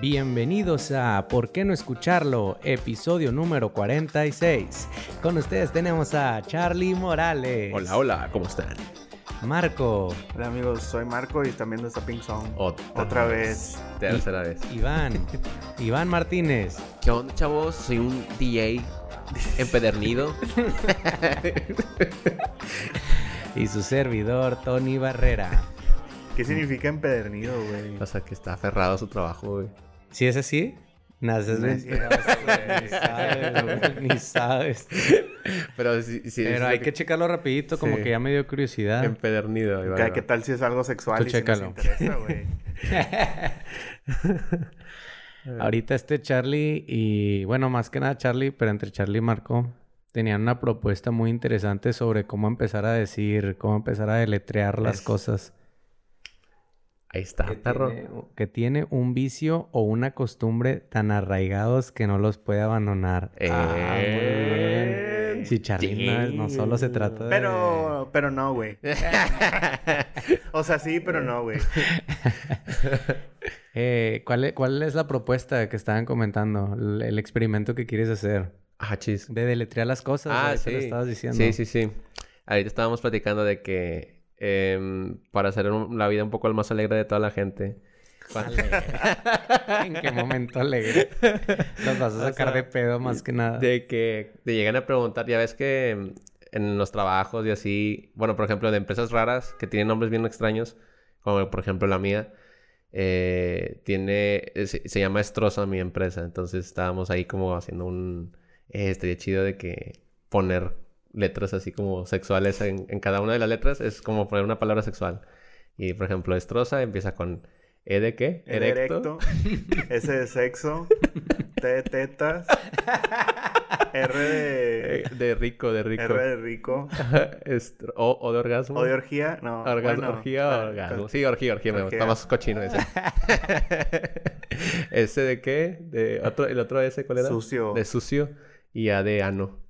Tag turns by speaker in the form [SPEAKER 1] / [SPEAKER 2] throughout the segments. [SPEAKER 1] Bienvenidos a ¿Por qué no escucharlo? Episodio número 46. Con ustedes tenemos a Charlie Morales.
[SPEAKER 2] Hola, hola, ¿cómo están?
[SPEAKER 1] Marco,
[SPEAKER 3] Hola amigos, soy Marco y están viendo esta Pink Song.
[SPEAKER 4] Oh,
[SPEAKER 2] Otra,
[SPEAKER 3] Otra vez.
[SPEAKER 2] Tercera vez.
[SPEAKER 1] Iván, Iván Martínez.
[SPEAKER 4] ¿Qué onda, chavos? Soy un DJ empedernido.
[SPEAKER 1] Y su servidor, Tony Barrera.
[SPEAKER 3] ¿Qué
[SPEAKER 4] Mm.
[SPEAKER 3] significa empedernido, güey?
[SPEAKER 4] o sea, que está aferrado a su trabajo, güey.
[SPEAKER 1] ¿Si es así? Naces
[SPEAKER 3] No es cierto, güey.
[SPEAKER 1] Ni sabes, güey, ni sabes.
[SPEAKER 4] Pero sí, sí,
[SPEAKER 1] Pero
[SPEAKER 4] es
[SPEAKER 1] hay
[SPEAKER 4] lo
[SPEAKER 1] que checarlo rapidito, como
[SPEAKER 4] Sí. Em,
[SPEAKER 1] que ya me dio curiosidad.
[SPEAKER 4] Empedernido, ahí va, ahí
[SPEAKER 3] ¿Qué,
[SPEAKER 4] va.
[SPEAKER 3] qué tal si es algo sexual
[SPEAKER 1] Tú
[SPEAKER 3] y si nos
[SPEAKER 1] chécalo.
[SPEAKER 3] interesa, güey?
[SPEAKER 1] Ahorita este Charlie y, bueno, más que nada Charlie, pero entre Charlie y Marco, tenían una propuesta muy interesante sobre cómo empezar a decir, cómo empezar a deletrear las
[SPEAKER 4] Es-
[SPEAKER 1] cosas.
[SPEAKER 4] Ahí está,
[SPEAKER 1] que
[SPEAKER 4] perro.
[SPEAKER 1] tiene, que tiene un vicio o una costumbre tan arraigados que no los puede abandonar.
[SPEAKER 4] Eh.
[SPEAKER 1] Ah, muy bien. Sí, Charly, no, es- no solo se trata de...
[SPEAKER 3] Pero, pero no, güey. O sea, sí, pero no, güey.
[SPEAKER 1] Eh, ¿cuál, e- ¿Cuál es la propuesta que estaban comentando? El, el experimento que quieres hacer.
[SPEAKER 4] Ah, chis.
[SPEAKER 1] De deletrear las cosas.
[SPEAKER 4] Ah,
[SPEAKER 1] ahorita
[SPEAKER 4] sí.
[SPEAKER 1] lo estabas diciendo.
[SPEAKER 4] Sí, sí, sí. Ahorita estábamos platicando de que em, para hacer un- la vida un poco más alegre de toda la gente.
[SPEAKER 1] ¿En qué momento alegre? Los vas a sacar de pedo más que nada.
[SPEAKER 4] De que te llegan a preguntar, ya ves que em, en los trabajos y así, bueno, por ejemplo, de empresas raras que tienen nombres bien extraños, como por ejemplo la mía, eh, tiene, eh, se, se llama Estroza mi empresa, entonces estábamos ahí como haciendo un, eh, estaría chido de que poner letras así como sexuales en, en cada una de las letras, es como poner una palabra sexual. Y por ejemplo, Estroza empieza con E de qué?
[SPEAKER 3] Erecto. S de sexo. T de tetas. R de...
[SPEAKER 4] Eh, De rico, de rico.
[SPEAKER 3] R de rico.
[SPEAKER 4] Estro- o, o de orgasmo.
[SPEAKER 3] O de orgía. No,
[SPEAKER 4] Orgas-
[SPEAKER 3] bueno,
[SPEAKER 4] orgía
[SPEAKER 3] ah,
[SPEAKER 4] o orgasmo. Sí, orgía, orgía, me gusta
[SPEAKER 3] orgía.
[SPEAKER 4] más cochino ese. ¿Ese de qué? De otro, ¿El otro ese cuál era?
[SPEAKER 3] Sucio.
[SPEAKER 4] De sucio y A de ano.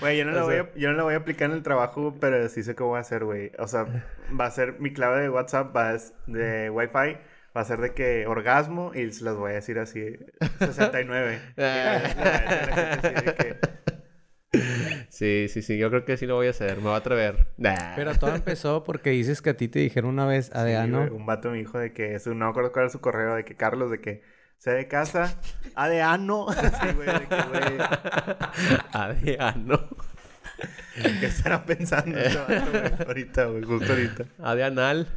[SPEAKER 3] Güey, yo, no la
[SPEAKER 4] O
[SPEAKER 3] voy
[SPEAKER 4] sea-
[SPEAKER 3] a- yo no la voy a aplicar en el trabajo, pero sí sé qué voy a hacer, güey. O sea, va a ser mi clave de WhatsApp, va a es- de Wi-Fi, va a ser de que orgasmo y se las voy a decir así, 69. Y la- la- la gente así de que,
[SPEAKER 4] sí, sí, sí, yo creo que sí lo voy a hacer. Me voy a atrever.
[SPEAKER 1] Pero todo empezó porque dices que a ti te dijeron una vez,
[SPEAKER 3] sí,
[SPEAKER 1] Adeano,
[SPEAKER 3] güey, un vato me dijo de que, su, no me acuerdo cuál era su correo, de que Carlos, de que sea de casa, a de ano. Así, güey, de que, güey,
[SPEAKER 4] A de ano.
[SPEAKER 3] ¿qué estará pensando ese vato, güey? Ahorita, güey, justo ahorita.
[SPEAKER 4] A de anal.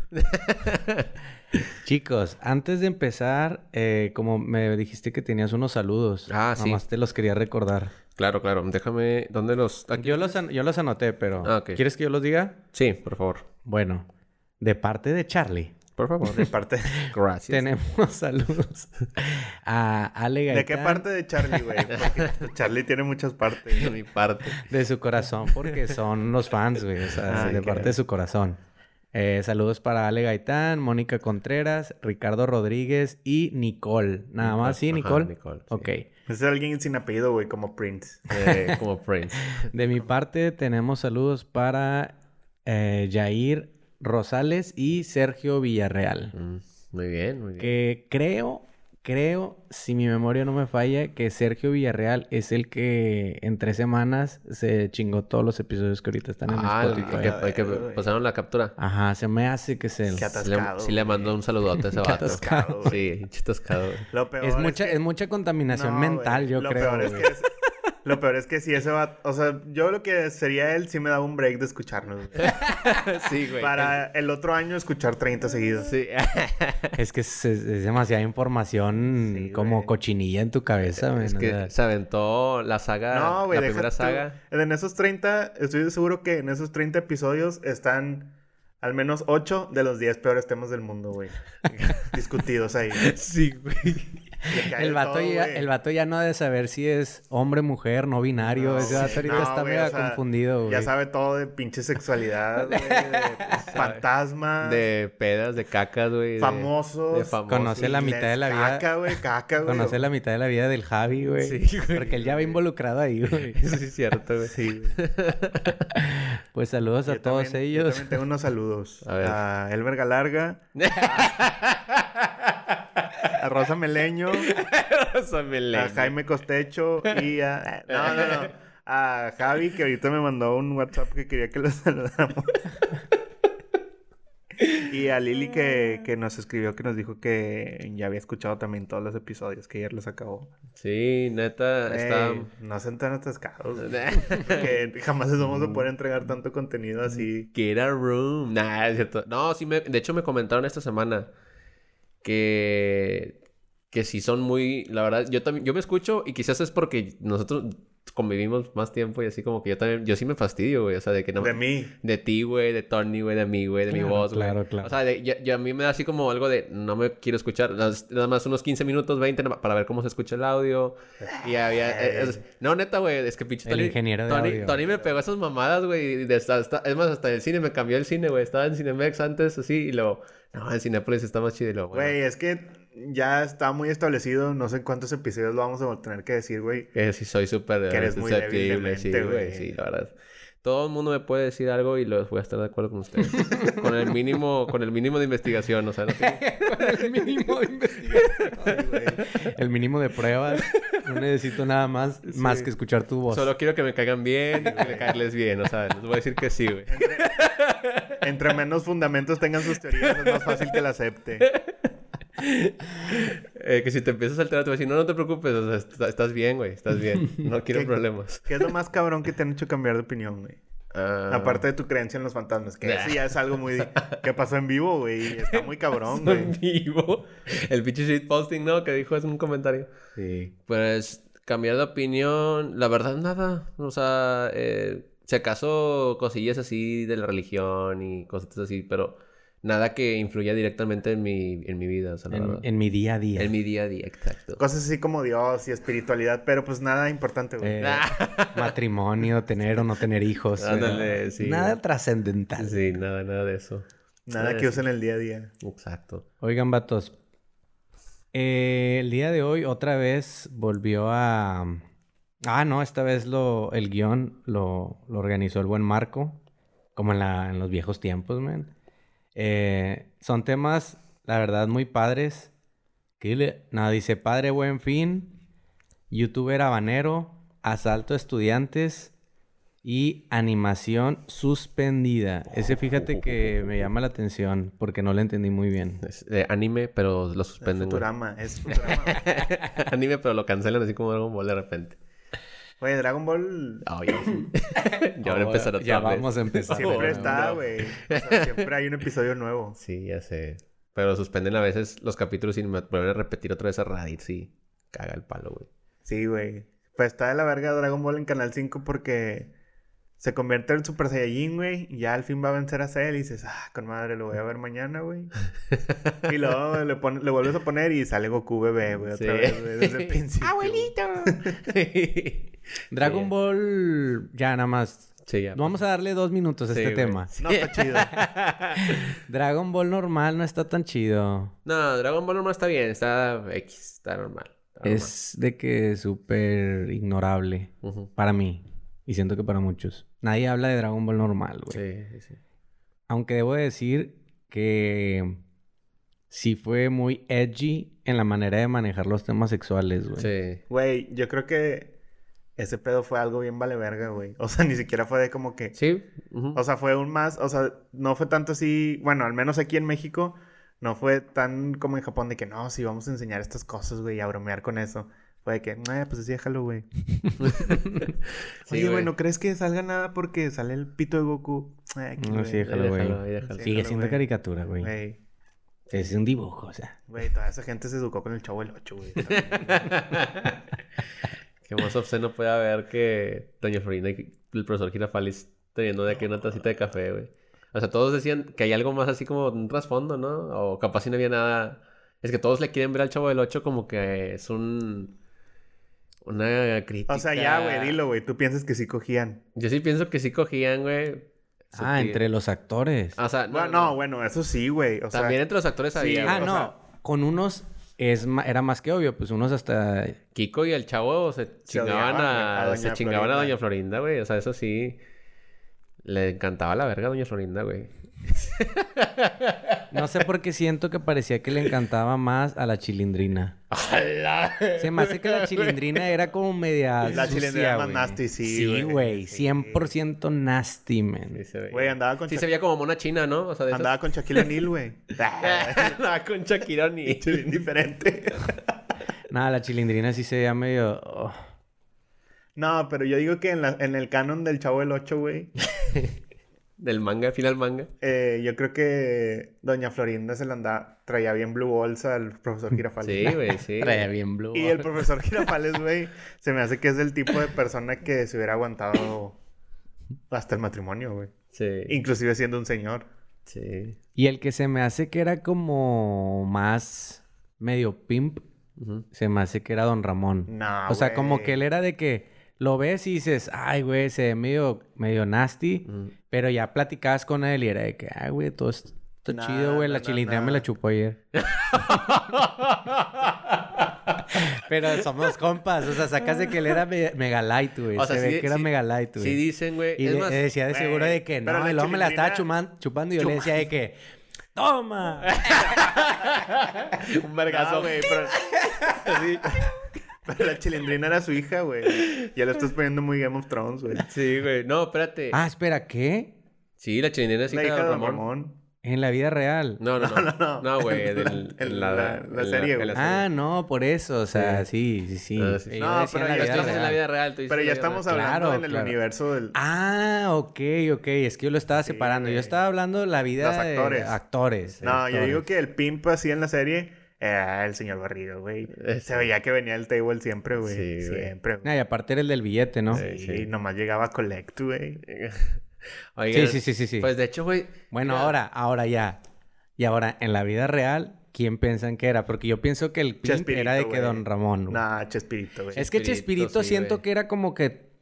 [SPEAKER 1] Chicos, antes de empezar, eh, como me dijiste que tenías unos saludos.
[SPEAKER 4] Ah, sí.
[SPEAKER 1] Nomás te los quería recordar.
[SPEAKER 4] Claro, claro. Déjame. ¿Dónde los.? Aquí.
[SPEAKER 1] Yo los, an- yo los anoté, pero...
[SPEAKER 4] Ah, ok.
[SPEAKER 1] ¿Quieres que yo los diga?
[SPEAKER 4] Sí, por favor.
[SPEAKER 1] Bueno, de parte de Charlie,
[SPEAKER 4] Por favor.
[SPEAKER 3] De parte...
[SPEAKER 4] Gracias.
[SPEAKER 1] tenemos saludos a Ale Gaitán.
[SPEAKER 3] ¿De qué parte de Charlie, güey? Porque Charlie tiene muchas partes.
[SPEAKER 4] De mi parte.
[SPEAKER 1] De su corazón, porque son los fans, güey. O sea,
[SPEAKER 4] Ah,
[SPEAKER 3] Ay,
[SPEAKER 1] de
[SPEAKER 3] qué
[SPEAKER 1] parte de su corazón. Eh, saludos para Ale Gaitán, Mónica Contreras, Ricardo Rodríguez y Nicole. Nada más, ¿sí,
[SPEAKER 4] Ajá,
[SPEAKER 1] Nicole?
[SPEAKER 4] Nicole, sí.
[SPEAKER 1] Ok.
[SPEAKER 3] Es alguien sin apellido, güey, como Prince.
[SPEAKER 4] Eh, como Prince.
[SPEAKER 1] De mi parte, tenemos saludos para eh, Jair Rosales y Sergio Villarreal.
[SPEAKER 4] Mm, muy bien, muy bien.
[SPEAKER 1] Que creo, creo, si mi memoria no me falla, que Sergio Villarreal es el que en tres semanas se chingó todos los episodios que ahorita están en
[SPEAKER 4] Ah, el
[SPEAKER 1] Spotify.
[SPEAKER 4] que, el que
[SPEAKER 3] Ay.
[SPEAKER 4] pasaron la captura.
[SPEAKER 1] Ajá, se me hace que es él.
[SPEAKER 3] Qué
[SPEAKER 4] Sí le-
[SPEAKER 3] atascado.
[SPEAKER 4] sí le mandó un saludote a ese
[SPEAKER 1] Qué
[SPEAKER 4] vato.
[SPEAKER 1] atascado,
[SPEAKER 3] güey.
[SPEAKER 4] Sí, pinche atascado.
[SPEAKER 3] Lo peor
[SPEAKER 1] Es mucha,
[SPEAKER 3] que-
[SPEAKER 1] es mucha contaminación
[SPEAKER 3] No,
[SPEAKER 1] mental,
[SPEAKER 3] güey.
[SPEAKER 1] yo
[SPEAKER 3] lo
[SPEAKER 1] creo.
[SPEAKER 3] Peor es
[SPEAKER 1] güey.
[SPEAKER 3] que es- Lo peor es que si ese va... O sea, yo lo que sería él sí me daba un break de escucharnos. güey.
[SPEAKER 4] Sí, güey.
[SPEAKER 3] Para el otro año escuchar 30 seguidos.
[SPEAKER 4] Sí.
[SPEAKER 1] Es que es, es- es demasiada información
[SPEAKER 3] Sí,
[SPEAKER 1] como
[SPEAKER 3] güey.
[SPEAKER 1] cochinilla en tu cabeza, güey.
[SPEAKER 4] es
[SPEAKER 1] ¿no? O sea,
[SPEAKER 4] que se aventó la saga,
[SPEAKER 3] No, güey,
[SPEAKER 4] la
[SPEAKER 3] deja
[SPEAKER 4] primera
[SPEAKER 3] tú.
[SPEAKER 4] saga.
[SPEAKER 3] En esos 30, estoy seguro que en esos 30 episodios están al menos 8 de los 10 peores temas del mundo, güey. Discutidos ahí.
[SPEAKER 4] Sí, güey.
[SPEAKER 3] Y acá
[SPEAKER 1] el,
[SPEAKER 3] de
[SPEAKER 1] vato
[SPEAKER 3] todo,
[SPEAKER 1] ya,
[SPEAKER 3] güey.
[SPEAKER 1] el vato ya no ha de saber si es hombre, mujer, no binario.
[SPEAKER 3] No,
[SPEAKER 1] Ese vato
[SPEAKER 3] sí,
[SPEAKER 1] ahorita
[SPEAKER 3] no,
[SPEAKER 1] está
[SPEAKER 3] güey,
[SPEAKER 1] mega
[SPEAKER 3] o sea,
[SPEAKER 1] confundido, güey.
[SPEAKER 3] Ya sabe todo de pinche sexualidad, güey, de fantasmas,
[SPEAKER 4] De pedas, de cacas, güey. de-
[SPEAKER 3] famosos.
[SPEAKER 4] De famosos.
[SPEAKER 1] Conoce la
[SPEAKER 3] inglés,
[SPEAKER 1] mitad de la vida.
[SPEAKER 3] Caca, güey, caca, güey.
[SPEAKER 1] Conoce la mitad de la vida del Javi, güey.
[SPEAKER 4] Sí, güey.
[SPEAKER 1] Porque él ya va involucrado ahí, güey.
[SPEAKER 4] Eso sí es cierto, güey. Sí.
[SPEAKER 1] Pues saludos
[SPEAKER 3] Yo
[SPEAKER 1] a todos
[SPEAKER 3] también- Yo
[SPEAKER 1] ellos.
[SPEAKER 3] también tengo unos saludos.
[SPEAKER 4] A ver.
[SPEAKER 3] A, Elber Galarga. a Rosa Meleño,
[SPEAKER 4] Rosa Meleño.
[SPEAKER 3] a Jaime Costecho y a... No, no, no. A Javi, que ahorita me mandó un WhatsApp que quería que lo saludáramos. Y a Lili, que, que nos escribió, que nos dijo que ya había escuchado también todos los episodios, que ayer los acabó.
[SPEAKER 4] Sí, neta, está...
[SPEAKER 3] Ey, no sean tan atascados. que jamás les vamos a
[SPEAKER 4] Mm.
[SPEAKER 3] poder entregar tanto contenido así.
[SPEAKER 4] Get a room. Nah, es cierto. No, sí, me, de hecho me comentaron esta semana que, que sí son muy, la verdad, yo también, yo me escucho y quizás es porque nosotros convivimos más tiempo y así como que yo también, yo sí me fastidio, güey, o sea, de que no...
[SPEAKER 3] De mí.
[SPEAKER 4] de ti, güey, de Tony, güey, de mí, güey, de mi
[SPEAKER 1] Claro,
[SPEAKER 4] voz, güey.
[SPEAKER 1] claro, claro.
[SPEAKER 4] O sea, de- yo, yo a mí me da así como algo de no me quiero escuchar. Las- Nada más unos 15 minutos, 20 nada más para ver cómo se escucha el audio. Y había. eh, es- no, neta, güey, es que pinche
[SPEAKER 1] El
[SPEAKER 4] Tony.
[SPEAKER 1] ingeniero de
[SPEAKER 4] Tony,
[SPEAKER 1] audio.
[SPEAKER 4] Tony me pegó esas mamadas, güey. y de hasta- hasta- Es más, hasta el cine me cambió el cine, güey. Estaba en Cinemex antes, así, y luego. No, en Cinepolis está más chido, y luego,
[SPEAKER 3] Güey, es que ya está muy establecido. No sé en cuántos episodios lo vamos a tener que decir, güey.
[SPEAKER 4] Que sí soy súper
[SPEAKER 3] Que eres muy débil de
[SPEAKER 4] susceptible, sí,
[SPEAKER 3] mente,
[SPEAKER 4] güey.
[SPEAKER 3] güey.
[SPEAKER 4] Sí, la verdad. Todo el mundo me puede decir algo y lo voy a estar de acuerdo con ustedes. con el mínimo, con el mínimo de investigación, o sea, no tiene-
[SPEAKER 1] el mínimo de investigación. El mínimo de pruebas. No necesito nada más, más que escuchar tu voz.
[SPEAKER 4] Solo quiero que me caigan bien y que me caerles bien, o sea, les voy a decir que sí, güey.
[SPEAKER 3] Entre menos fundamentos tengan sus teorías, es más fácil que la acepte.
[SPEAKER 4] Eh, que si te empiezas a alterar, te voy a decir, no, no te preocupes, o sea, est- estás bien, güey, estás bien. No quiero
[SPEAKER 3] ¿Qué-
[SPEAKER 4] problemas.
[SPEAKER 3] ¿Qué es lo más cabrón que te han hecho cambiar de opinión, güey?
[SPEAKER 4] Ah,
[SPEAKER 3] Aparte de tu creencia en los fantasmas, que
[SPEAKER 4] Ah.
[SPEAKER 3] eso ya es algo muy... que pasó en vivo, güey? y Está muy cabrón,
[SPEAKER 4] estoy
[SPEAKER 3] güey.
[SPEAKER 4] vivo. El pinche shitposting, ¿no? Que dijo es un comentario.
[SPEAKER 1] Sí.
[SPEAKER 4] Pues cambiar de opinión, la verdad nada. O sea, eh, si acaso cosillas así de la religión y cositas así, pero nada que influya directamente en mi, en mi vida, o sea, la
[SPEAKER 1] En,
[SPEAKER 4] verdad.
[SPEAKER 1] en mi día a día.
[SPEAKER 4] En mi día a día, exacto.
[SPEAKER 3] Cosas así como Dios y espiritualidad, pero pues nada importante, güey.
[SPEAKER 1] Eh, matrimonio, tener o no tener hijos.
[SPEAKER 4] Ándale,
[SPEAKER 1] ¿verdad?
[SPEAKER 4] sí.
[SPEAKER 1] Nada trascendental.
[SPEAKER 4] Sí, nada, nada de eso.
[SPEAKER 3] nada que usen el día a día.
[SPEAKER 4] Exacto.
[SPEAKER 1] Oigan, vatos. eh, el día de hoy otra vez volvió a... Ah, no, esta vez lo, el guión lo, lo organizó el buen Marco, como en, la, en los viejos tiempos, man. Eh, son temas, la verdad, muy padres. Que le- no, dice Padre Buen Fin, youtuber habanero, asalto a estudiantes y animación suspendida. Ese fíjate que me llama la atención porque no lo entendí muy bien.
[SPEAKER 4] Es de anime, pero lo
[SPEAKER 3] Es
[SPEAKER 4] suspenden. güey.
[SPEAKER 3] Futurama, es Futurama. güey.
[SPEAKER 4] anime, pero lo cancelan así como Dragon Ball de repente.
[SPEAKER 3] Güey, Dragon Ball
[SPEAKER 4] Ah, oye. ya van a empezar otra
[SPEAKER 1] Ya
[SPEAKER 4] vez.
[SPEAKER 1] vamos a empezar.
[SPEAKER 3] siempre
[SPEAKER 4] no,
[SPEAKER 3] está,
[SPEAKER 4] Ah, no.
[SPEAKER 3] güey. O sea, siempre hay un episodio nuevo.
[SPEAKER 4] Sí, ya sé. Pero suspenden a veces los capítulos y me vuelven a repetir otra vez a Raditz y caga el palo, güey.
[SPEAKER 3] Sí, güey. Pues está de la verga Dragon Ball en Canal 5 porque se convierte en Super Saiyajin, güey. Y ya al fin va a vencer a Cell y dices, ah, con madre, lo voy a ver mañana, güey. y luego le, pon- le vuelves a poner y sale Goku bebé, güey, otra
[SPEAKER 4] Sí. Ah,
[SPEAKER 3] vez, güey, desde el principio.
[SPEAKER 1] Dragon
[SPEAKER 4] Sí.
[SPEAKER 1] Ball, ya nada más.
[SPEAKER 4] sí, ya.
[SPEAKER 1] Vamos a darle dos minutos a
[SPEAKER 4] Sí,
[SPEAKER 1] este
[SPEAKER 4] güey.
[SPEAKER 1] tema.
[SPEAKER 3] No, está chido.
[SPEAKER 1] Dragon Ball normal no está tan chido.
[SPEAKER 4] No, Dragon Ball normal está bien, está X, está normal. está normal.
[SPEAKER 1] Es de que súper ignorable
[SPEAKER 4] Ujú.
[SPEAKER 1] para mí. Y siento que para muchos. Nadie habla de Dragon Ball normal, güey.
[SPEAKER 4] Sí, sí, sí.
[SPEAKER 1] Aunque debo decir que sí fue muy edgy en la manera de manejar los temas sexuales, güey.
[SPEAKER 4] Sí.
[SPEAKER 3] Güey, yo creo que ese pedo fue algo bien vale verga, güey. O sea, ni siquiera fue de como que...
[SPEAKER 4] Sí. ujú.
[SPEAKER 3] O sea, fue un más, o sea, no fue tanto así, bueno, al menos aquí en México, no fue tan como en Japón de que no, sí, vamos a enseñar estas cosas, güey, y a bromear con eso. Fue de que, "Nah, pues así déjalo, güey.
[SPEAKER 4] Sí,
[SPEAKER 3] Oye,
[SPEAKER 4] güey.
[SPEAKER 3] güey, ¿no crees que salga nada porque sale el pito de Goku? "Eh, Ay, aquí,
[SPEAKER 1] No,
[SPEAKER 3] güey.
[SPEAKER 1] sí,
[SPEAKER 4] Ahí
[SPEAKER 1] déjalo, güey.
[SPEAKER 4] déjalo, ahí déjalo.
[SPEAKER 3] Sí.
[SPEAKER 1] Sigue siendo
[SPEAKER 3] güey.
[SPEAKER 1] caricatura, güey.
[SPEAKER 3] Güey,
[SPEAKER 1] Es un dibujo, o sea.
[SPEAKER 3] güey, toda esa gente se educó con el chavo del 8, güey.
[SPEAKER 4] Que más obsceno puede haber que Doña Florinda y el profesor Girafalis teniendo de aquí una tacita de café, güey. O sea, todos decían que hay algo más así como un trasfondo, ¿no? O capaz si no había nada. Es que todos le quieren ver al Chavo del 8 como que es un. Una crítica.
[SPEAKER 3] O sea, ya, güey, dilo, güey, tú piensas que sí cogían.
[SPEAKER 4] Yo sí pienso que sí cogían, güey.
[SPEAKER 1] Ah,
[SPEAKER 4] Sutil.
[SPEAKER 1] entre los actores.
[SPEAKER 4] O sea, no.
[SPEAKER 3] Bueno,
[SPEAKER 4] no.
[SPEAKER 3] no, bueno, eso sí, güey, o sea...
[SPEAKER 4] También entre los actores
[SPEAKER 3] sí,
[SPEAKER 4] había.
[SPEAKER 3] güey.
[SPEAKER 1] Ah,
[SPEAKER 4] güey.
[SPEAKER 3] o
[SPEAKER 1] no. Con unos es ma- era más que obvio. Pues unos hasta...
[SPEAKER 4] Kiko y el Chavo se chingaban
[SPEAKER 3] odiaban,
[SPEAKER 4] a,
[SPEAKER 3] güey, a
[SPEAKER 4] se
[SPEAKER 3] Doña
[SPEAKER 4] chingaban a
[SPEAKER 3] Florinda.
[SPEAKER 4] Doña Florinda, güey. O sea, eso sí. Le encantaba la verga a Doña Florinda, güey.
[SPEAKER 1] No sé por qué siento que parecía que le encantaba más a la chilindrina.
[SPEAKER 4] ¡Ala!
[SPEAKER 1] Se me hace que la chilindrina era como media.
[SPEAKER 3] La
[SPEAKER 1] sucia,
[SPEAKER 3] chilindrina más
[SPEAKER 1] güey.
[SPEAKER 3] nasty, sí,
[SPEAKER 1] Sí,
[SPEAKER 3] güey.
[SPEAKER 1] güey.
[SPEAKER 3] Sí.
[SPEAKER 1] 100% nasty, man.
[SPEAKER 4] Sí se veía.
[SPEAKER 3] Güey, andaba con,
[SPEAKER 4] Sí
[SPEAKER 3] Sha-
[SPEAKER 4] se veía como mona china, ¿no? O sea, de esas-
[SPEAKER 3] andaba con Shaquille O'Neal, güey.
[SPEAKER 4] Andaba con Shakira ni...
[SPEAKER 3] Bien diferente.
[SPEAKER 1] Nada, la chilindrina sí se veía medio. oh.
[SPEAKER 3] No, pero yo digo que en, la- en el canon del Chavo del 8, güey,
[SPEAKER 4] Del manga, final manga.
[SPEAKER 3] eh, yo creo que Doña Florinda se la andaba, traía bien blue bolsa al profesor Girafales.
[SPEAKER 4] Sí, güey, sí.
[SPEAKER 1] Traía bien blue.
[SPEAKER 3] Y el profesor Girafales, güey, se me hace que es el tipo de persona que se hubiera aguantado hasta el matrimonio, güey.
[SPEAKER 4] Sí.
[SPEAKER 3] Inclusive siendo un señor.
[SPEAKER 4] Sí.
[SPEAKER 1] Y el que se me hace que era como más medio pimp,
[SPEAKER 4] Ujú.
[SPEAKER 1] se me hace que era Don Ramón.
[SPEAKER 3] No,
[SPEAKER 1] o sea,
[SPEAKER 3] güey.
[SPEAKER 1] como que él era de que lo ves y dices, ay, güey, se ve medio, medio nasty.
[SPEAKER 4] Ujú.
[SPEAKER 1] Pero ya platicabas con él y era de que, ay, güey, todo esto
[SPEAKER 3] Nah,
[SPEAKER 1] chido, güey.
[SPEAKER 3] no,
[SPEAKER 1] la
[SPEAKER 3] no,
[SPEAKER 1] chilindrina
[SPEAKER 3] no.
[SPEAKER 1] me la chupó ayer. Pero somos compas. O sea, sacas de que él era me- mega light, güey.
[SPEAKER 4] O sea,
[SPEAKER 1] se
[SPEAKER 4] sí-
[SPEAKER 1] ve que era
[SPEAKER 4] sí-
[SPEAKER 1] mega light, güey.
[SPEAKER 4] Sí dicen, güey.
[SPEAKER 1] Y
[SPEAKER 4] Es
[SPEAKER 1] le-
[SPEAKER 4] más,
[SPEAKER 1] le decía de
[SPEAKER 3] güey,
[SPEAKER 1] seguro de que
[SPEAKER 3] pero
[SPEAKER 1] no,
[SPEAKER 3] la
[SPEAKER 1] el hombre me la estaba
[SPEAKER 3] chilindrina-
[SPEAKER 1] chuman- chupando y yo le decía de que, ¡toma!
[SPEAKER 4] un
[SPEAKER 3] No,
[SPEAKER 4] vergazo.
[SPEAKER 3] güey, pero... Sí. Pero la chilindrina era su hija, güey. Ya lo estás poniendo muy Game of Thrones, güey.
[SPEAKER 4] sí, güey. No, espérate.
[SPEAKER 1] ah, espera, ¿qué?
[SPEAKER 4] Sí, la chilindrina es
[SPEAKER 3] La
[SPEAKER 4] hija de
[SPEAKER 3] hija de Don
[SPEAKER 4] Ramón.
[SPEAKER 3] Ramón.
[SPEAKER 1] En la vida real.
[SPEAKER 4] No, no, no. No, güey. del-
[SPEAKER 3] En
[SPEAKER 4] en
[SPEAKER 3] la-
[SPEAKER 4] en
[SPEAKER 3] la serie,
[SPEAKER 4] en la
[SPEAKER 3] güey.
[SPEAKER 1] Ah, no, por eso, o sea, sí, sí, sí.
[SPEAKER 4] Ah, sí, sí.
[SPEAKER 1] Yo
[SPEAKER 3] No,
[SPEAKER 1] decía
[SPEAKER 3] pero
[SPEAKER 1] en
[SPEAKER 3] ya
[SPEAKER 1] la vida
[SPEAKER 4] Pero tú dices
[SPEAKER 3] estás
[SPEAKER 4] en la
[SPEAKER 1] real.
[SPEAKER 4] vida real. tú dices
[SPEAKER 3] Pero
[SPEAKER 4] en
[SPEAKER 3] ya
[SPEAKER 4] la vida
[SPEAKER 3] estamos
[SPEAKER 4] real.
[SPEAKER 1] Claro,
[SPEAKER 3] hablando en el
[SPEAKER 1] claro.
[SPEAKER 3] universo del...
[SPEAKER 1] Ah, ok, ok. Es que yo lo estaba
[SPEAKER 3] Sí,
[SPEAKER 1] separando. Yo
[SPEAKER 3] güey.
[SPEAKER 1] estaba hablando de la vida
[SPEAKER 3] Los
[SPEAKER 1] de
[SPEAKER 3] actores.
[SPEAKER 1] actores.
[SPEAKER 3] No, yo
[SPEAKER 1] actores.
[SPEAKER 3] digo que el pimp así en la serie era el señor Barrido, güey.
[SPEAKER 4] Eh,
[SPEAKER 3] Se veía que venía el table siempre, güey.
[SPEAKER 4] Sí, güey.
[SPEAKER 3] siempre,
[SPEAKER 1] Ah,
[SPEAKER 3] güey.
[SPEAKER 1] y aparte era el del billete, ¿no?
[SPEAKER 4] Sí.
[SPEAKER 1] Sí,
[SPEAKER 3] Y nomás llegaba a Collect, güey.
[SPEAKER 4] Oigan,
[SPEAKER 1] sí, sí, sí, sí.
[SPEAKER 4] Pues de hecho, güey.
[SPEAKER 1] bueno,
[SPEAKER 4] mira,
[SPEAKER 1] ahora, ahora ya. Y ahora, en la vida real, ¿quién piensan que era? Porque yo pienso que el pimp
[SPEAKER 3] Chespirito,
[SPEAKER 1] era de que
[SPEAKER 3] güey.
[SPEAKER 1] Don Ramón. güey.
[SPEAKER 3] Nah, Chespirito, güey.
[SPEAKER 1] es que
[SPEAKER 4] Chespirito,
[SPEAKER 1] Chespirito
[SPEAKER 4] sí,
[SPEAKER 1] siento
[SPEAKER 4] güey.
[SPEAKER 1] que era como que...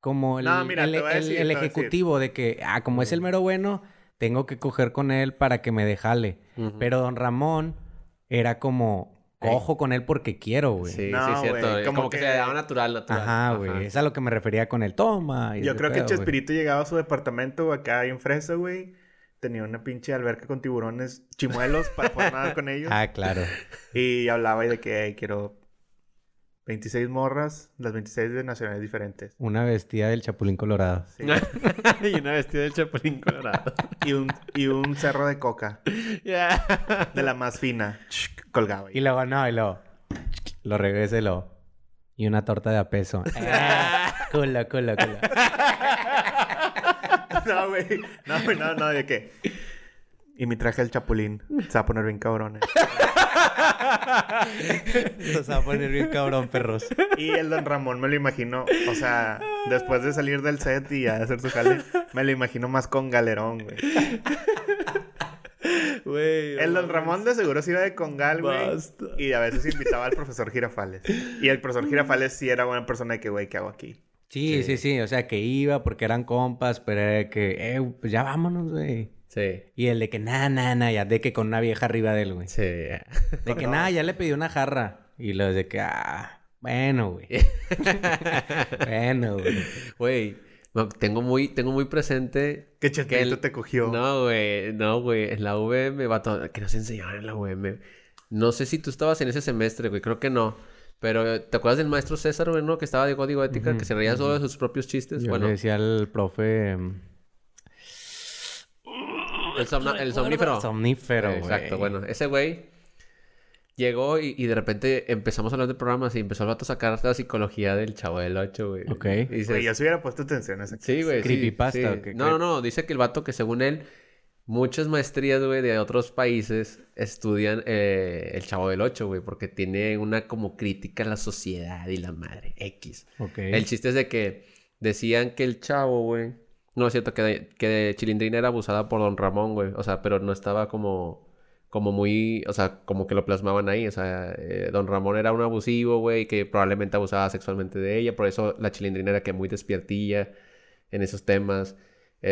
[SPEAKER 1] Como el,
[SPEAKER 3] No, mira,
[SPEAKER 1] el,
[SPEAKER 3] te voy a
[SPEAKER 1] el-
[SPEAKER 3] decir,
[SPEAKER 1] el
[SPEAKER 3] te voy a decir.
[SPEAKER 1] ejecutivo de que, ah, como
[SPEAKER 4] Mm.
[SPEAKER 1] es el mero bueno, tengo que coger con él para que me dejale.
[SPEAKER 4] Ujú.
[SPEAKER 1] Pero Don Ramón era como, cojo con él porque quiero, güey.
[SPEAKER 4] Sí,
[SPEAKER 3] No,
[SPEAKER 4] sí, es cierto.
[SPEAKER 3] güey,
[SPEAKER 4] Como,
[SPEAKER 3] como
[SPEAKER 4] que,
[SPEAKER 3] que-
[SPEAKER 4] se daba natural, natural.
[SPEAKER 1] Ajá, güey. Es a lo que me refería con el toma. y
[SPEAKER 3] Yo
[SPEAKER 1] ese
[SPEAKER 3] creo que
[SPEAKER 1] pedo, güey.
[SPEAKER 3] Chespirito llegaba a su departamento güey, acá en Fresa, güey. Tenía una pinche alberca con tiburones chimuelos para poder nadar con ellos.
[SPEAKER 1] Ah, claro.
[SPEAKER 3] Y hablaba y de que "Ey, quiero 26 morras, las 26 de naciones diferentes.
[SPEAKER 1] Una vestida del Chapulín Colorado.
[SPEAKER 3] Sí.
[SPEAKER 4] y una vestida del chapulín colorado.
[SPEAKER 3] Y, un, y un cerro de coca,
[SPEAKER 4] Ya.
[SPEAKER 3] de la más fina, colgaba.
[SPEAKER 1] Y luego, no, y luego... Lo regreso y luego, Y una torta de a peso. Ah, Cola, cola, cola.
[SPEAKER 3] No, güey. No, güey, no, no, de qué. Y mi traje del chapulín. Se va a poner bien ¿eh? cabrones.
[SPEAKER 1] Esto se va a poner bien cabrón, perros.
[SPEAKER 3] Y el don Ramón me lo imagino, o sea, después de salir del set y ya hacer su jale, me lo imagino más con galerón, güey.
[SPEAKER 4] Güey.
[SPEAKER 3] El
[SPEAKER 4] no
[SPEAKER 3] don
[SPEAKER 4] mames.
[SPEAKER 3] Ramón de seguro se iba de congal, güey.
[SPEAKER 4] Basta.
[SPEAKER 3] Y a veces invitaba al profesor Girafales. Y el profesor Girafales sí era buena persona de que, güey, ¿qué hago aquí?
[SPEAKER 1] Sí, sí, sí. O sea, que iba porque eran compas, pero era que, eh, pues ya vámonos, güey.
[SPEAKER 4] Sí.
[SPEAKER 1] Y el de que, nada, nada, nada, ya de que con una vieja arriba de él, güey.
[SPEAKER 4] Sí. ya.
[SPEAKER 1] De que, nada, ya le pedí una jarra. Y los de que, ah, bueno, güey. bueno, güey.
[SPEAKER 4] Güey. no, Tengo muy, tengo muy presente.
[SPEAKER 3] ¿Qué
[SPEAKER 4] que
[SPEAKER 3] chespirito
[SPEAKER 4] el-
[SPEAKER 3] te cogió?
[SPEAKER 4] No, güey. No, güey. En la VM, vato. Que nos enseñaron en la VM. No sé si tú estabas en ese semestre, güey. Creo que no. Pero, ¿te acuerdas del maestro César, güey, no? Que estaba de código ética, que se reía solo de sus propios chistes.
[SPEAKER 1] Yo
[SPEAKER 4] bueno,
[SPEAKER 1] le decía al profe... mm,
[SPEAKER 4] el, somna- el somnífero. Eh,
[SPEAKER 1] Somnífero, güey.
[SPEAKER 4] Exacto, bueno, ese güey llegó y, y de repente empezamos a hablar de programas y empezó el vato a sacar la psicología del chavo del 8, güey.
[SPEAKER 1] Ok.
[SPEAKER 4] Y dices,
[SPEAKER 3] Güey, yo se hubiera puesto atención a esa
[SPEAKER 4] Sí, güey. sí,
[SPEAKER 1] Creepypasta,
[SPEAKER 4] sí.
[SPEAKER 1] ¿o qué?
[SPEAKER 4] No, no, no. Dice que el vato que según él, muchas maestrías, güey, de otros países estudian eh, el chavo del 8, güey, porque tiene una como crítica a la sociedad y la madre. X.
[SPEAKER 1] Ok.
[SPEAKER 4] El chiste es de que decían que el chavo, güey. No es cierto, que, que Chilindrina era abusada por Don Ramón, güey. O sea, pero no estaba como. Como muy. O sea, como que lo plasmaban ahí. O sea, eh, Don Ramón era un abusivo, güey, que probablemente abusaba sexualmente de ella. Por eso la Chilindrina era que muy despiertilla en esos temas.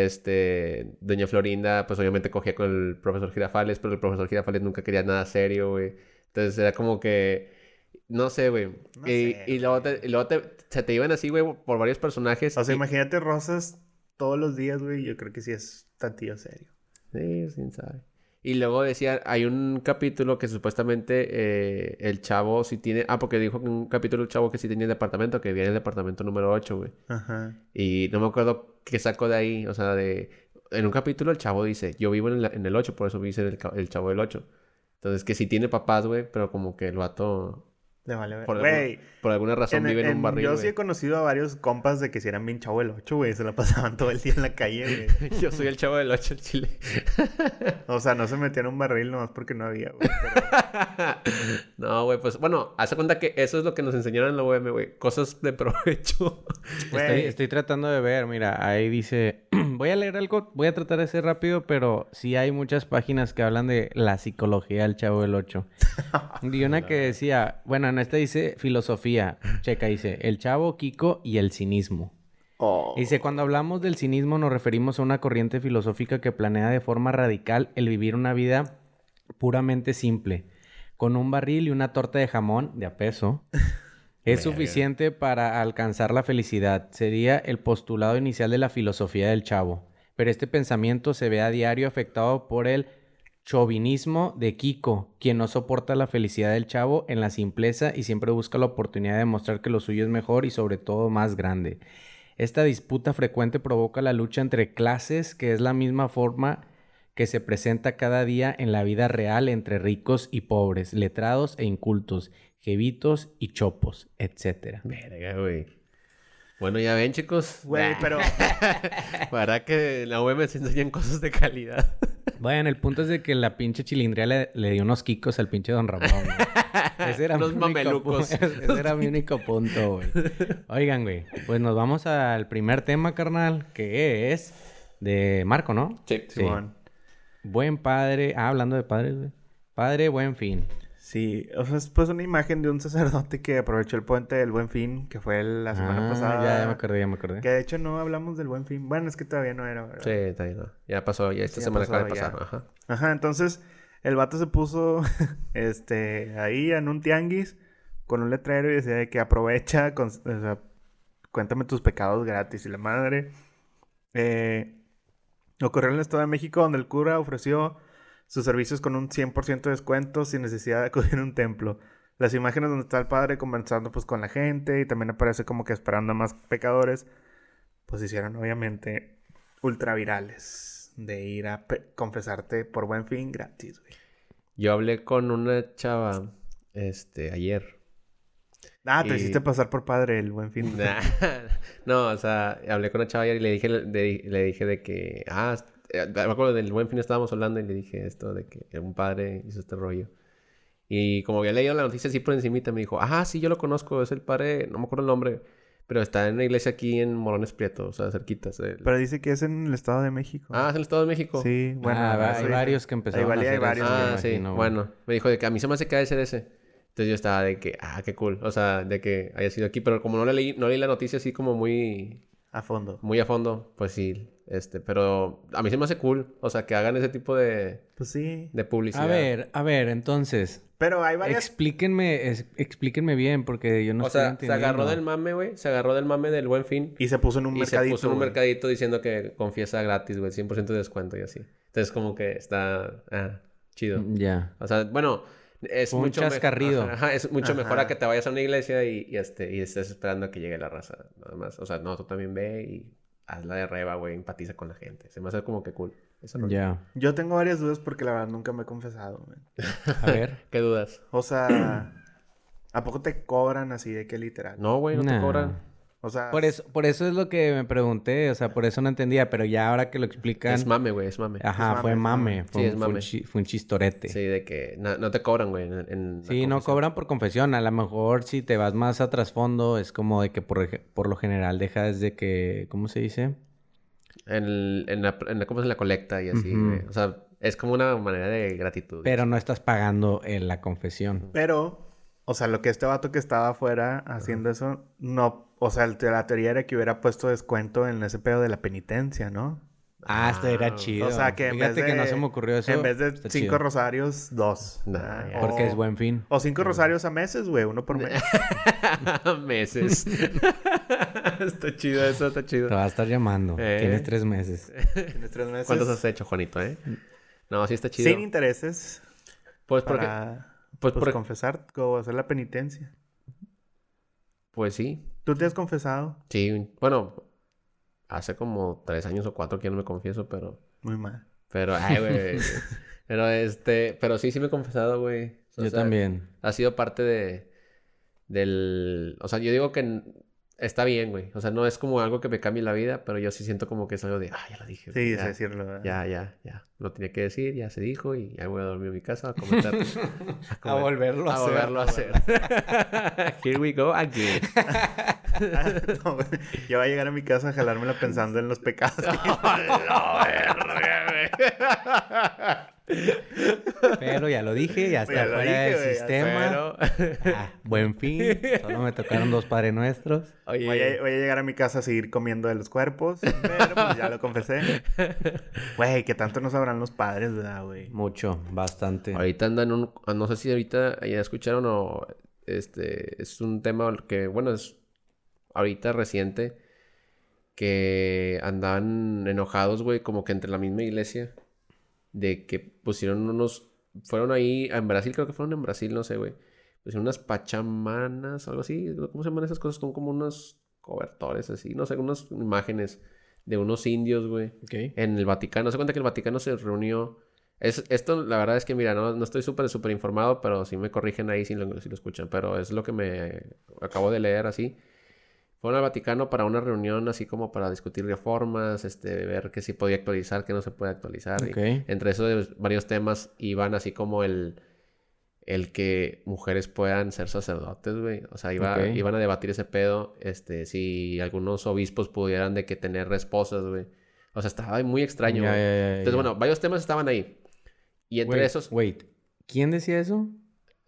[SPEAKER 4] Este. Doña Florinda, pues obviamente cogía con el profesor Girafales, pero el profesor Girafales nunca quería nada serio, güey. Entonces era como que. No sé, güey.
[SPEAKER 3] No
[SPEAKER 4] y,
[SPEAKER 3] sé,
[SPEAKER 4] y luego,
[SPEAKER 3] güey.
[SPEAKER 4] te- y luego te- se te iban así, güey, por varios personajes.
[SPEAKER 3] O sea,
[SPEAKER 4] y-
[SPEAKER 3] imagínate rosas todos los días, güey. Yo creo que sí es tantillo serio.
[SPEAKER 4] Sí, quién sabe. Y luego decía, hay un capítulo que supuestamente eh, el chavo sí tiene... Ah, porque dijo que un capítulo el chavo que sí tenía el departamento, que vivía en el departamento número 8, güey.
[SPEAKER 3] Ajá.
[SPEAKER 4] Y no me acuerdo qué sacó de ahí. O sea, de... En un capítulo el chavo dice, yo vivo en, la- en el 8, por eso me dice el, ca- el chavo del 8. Entonces, que sí tiene papás, güey, pero como que el vato,
[SPEAKER 3] Le vale ver.
[SPEAKER 4] Por
[SPEAKER 3] Güey,
[SPEAKER 4] por alguna razón,
[SPEAKER 3] en-
[SPEAKER 4] vive en,
[SPEAKER 3] en-
[SPEAKER 4] un barril,
[SPEAKER 3] yo
[SPEAKER 4] güey.
[SPEAKER 3] sí he conocido a varios compas de que si eran bien chavo el 8, güey. Se la pasaban todo el día en la calle, güey.
[SPEAKER 4] Yo soy el chavo del 8 en Chile.
[SPEAKER 3] O sea, no se metían en un barril nomás porque no había, güey. pero-
[SPEAKER 4] no, güey, pues bueno, hace cuenta que eso es lo que nos enseñaron en la UM, güey. Cosas de provecho.
[SPEAKER 1] Estoy,
[SPEAKER 3] Güey,
[SPEAKER 1] estoy tratando de ver, mira, ahí dice, voy a leer algo, voy a tratar de ser rápido, pero sí hay muchas páginas que hablan de la psicología del chavo del 8. Y una que decía, bueno, en esta dice filosofía, checa, dice, el chavo, Kiko y el cinismo.
[SPEAKER 3] oh.
[SPEAKER 1] Dice, cuando hablamos del cinismo nos referimos a una corriente filosófica que planea de forma radical el vivir una vida puramente simple, con un barril y una torta de jamón de a peso. Es
[SPEAKER 4] Verga.
[SPEAKER 1] suficiente para alcanzar la felicidad. Sería el postulado inicial de la filosofía del chavo. Pero este pensamiento se ve a diario afectado por el chauvinismo de Kiko, quien no soporta la felicidad del chavo en la simpleza y siempre busca la oportunidad de mostrar que lo suyo es mejor y sobre todo más grande. Esta disputa frecuente provoca la lucha entre clases, que es la misma forma que se presenta cada día en la vida real entre ricos y pobres, letrados e incultos, jevitos y chopos, etc.
[SPEAKER 4] Verga, güey. Bueno, ya ven, chicos.
[SPEAKER 3] Güey, pero...
[SPEAKER 4] Para que en la UM se enseñen cosas de calidad.
[SPEAKER 1] Bueno, el punto es de que la pinche chilindría le, le dio unos quicos al pinche Don Ramón. güey. Ese era
[SPEAKER 4] Los
[SPEAKER 1] mi único
[SPEAKER 4] mamelucos.
[SPEAKER 1] pu- Ese era mi único punto, güey. Oigan, güey, pues nos vamos al primer tema, carnal, que es de Marco, ¿no? Sí.
[SPEAKER 3] Simón.
[SPEAKER 1] Buen padre. Ah, hablando de padres, güey. Padre, buen fin.
[SPEAKER 3] Sí, o sea, es pues una imagen de un sacerdote que aprovechó el puente del Buen Fin, que fue la semana
[SPEAKER 1] Ah,
[SPEAKER 3] pasada.
[SPEAKER 1] Ya, ya me acordé, ya me acordé.
[SPEAKER 3] Que de hecho no hablamos del Buen Fin. Bueno, es que todavía no era. ¿verdad?
[SPEAKER 4] Sí, está bien. no. Ya pasó, ya esta
[SPEAKER 3] Ya
[SPEAKER 4] semana
[SPEAKER 3] pasó,
[SPEAKER 4] acaba de
[SPEAKER 3] ya.
[SPEAKER 4] pasar. Ajá.
[SPEAKER 3] Ajá, entonces el vato se puso este ahí en un tianguis con un letrero y decía de que aprovecha, con- o sea, cuéntame tus pecados gratis y la madre. Eh, ocurrió en el Estado de México donde el cura ofreció sus servicios con un 100% de descuento sin necesidad de acudir a un templo. Las imágenes donde está el padre conversando pues con la gente y también aparece como que esperando a más pecadores, pues hicieron obviamente ultravirales de ir a pe- confesarte por buen fin gratis, güey.
[SPEAKER 4] Yo hablé con una chava, este, ayer.
[SPEAKER 3] Ah, te
[SPEAKER 4] Y-
[SPEAKER 3] hiciste pasar por padre el buen fin.
[SPEAKER 4] Nah. No, o sea, hablé con una chava ayer y le dije, de- le dije de que, ah, eh, me acuerdo del buen fin estábamos hablando y le dije esto de que un padre hizo este rollo. Y como había leído la noticia así por encimita, me dijo, ah, sí, yo lo conozco, es el padre, no me acuerdo el nombre, pero está en una iglesia aquí en Morones Prieto, o sea, cerquitas. del-
[SPEAKER 3] Pero dice que es en el Estado de México.
[SPEAKER 4] Ah, es en el Estado de México.
[SPEAKER 3] sí, bueno.
[SPEAKER 1] Ah, va-
[SPEAKER 3] eso
[SPEAKER 1] hay
[SPEAKER 3] dice.
[SPEAKER 1] varios que empezaron
[SPEAKER 3] Ahí valía,
[SPEAKER 1] a
[SPEAKER 3] hay
[SPEAKER 1] hacer
[SPEAKER 3] varios,
[SPEAKER 1] eso,
[SPEAKER 4] Ah,
[SPEAKER 3] me
[SPEAKER 1] me
[SPEAKER 4] sí.
[SPEAKER 1] imagino, güey.
[SPEAKER 4] bueno, me dijo de que a mí se me hace que ha de ser ese. Entonces yo estaba de que, ah, qué cool. O sea, de que haya sido aquí. Pero como no la leí, no leí la noticia así como muy,
[SPEAKER 3] A fondo.
[SPEAKER 4] muy a fondo, pues sí. Este, pero a mí se me hace cool. O sea, que hagan ese tipo de,
[SPEAKER 3] Pues sí.
[SPEAKER 4] de publicidad.
[SPEAKER 1] A ver, a ver, entonces,
[SPEAKER 3] Pero hay varias.
[SPEAKER 1] explíquenme, es- explíquenme bien, porque yo no
[SPEAKER 4] o
[SPEAKER 1] estoy
[SPEAKER 4] sea, se
[SPEAKER 1] entendiendo.
[SPEAKER 4] agarró del mame, güey. Se agarró del mame del buen fin.
[SPEAKER 3] Y se puso en un
[SPEAKER 4] Y se
[SPEAKER 3] mercadito.
[SPEAKER 4] puso en un
[SPEAKER 3] güey.
[SPEAKER 4] mercadito diciendo que confiesa gratis, güey. 100% de descuento y así. Entonces como que está... ah, chido.
[SPEAKER 1] Ya.
[SPEAKER 4] O sea, bueno,
[SPEAKER 1] Mm.
[SPEAKER 4] es
[SPEAKER 1] Fue un
[SPEAKER 4] mucho me-
[SPEAKER 1] chascarrido.
[SPEAKER 4] Ajá, ajá, es mucho mejor
[SPEAKER 3] Ajá.
[SPEAKER 4] a que te vayas a una iglesia y, y, este, y estés esperando a que llegue la raza, nada más. O sea, no, tú también ve y hazla de reba, güey, empatiza con la gente. Se me hace como que cool. Eso no.
[SPEAKER 1] Ya.
[SPEAKER 3] Yo tengo varias dudas porque la verdad nunca me he confesado, güey.
[SPEAKER 1] A ver.
[SPEAKER 4] ¿Qué dudas?
[SPEAKER 3] O sea, ¿a poco te cobran así de que literal?
[SPEAKER 4] No, güey, no
[SPEAKER 1] Nah.
[SPEAKER 4] te cobran.
[SPEAKER 3] O sea,
[SPEAKER 1] Por eso, por eso es lo que me pregunté, o sea, por eso no entendía, pero ya ahora que lo explican.
[SPEAKER 4] Es mame, güey, es mame.
[SPEAKER 1] Ajá,
[SPEAKER 3] Es
[SPEAKER 1] fue
[SPEAKER 3] mame,
[SPEAKER 1] mame.
[SPEAKER 3] es
[SPEAKER 1] Fue, un-
[SPEAKER 4] mame. Sí, es
[SPEAKER 1] fue un
[SPEAKER 4] mame.
[SPEAKER 1] chi- fue un chistorete.
[SPEAKER 4] Sí, de que na- no te cobran, güey. en- en la
[SPEAKER 1] Sí, no
[SPEAKER 4] confesión.
[SPEAKER 1] cobran por confesión. A lo mejor si te vas más a trasfondo, es como de que por, ej- por lo general dejas de que, ¿cómo se dice?
[SPEAKER 4] En, el- en la, en la- ¿cómo es? En la colecta y así,
[SPEAKER 1] Ujú.
[SPEAKER 4] güey. O sea, es como una manera de gratitud.
[SPEAKER 1] Pero no estás pagando en la confesión.
[SPEAKER 3] Pero, o sea, lo que este vato que estaba afuera haciendo eso, no, o sea, el- la teoría era que hubiera puesto descuento en ese pedo de la penitencia, ¿no?
[SPEAKER 1] Ah, esto
[SPEAKER 4] Ah,
[SPEAKER 1] era chido.
[SPEAKER 3] O sea, que en
[SPEAKER 1] Fíjate
[SPEAKER 3] vez de...
[SPEAKER 1] que no se me ocurrió eso.
[SPEAKER 3] En vez de
[SPEAKER 1] está
[SPEAKER 3] cinco Oh.
[SPEAKER 1] chido.
[SPEAKER 3] rosarios, dos.
[SPEAKER 4] Nah,
[SPEAKER 3] ¿verdad?
[SPEAKER 4] ya.
[SPEAKER 1] Porque
[SPEAKER 3] o,
[SPEAKER 1] es buen fin.
[SPEAKER 3] O cinco rosarios a meses, güey, uno por mes.
[SPEAKER 4] Ah, Meses. está chido eso, está chido.
[SPEAKER 1] Te va a estar llamando.
[SPEAKER 4] Eh.
[SPEAKER 1] Tienes tres meses.
[SPEAKER 3] Tienes tres meses.
[SPEAKER 1] Mm.
[SPEAKER 4] ¿Cuántos has hecho, Juanito, eh? No, sí está chido.
[SPEAKER 3] Sin intereses.
[SPEAKER 4] Pues porque...
[SPEAKER 3] para
[SPEAKER 4] Pues,
[SPEAKER 3] pues,
[SPEAKER 4] porque-
[SPEAKER 3] confesar o hacer la penitencia.
[SPEAKER 4] pues sí.
[SPEAKER 3] ¿Tú te has confesado?
[SPEAKER 4] Sí. Bueno, hace como tres años o cuatro que ya no me confieso, pero...
[SPEAKER 3] Muy mal.
[SPEAKER 4] Pero, ay, güey. pero este... Pero sí, sí me he confesado, güey. O
[SPEAKER 1] Yo
[SPEAKER 4] sea,
[SPEAKER 1] también.
[SPEAKER 4] ha sido parte de del o sea yo digo que n- está bien güey o sea no es como algo que me cambie la vida pero yo sí siento como que es algo de ah ya lo dije güey,
[SPEAKER 3] Sí, es
[SPEAKER 4] ya,
[SPEAKER 3] decirlo. ¿verdad?
[SPEAKER 4] ya ya ya lo tenía que decir ya se dijo y ya voy a dormir en mi casa a comentar
[SPEAKER 1] A volverlo a,
[SPEAKER 4] a
[SPEAKER 1] hacer.
[SPEAKER 4] volverlo a hacer here we go again
[SPEAKER 3] No, güey. yo voy a llegar a mi casa a jalármela pensando en los pecados. que-
[SPEAKER 1] Pero ya lo dije, ya está
[SPEAKER 3] Ya lo
[SPEAKER 1] fuera
[SPEAKER 3] dije,
[SPEAKER 1] del
[SPEAKER 3] güey, ya
[SPEAKER 1] sistema.
[SPEAKER 4] pero
[SPEAKER 1] Ah, buen fin. Solo me tocaron dos padres nuestros.
[SPEAKER 4] oye
[SPEAKER 3] Voy a, voy a llegar a mi casa a seguir comiendo de los cuerpos. Pero pues ya lo confesé. Güey, que tanto no sabrán los padres, ¿verdad, güey?
[SPEAKER 1] Mucho, bastante.
[SPEAKER 4] Ahorita andan un... ah, No sé si ahorita ya escucharon o... Este... Es un tema que, bueno, es... Ahorita reciente. Que andaban enojados, güey. Como que entre la misma iglesia. De que pusieron unos... Fueron ahí... En Brasil, creo que fueron en Brasil. No sé, güey. Pusieron unas pachamanas. Algo así. ¿Cómo se llaman esas cosas? Son como unos cobertores así. No sé, unas imágenes. De unos indios, güey
[SPEAKER 1] Ok.
[SPEAKER 4] en el Vaticano. Se cuenta que el Vaticano se reunió. Es, esto, la verdad es que, mira, no, no estoy súper, súper informado, pero si me corrigen ahí si lo, si lo escuchan. Pero es lo que me acabo de leer así. Fueron al Vaticano para una reunión así como para discutir reformas, este, ver qué sí podía actualizar, qué no se puede actualizar. y
[SPEAKER 1] Ok.
[SPEAKER 4] entre esos varios temas iban así como el, el que mujeres puedan ser sacerdotes, güey. O sea, iba-
[SPEAKER 1] Ok.
[SPEAKER 4] iban a debatir ese pedo, este, si algunos obispos pudieran de que tener esposas, güey. O sea, estaba muy extraño,
[SPEAKER 1] Ya,
[SPEAKER 4] güey.
[SPEAKER 1] ya, ya,
[SPEAKER 4] Entonces,
[SPEAKER 1] ya.
[SPEAKER 4] bueno, varios temas estaban ahí. Y entre
[SPEAKER 1] Wait,
[SPEAKER 4] esos...
[SPEAKER 1] Wait, ¿quién decía eso?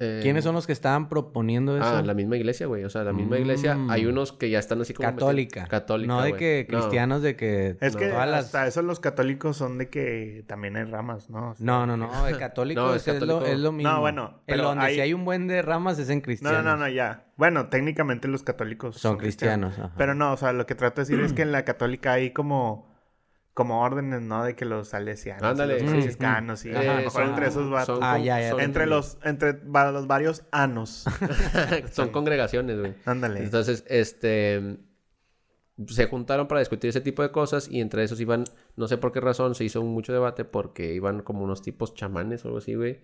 [SPEAKER 4] eh,
[SPEAKER 1] ¿Quiénes son los que estaban proponiendo eso?
[SPEAKER 4] Ah, la misma iglesia, güey. O sea, la misma iglesia.
[SPEAKER 1] Mm.
[SPEAKER 4] Hay unos que ya están así como... metidos-
[SPEAKER 1] Católica.
[SPEAKER 4] Católica,
[SPEAKER 1] No de
[SPEAKER 4] güey.
[SPEAKER 1] que
[SPEAKER 4] No.
[SPEAKER 1] cristianos, de que.
[SPEAKER 3] Es que
[SPEAKER 1] todas las-
[SPEAKER 3] hasta eso los católicos son de que también hay ramas, ¿no? O sea,
[SPEAKER 1] No, no, no, el católico,
[SPEAKER 4] No, es
[SPEAKER 1] es, es lo,
[SPEAKER 4] católico.
[SPEAKER 1] es lo
[SPEAKER 3] No,
[SPEAKER 1] mismo.
[SPEAKER 3] bueno,
[SPEAKER 1] El
[SPEAKER 3] pero
[SPEAKER 1] donde
[SPEAKER 3] hay-
[SPEAKER 1] si hay un buen de ramas es en
[SPEAKER 3] No,
[SPEAKER 1] cristianos.
[SPEAKER 3] no, no, no, ya. Bueno, técnicamente los católicos
[SPEAKER 1] Son cristianos. ajá.
[SPEAKER 3] Pero no, o sea, lo que trato de decir es que en la católica hay como, como órdenes, ¿no? De que los salesianos, y
[SPEAKER 4] Ándale.
[SPEAKER 3] los
[SPEAKER 1] Mm,
[SPEAKER 3] franciscanos, y
[SPEAKER 4] Eh,
[SPEAKER 3] a lo mejor
[SPEAKER 4] son-
[SPEAKER 3] entre esos vatos.
[SPEAKER 4] son
[SPEAKER 1] Ah,
[SPEAKER 4] con-
[SPEAKER 1] ya, ya,
[SPEAKER 4] son-
[SPEAKER 3] entre los, entre va- los varios anos.
[SPEAKER 4] son congregaciones, güey.
[SPEAKER 3] Ándale.
[SPEAKER 4] Entonces, este... Se juntaron para discutir ese tipo de cosas y entre esos iban, no sé por qué razón, se hizo mucho debate porque iban como unos tipos chamanes o algo así, güey.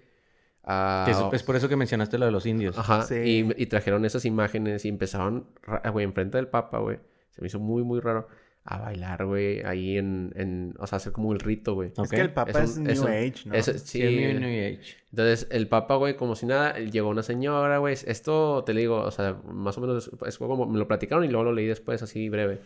[SPEAKER 4] a-
[SPEAKER 1] Que eso- es por eso que mencionaste lo de los indios.
[SPEAKER 4] Ajá.
[SPEAKER 3] Sí.
[SPEAKER 4] Y, y trajeron esas imágenes y empezaron, ra- ah, güey, enfrente del Papa, güey. Se me hizo muy, muy raro a bailar, güey, ahí en, en, o sea, hacer como el rito, güey.
[SPEAKER 1] Ok.
[SPEAKER 3] Es que el Papa es,
[SPEAKER 4] Es un-
[SPEAKER 3] New
[SPEAKER 4] es un-
[SPEAKER 3] Age, ¿no?
[SPEAKER 4] Eso-
[SPEAKER 1] Sí,
[SPEAKER 4] sí,
[SPEAKER 1] es New,
[SPEAKER 4] güey.
[SPEAKER 1] New Age.
[SPEAKER 4] Entonces, el papá, güey, como si nada, llegó una señora, güey. Esto te digo, o sea, más o menos es, es como me lo platicaron y luego lo leí después, así breve.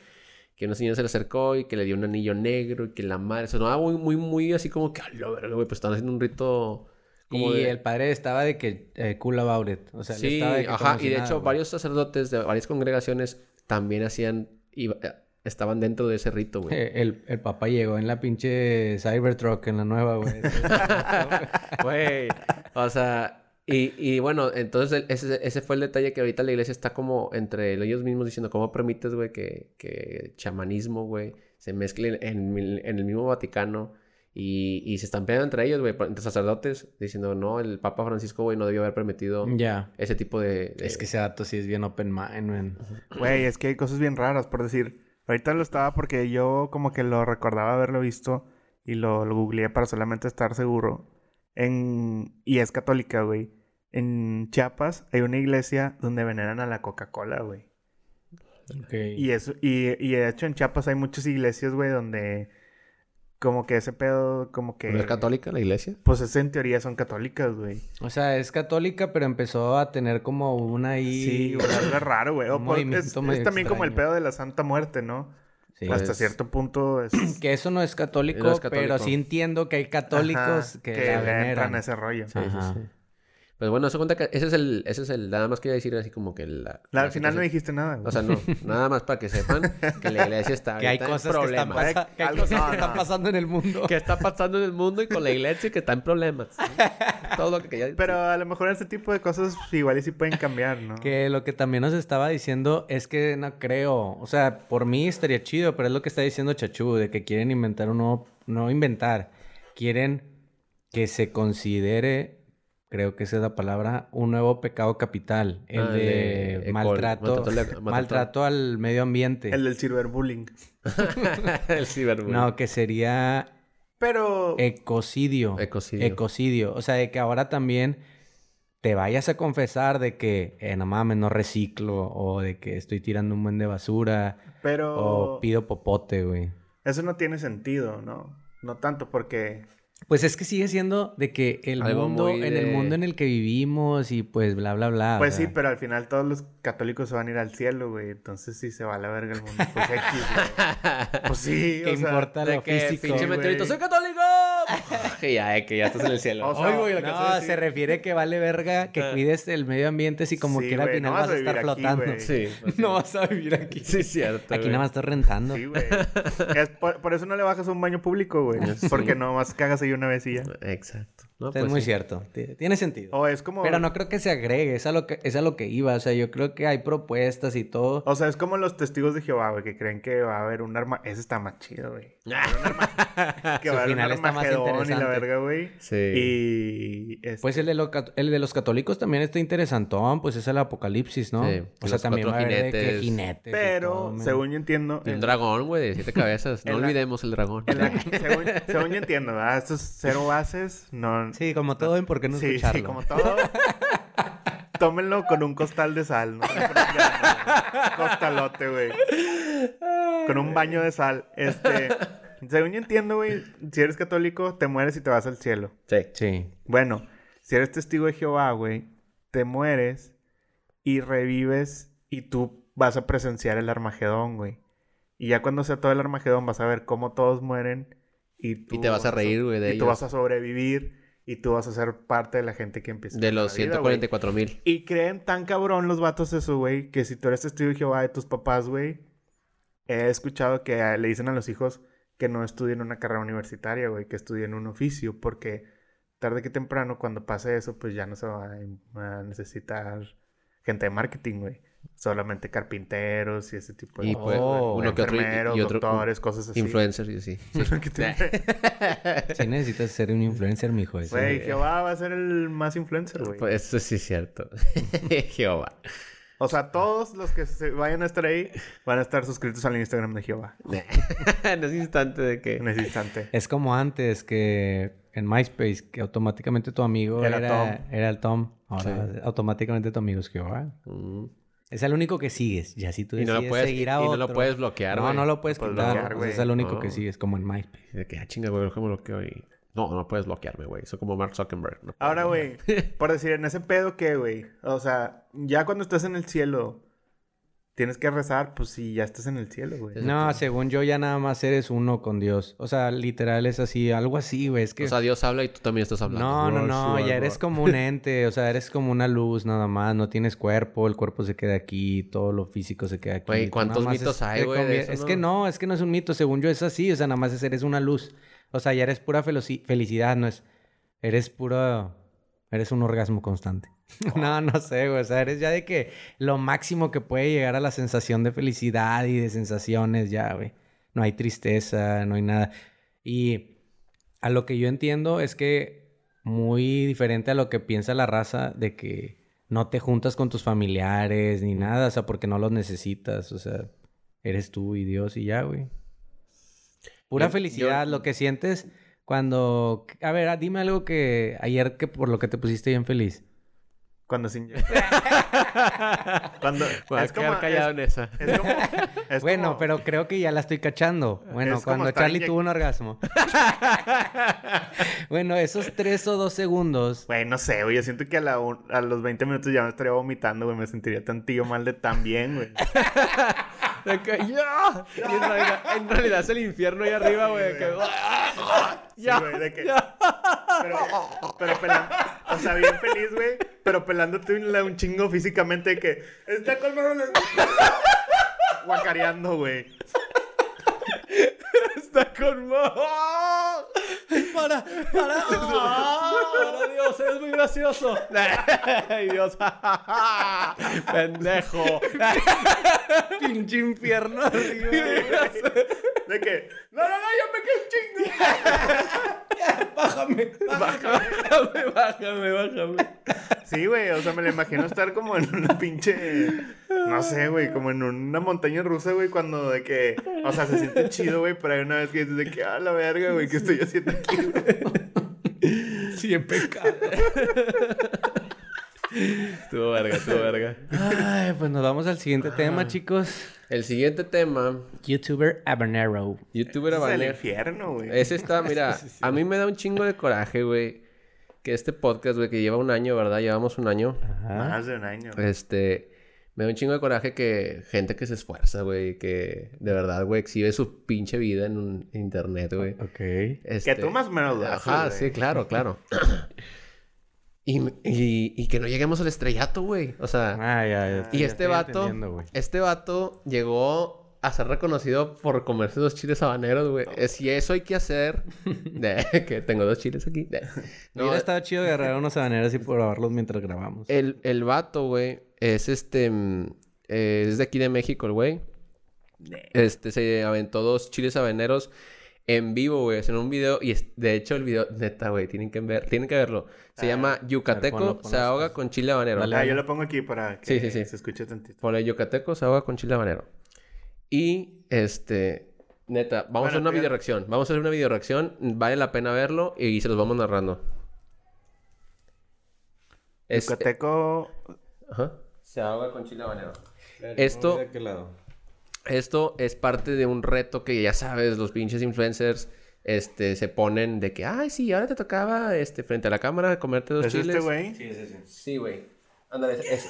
[SPEAKER 4] Que una señora se le acercó y que le dio un anillo negro y que la madre. Sonaba ah, muy, muy, muy así como que, a la verga, güey, pues están haciendo un rito. Como
[SPEAKER 1] y
[SPEAKER 4] de-
[SPEAKER 1] el padre estaba de que eh, cool about it. O sea, él
[SPEAKER 4] sí,
[SPEAKER 1] estaba de que
[SPEAKER 4] ajá.
[SPEAKER 1] como si
[SPEAKER 4] Y de
[SPEAKER 1] nada,
[SPEAKER 4] hecho,
[SPEAKER 1] güey.
[SPEAKER 4] varios sacerdotes de varias congregaciones también hacían, iba- estaban dentro de ese rito, güey.
[SPEAKER 1] Eh, El, el papá llegó en la pinche Cybertruck, en la nueva, güey.
[SPEAKER 4] Güey. O sea, y, y bueno, entonces el- ese, ese fue el detalle que ahorita la iglesia está como entre ellos mismos diciendo, ¿cómo permites, güey, que, que chamanismo, güey, se mezcle en, mil- en el mismo Vaticano? Y, y se están peleando entre ellos, güey, entre sacerdotes, diciendo, no, el Papa Francisco, güey, no Eh. debió haber permitido
[SPEAKER 1] ya.
[SPEAKER 4] ese tipo de... de-
[SPEAKER 1] Es que ese dato sí es bien open mind, man.
[SPEAKER 3] Güey, es que hay cosas bien raras, por decir. Ahorita lo estaba porque yo como que lo recordaba haberlo visto y lo, lo googleé para solamente estar seguro. En... Y es católica, güey. En Chiapas hay una iglesia donde veneran a la Coca-Cola, güey.
[SPEAKER 1] Ok.
[SPEAKER 3] Y, eso, y, y de hecho en Chiapas hay muchas iglesias, güey, donde como que ese pedo, como que...
[SPEAKER 4] ¿No es católica la iglesia?
[SPEAKER 3] Pues es, en teoría son católicas, güey.
[SPEAKER 1] O sea, es católica, pero empezó a tener como una ahí...
[SPEAKER 3] Sí, güey, algo es raro, güey. O
[SPEAKER 1] Un
[SPEAKER 3] por- es-
[SPEAKER 1] movimiento
[SPEAKER 3] es,
[SPEAKER 1] medio
[SPEAKER 3] también como el
[SPEAKER 1] extraño.
[SPEAKER 3] pedo de la Santa Muerte, ¿no?
[SPEAKER 1] Sí.
[SPEAKER 4] Pues,
[SPEAKER 3] Hasta cierto punto es...
[SPEAKER 1] Que eso no es católico,
[SPEAKER 4] No es católico.
[SPEAKER 1] pero sí entiendo que hay católicos
[SPEAKER 3] Ajá,
[SPEAKER 1] que,
[SPEAKER 3] le
[SPEAKER 1] la
[SPEAKER 3] entran
[SPEAKER 1] veneran.
[SPEAKER 3] a ese rollo.
[SPEAKER 1] Sí, sí,
[SPEAKER 4] Ajá.
[SPEAKER 1] sí.
[SPEAKER 4] Pues bueno, se cuenta que ese es el, ese es el, nada más quería decir así como que la...
[SPEAKER 3] La- al
[SPEAKER 4] la
[SPEAKER 3] final
[SPEAKER 4] situación-
[SPEAKER 3] no dijiste nada. güey.
[SPEAKER 4] O sea, no, nada más para que sepan que la iglesia está
[SPEAKER 1] Que hay
[SPEAKER 4] ahorita en
[SPEAKER 1] cosas que están,
[SPEAKER 4] problemas.
[SPEAKER 1] pasa- que hay
[SPEAKER 3] Algo-
[SPEAKER 1] cosas
[SPEAKER 3] no,
[SPEAKER 1] que
[SPEAKER 3] no.
[SPEAKER 1] están pasando en el mundo.
[SPEAKER 4] que está pasando en el mundo y con la iglesia que está en problemas. Todo lo que quería decir.
[SPEAKER 3] pero a lo mejor ese tipo de cosas pues, igual y sí pueden cambiar, ¿no?
[SPEAKER 1] Que lo que también nos estaba diciendo es que no creo, o sea, por mí estaría chido, pero es lo que está diciendo Chachu, de que quieren inventar un nuevo, no inventar, quieren que se considere, creo que esa es la palabra, un nuevo pecado capital, el
[SPEAKER 4] Ah, el
[SPEAKER 1] de
[SPEAKER 4] de- eh,
[SPEAKER 1] maltrato,
[SPEAKER 4] col- maltrato le- maltrato-
[SPEAKER 1] maltrato al medio ambiente.
[SPEAKER 3] El del cyberbullying.
[SPEAKER 4] el ciberbullying.
[SPEAKER 1] No, que sería
[SPEAKER 3] Pero.
[SPEAKER 1] Eh, Ecocidio.
[SPEAKER 4] Ecocidio.
[SPEAKER 1] Ecocidio. O sea, de que ahora también te vayas a confesar de que, eh, no mames, no reciclo, o de que estoy tirando un buen de basura,
[SPEAKER 3] pero.
[SPEAKER 1] o pido popote, güey.
[SPEAKER 3] Eso no tiene sentido, ¿no? No tanto porque.
[SPEAKER 1] Pues es que sigue siendo de que el
[SPEAKER 4] Algo
[SPEAKER 1] mundo,
[SPEAKER 4] muy
[SPEAKER 1] en el
[SPEAKER 4] de-
[SPEAKER 1] mundo en el que vivimos y pues bla, bla, bla.
[SPEAKER 3] pues
[SPEAKER 1] o
[SPEAKER 3] sí,
[SPEAKER 1] sea.
[SPEAKER 3] pero al final todos los católicos se van a ir al cielo, güey. Entonces sí se va a la verga el mundo. Pues X, güey. Pues sí,
[SPEAKER 1] ¿Qué
[SPEAKER 3] o sea,
[SPEAKER 1] importa
[SPEAKER 4] De
[SPEAKER 1] lo
[SPEAKER 4] que
[SPEAKER 1] físico?
[SPEAKER 4] pinche
[SPEAKER 3] güey.
[SPEAKER 4] meteorito, ¡soy católico! que ya, eh, que ya estás en el cielo.
[SPEAKER 3] O sea,
[SPEAKER 4] Ay, güey, lo que
[SPEAKER 1] No,
[SPEAKER 4] acabas de
[SPEAKER 1] se
[SPEAKER 4] decir.
[SPEAKER 1] refiere que vale verga que
[SPEAKER 4] Ah.
[SPEAKER 1] cuides el medio ambiente si como
[SPEAKER 3] Sí,
[SPEAKER 1] quiera al
[SPEAKER 3] güey,
[SPEAKER 1] final
[SPEAKER 3] no
[SPEAKER 1] vas
[SPEAKER 3] vas
[SPEAKER 1] a
[SPEAKER 3] a
[SPEAKER 1] estar
[SPEAKER 3] vivir aquí,
[SPEAKER 1] flotando.
[SPEAKER 3] güey.
[SPEAKER 4] Sí. pues sí.
[SPEAKER 1] no vas a vivir aquí.
[SPEAKER 4] Sí, cierto.
[SPEAKER 1] Aquí
[SPEAKER 4] güey.
[SPEAKER 1] nada más estás rentando.
[SPEAKER 3] Sí, güey. Es por, por eso no le bajas a un baño público, güey. Porque nomás cagas ahí una vez y ya.
[SPEAKER 4] Exacto. No,
[SPEAKER 1] es
[SPEAKER 4] pues
[SPEAKER 1] muy
[SPEAKER 4] sí.
[SPEAKER 1] cierto. Ti- Tiene sentido.
[SPEAKER 3] O es como.
[SPEAKER 1] Pero no creo que se agregue, es a lo que, es a lo que iba. O sea, yo creo que hay propuestas y todo.
[SPEAKER 3] O sea, es como los testigos de Jehová, güey, que creen que va a haber un arma. Ese está más chido, güey. Que
[SPEAKER 1] Ah, Su
[SPEAKER 3] va a haber un
[SPEAKER 1] final está más
[SPEAKER 3] armagedón y la
[SPEAKER 1] interesante.
[SPEAKER 3] verga, güey.
[SPEAKER 4] Sí.
[SPEAKER 3] Y. este,
[SPEAKER 1] Pues el de, lo cat- el de los católicos también está interesantón, pues es el apocalipsis, ¿no?
[SPEAKER 4] Sí,
[SPEAKER 1] o
[SPEAKER 4] los
[SPEAKER 1] sea, también va a
[SPEAKER 4] cuatro
[SPEAKER 1] haber de que
[SPEAKER 4] jinetes.
[SPEAKER 1] jinetes. y todo,
[SPEAKER 3] Pero,
[SPEAKER 1] men.
[SPEAKER 3] según yo entiendo.
[SPEAKER 4] Y un
[SPEAKER 3] en-
[SPEAKER 4] dragón, güey, de siete cabezas. No
[SPEAKER 3] En la-
[SPEAKER 4] olvidemos el dragón.
[SPEAKER 3] en la- según, según yo entiendo, ¿verdad? Estos cero bases, no.
[SPEAKER 1] Sí, como todo, en por qué no
[SPEAKER 3] sí,
[SPEAKER 1] escucharlo?
[SPEAKER 3] sí, como todo. Tómenlo con un costal de sal, ¿no? Costalote, güey. Con un baño de sal. Este. Según yo entiendo, güey, si eres católico, te mueres y te vas al cielo.
[SPEAKER 4] Sí.
[SPEAKER 1] Sí.
[SPEAKER 3] Bueno, si eres testigo de Jehová, güey, te mueres y revives y tú vas a presenciar el Armagedón, güey. Y ya cuando sea todo el Armagedón vas a ver cómo todos mueren y tú
[SPEAKER 4] Y te vas a reír, güey, de
[SPEAKER 3] Y tú
[SPEAKER 4] ellos.
[SPEAKER 3] vas a sobrevivir y tú vas a ser parte de la gente que empieza
[SPEAKER 4] De
[SPEAKER 3] con
[SPEAKER 4] los
[SPEAKER 3] la vida, güey.
[SPEAKER 4] 144 mil.
[SPEAKER 3] Y creen tan cabrón los vatos eso, güey, que si tú eres testigo de Jehová de tus papás, güey, he escuchado que eh, le dicen a los hijos que no estudien una carrera universitaria, güey, que estudien un oficio, porque tarde que temprano, cuando pase eso, pues ya no se va a im- a necesitar gente de marketing, güey. Solamente carpinteros y ese tipo de
[SPEAKER 4] Y pues,
[SPEAKER 1] Oh.
[SPEAKER 4] uno que otro. y-
[SPEAKER 3] enfermeros,
[SPEAKER 4] Y, otro.
[SPEAKER 3] doctores, cosas así.
[SPEAKER 4] Influencers y así. Sí.
[SPEAKER 3] Uno que te-
[SPEAKER 1] Sí necesitas ser un influencer, mijo. eso.
[SPEAKER 3] Güey, Jehová va a ser el más influencer, güey.
[SPEAKER 4] Pues eso sí es cierto. Jehová.
[SPEAKER 3] O sea, todos los que se vayan a estar ahí van a estar suscritos al Instagram de Jehová.
[SPEAKER 4] en ese instante de que.
[SPEAKER 3] En ese instante.
[SPEAKER 1] Es como antes que en MySpace, que automáticamente tu amigo
[SPEAKER 3] Era
[SPEAKER 1] era,
[SPEAKER 3] Tom.
[SPEAKER 1] era el Tom. Ahora automáticamente tu amigo es Jehová.
[SPEAKER 4] Mm. Pues
[SPEAKER 1] Es el único que sigues. Y así tú
[SPEAKER 4] Y
[SPEAKER 1] decides
[SPEAKER 4] no lo puedes,
[SPEAKER 1] seguir
[SPEAKER 4] y
[SPEAKER 1] a
[SPEAKER 4] no
[SPEAKER 1] otro.
[SPEAKER 4] lo puedes bloquear,
[SPEAKER 1] No,
[SPEAKER 4] güey.
[SPEAKER 1] no lo puedes
[SPEAKER 3] Puedes
[SPEAKER 1] quitar.
[SPEAKER 3] bloquear,
[SPEAKER 1] pues, es
[SPEAKER 3] güey.
[SPEAKER 1] el único
[SPEAKER 4] No.
[SPEAKER 1] que sigues, como en MySpace.
[SPEAKER 4] Y de que, ah, chinga, güey, déjame bloqueo y... No, no puedes bloquearme, güey. Soy como Mark Zuckerberg. no puedo.
[SPEAKER 3] Ahora, güey, por decir, en ese pedo, ¿qué, güey? O sea, ya cuando estás en el cielo, tienes que rezar, pues si ya estás en el cielo, güey.
[SPEAKER 4] Eso
[SPEAKER 1] No,
[SPEAKER 4] tú.
[SPEAKER 1] según yo ya nada más eres uno con Dios. O sea, literal es así, algo así, güey. Es que...
[SPEAKER 4] O sea, Dios habla y tú también estás hablando.
[SPEAKER 1] no, no, no, ya eres como un ente, o sea, eres como una luz nada más, no tienes cuerpo, el cuerpo se queda aquí, todo lo físico se queda aquí.
[SPEAKER 4] Güey,
[SPEAKER 1] tú
[SPEAKER 4] ¿cuántos
[SPEAKER 1] nada más
[SPEAKER 4] mitos
[SPEAKER 1] es-
[SPEAKER 4] hay,
[SPEAKER 1] te
[SPEAKER 4] güey, de
[SPEAKER 1] convier-
[SPEAKER 4] eso,
[SPEAKER 1] Es
[SPEAKER 4] no?
[SPEAKER 1] que no, es que no es un mito, según yo es así, o sea, nada más es eres una luz. O sea, ya eres pura felici- felicidad, no es, eres pura, eres un orgasmo constante. No, no sé, güey, o sea, eres ya de que lo máximo que puede llegar a la sensación de felicidad y de sensaciones, ya, güey. No hay tristeza, no hay nada. Y a lo que yo entiendo es que muy diferente a lo que piensa la raza de que no te juntas con tus familiares ni nada, o sea, porque no los necesitas, o sea, eres tú y Dios y ya, güey. Pura
[SPEAKER 4] Yo-
[SPEAKER 1] felicidad,
[SPEAKER 4] yo-
[SPEAKER 1] lo que sientes cuando... A ver, ah, dime algo que ayer que por lo que te pusiste bien feliz.
[SPEAKER 3] Cuando se inyecta. cuando...
[SPEAKER 4] Voy a
[SPEAKER 3] es como-
[SPEAKER 4] quedar callado
[SPEAKER 3] es-
[SPEAKER 4] en esa.
[SPEAKER 3] es como- es
[SPEAKER 1] bueno,
[SPEAKER 3] como-
[SPEAKER 1] pero creo que ya la estoy cachando. Bueno,
[SPEAKER 3] Es como
[SPEAKER 1] cuando
[SPEAKER 3] estar
[SPEAKER 1] Charlie
[SPEAKER 3] inyec-
[SPEAKER 1] tuvo un orgasmo. bueno, esos tres o dos segundos
[SPEAKER 3] Güey, no sé, güey. Yo siento que a, la un- a los 20 minutos ya me estaría vomitando, güey. Me sentiría tantillo mal de tan bien, güey.
[SPEAKER 4] De que, ¡ya! Y en realidad, en realidad es el infierno ahí arriba, güey. que, "Ah, ¡ya!
[SPEAKER 3] Sí, güey, de que-
[SPEAKER 4] ya.
[SPEAKER 3] Pero, pero pelando, o sea, bien feliz, güey, pero pelándote un, la- un chingo físicamente de que está colmado de- guacareando, güey.
[SPEAKER 4] ¡Está con ¡Ah!
[SPEAKER 1] Para, para.
[SPEAKER 4] ¡Para Dios! ¡Eres muy gracioso! ¡Ay, Dios! ¡Pendejo!
[SPEAKER 1] Pinche infierno arriba.
[SPEAKER 3] De que, no, no, no, yo me quedé un chingo.
[SPEAKER 1] Bájame bájame.
[SPEAKER 4] Bájame, bájame, bájame.
[SPEAKER 3] Sí, güey, o sea, me lo imagino estar como en una pinche. No sé, güey, como en una montaña rusa, güey, cuando de que. O sea, se siente chido, güey, pero hay una vez que dices de que, ah, la verga, güey, ¿qué estoy haciendo aquí?
[SPEAKER 1] Siempre cago.
[SPEAKER 4] Estuvo verga, estuvo verga.
[SPEAKER 1] Ay, pues nos vamos al
[SPEAKER 4] Ah.
[SPEAKER 1] siguiente tema, chicos.
[SPEAKER 4] El siguiente tema,
[SPEAKER 1] YouTuber Habanero.
[SPEAKER 4] youtuber
[SPEAKER 3] Es el
[SPEAKER 4] habanero.
[SPEAKER 3] infierno, güey.
[SPEAKER 4] Ese está, mira, a mí me da un chingo de coraje, güey. Que este podcast, güey, que lleva un año, ¿verdad? Llevamos un año.
[SPEAKER 1] Ajá.
[SPEAKER 3] Más de un año. güey.
[SPEAKER 4] Este, me da un chingo de coraje que gente que se esfuerza, güey, que de verdad, güey, exhibe su pinche vida en un internet, güey.
[SPEAKER 1] Ok.
[SPEAKER 4] Este,
[SPEAKER 3] Que tú más o menos lo haces,
[SPEAKER 4] Ajá,
[SPEAKER 3] güey.
[SPEAKER 4] sí, claro, claro. y, y- y que no lleguemos al estrellato, güey. O sea,
[SPEAKER 1] Ah, ya, ya.
[SPEAKER 4] y
[SPEAKER 1] ya
[SPEAKER 4] este
[SPEAKER 1] estoy
[SPEAKER 4] vato,
[SPEAKER 1] entendiendo, güey.
[SPEAKER 4] este vato llegó a ser reconocido por comerse dos chiles habaneros, güey. Eh, Si eso hay que hacer, de- que tengo dos chiles aquí. de- No, eh.
[SPEAKER 1] Hubiera estado chido agarrar unos habaneros y probarlos mientras grabamos.
[SPEAKER 4] el, el vato, güey, es este. mm, eh, es de aquí de México, el güey. Este se aventó dos chiles habaneros en vivo, güey. En un video. Y es- de hecho, el video, neta, güey, tienen que ver, tienen que verlo. Se
[SPEAKER 1] Ah,
[SPEAKER 4] llama Yucateco
[SPEAKER 1] ponlo, ponlo,
[SPEAKER 4] se ahoga con chile habanero.
[SPEAKER 1] Dale.
[SPEAKER 3] Ah, yo lo pongo aquí para que
[SPEAKER 4] Sí, sí, sí.
[SPEAKER 3] se escuche tantito.
[SPEAKER 4] Por el Yucateco se ahoga con chile habanero. Y este. Neta, vamos a hacer una
[SPEAKER 3] fíjate.
[SPEAKER 4] video reacción. Vamos a hacer una video reacción. Vale la pena verlo y se los vamos narrando. Es-
[SPEAKER 3] Yucateco.
[SPEAKER 4] Ajá. Se ahoga con chile habanero. Esto- ¿de Esto es parte de un reto que ya sabes, los pinches influencers este, se ponen de que, ay, sí, ahora te tocaba este, frente a la cámara comerte dos
[SPEAKER 3] ¿Es
[SPEAKER 4] chiles.
[SPEAKER 3] este, güey?
[SPEAKER 4] Sí, güey. Ándale, es, es-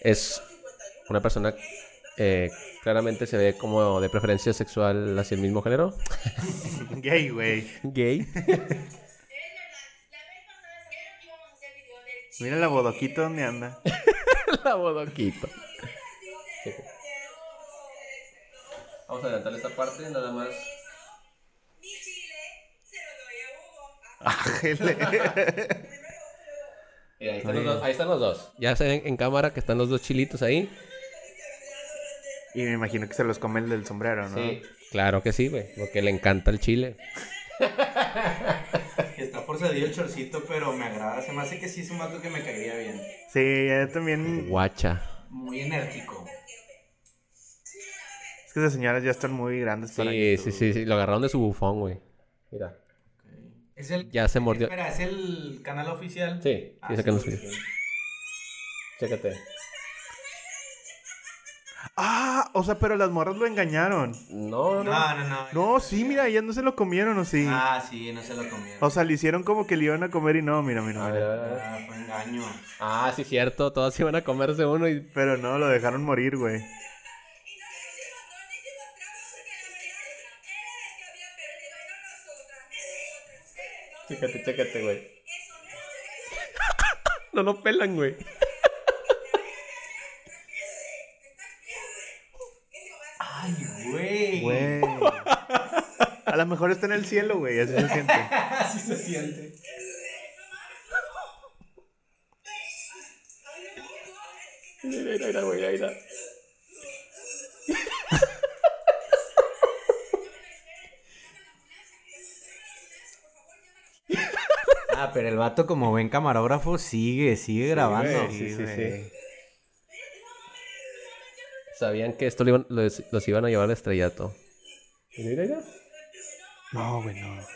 [SPEAKER 4] Es una persona eh, claramente se ve como de preferencia sexual hacia el mismo género.
[SPEAKER 3] Gay, güey.
[SPEAKER 4] Gay.
[SPEAKER 2] Es verdad, la vez pasada sabieron que íbamos a hacer video del chile.
[SPEAKER 3] Mira la bodoquita donde anda.
[SPEAKER 4] la bodoquita. Vamos a adelantar esta parte, nada más.
[SPEAKER 2] Mi chile se lo doy a Hugo. Ah,
[SPEAKER 3] Ájele.
[SPEAKER 4] Mira, ahí, están los dos, ahí están los dos. Ya se ven en cámara que están los dos chilitos ahí.
[SPEAKER 3] Y me imagino que se los come el del sombrero, ¿no?
[SPEAKER 4] Sí, claro que sí, güey, porque le encanta el chile.
[SPEAKER 5] Está forzadillo el chorcito, pero me agrada. Se me hace que sí es un vato que me caería bien.
[SPEAKER 3] Sí, yo también.
[SPEAKER 4] Guacha.
[SPEAKER 5] Muy enérgico.
[SPEAKER 3] Es que esas señoras ya están muy grandes para
[SPEAKER 4] Sí,
[SPEAKER 3] YouTube.
[SPEAKER 4] sí, sí, sí, lo agarraron de su bufón, güey. Mira.
[SPEAKER 5] Es el...
[SPEAKER 4] Ya se mordió.
[SPEAKER 5] Espera, ¿es el canal oficial?
[SPEAKER 4] Sí,
[SPEAKER 5] Ah,
[SPEAKER 4] sí,
[SPEAKER 5] sí,
[SPEAKER 4] sacan los
[SPEAKER 5] sí,
[SPEAKER 4] videos. Chécate.
[SPEAKER 3] Ah, o sea, pero las morras lo engañaron.
[SPEAKER 4] No, no,
[SPEAKER 3] Ah.
[SPEAKER 4] no.
[SPEAKER 5] No, no, no.
[SPEAKER 3] No, sí, mira, ellas no se lo comieron, ¿o sí?
[SPEAKER 5] Ah, sí, no se lo comieron.
[SPEAKER 3] O sea, le hicieron como que le iban a comer y no, mira, mira,
[SPEAKER 4] A
[SPEAKER 3] mira.
[SPEAKER 4] ver, a ver, a ver.
[SPEAKER 5] Ah, fue engaño.
[SPEAKER 4] Ah, sí, cierto. Todos iban a comerse uno y.
[SPEAKER 3] Pero no, lo dejaron morir, güey.
[SPEAKER 2] Y no nos hicimos, no nos hicimos tramos porque la verdad era el que había perdido y no nosotras. Nosotras.
[SPEAKER 4] Chécate, chécate, güey.
[SPEAKER 2] Eso no
[SPEAKER 4] No
[SPEAKER 2] nos
[SPEAKER 4] lo pelan, güey.
[SPEAKER 5] Ay, güey.
[SPEAKER 3] Güey. A lo mejor está en el cielo, güey, así se siente.
[SPEAKER 5] Así se siente.
[SPEAKER 4] Mira, mira, mira, güey, ahí está.
[SPEAKER 1] Ah, pero el vato, como buen camarógrafo, sigue, sigue grabando.
[SPEAKER 3] güey, sí, sí, sí.
[SPEAKER 4] Sabían que esto lo iban- los, los iban a llevar al estrellato. Mira, mira, mira.
[SPEAKER 3] No, güey, no. No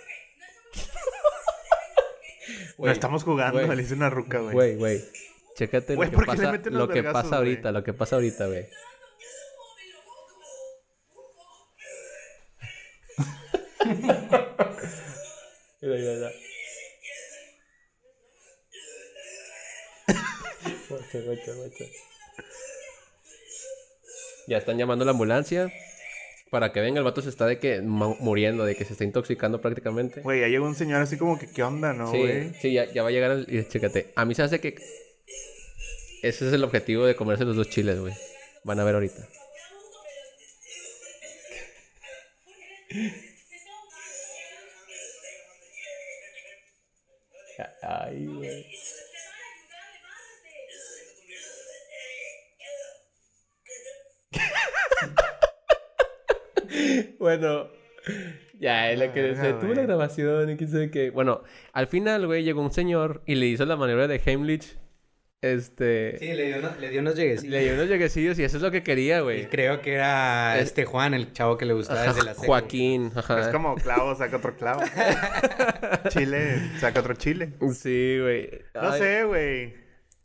[SPEAKER 4] Güey,
[SPEAKER 3] estamos jugando,
[SPEAKER 4] güey.
[SPEAKER 3] le hice una ruca, güey.
[SPEAKER 4] Güey, güey. Chécate
[SPEAKER 3] Güey,
[SPEAKER 4] lo que
[SPEAKER 3] ¿por qué le
[SPEAKER 4] pasa,
[SPEAKER 3] meten los
[SPEAKER 4] lo que
[SPEAKER 3] vergazos,
[SPEAKER 4] pasa
[SPEAKER 3] güey?
[SPEAKER 4] ahorita, lo que pasa ahorita, güey. Mira, mira, mira. Guacha, guacha, guacha. Ya están llamando a la ambulancia. Para que venga, el vato se está de que mu- muriendo, de que se está intoxicando prácticamente.
[SPEAKER 3] Güey, ya llegó un señor así como que, ¿qué onda, no,
[SPEAKER 4] sí,
[SPEAKER 3] güey?
[SPEAKER 4] sí, ya, ya va a llegar el. y Chécate. A mí se hace que. Ese es el objetivo de comerse los dos chiles, güey. Van a ver ahorita. Ay, güey. Bueno, Ya, es la que
[SPEAKER 3] Verga,
[SPEAKER 4] se detuvo la
[SPEAKER 3] güey.
[SPEAKER 4] grabación y quién sabe qué. Bueno, al final, güey, llegó un señor y le hizo la maniobra de Heimlich. Este.
[SPEAKER 1] Sí, le dio, una- le dio unos lleguecillos.
[SPEAKER 4] Le dio unos lleguecillos y eso es lo que quería,
[SPEAKER 1] Y
[SPEAKER 4] güey.
[SPEAKER 1] creo que era este Juan, el chavo que le gustaba
[SPEAKER 4] Ajá,
[SPEAKER 1] desde la secu.
[SPEAKER 4] Joaquín. Ajá.
[SPEAKER 3] Es como clavo, saca otro clavo. chile, saca otro chile.
[SPEAKER 4] Sí, güey.
[SPEAKER 3] No
[SPEAKER 4] Ay,
[SPEAKER 3] sé, güey.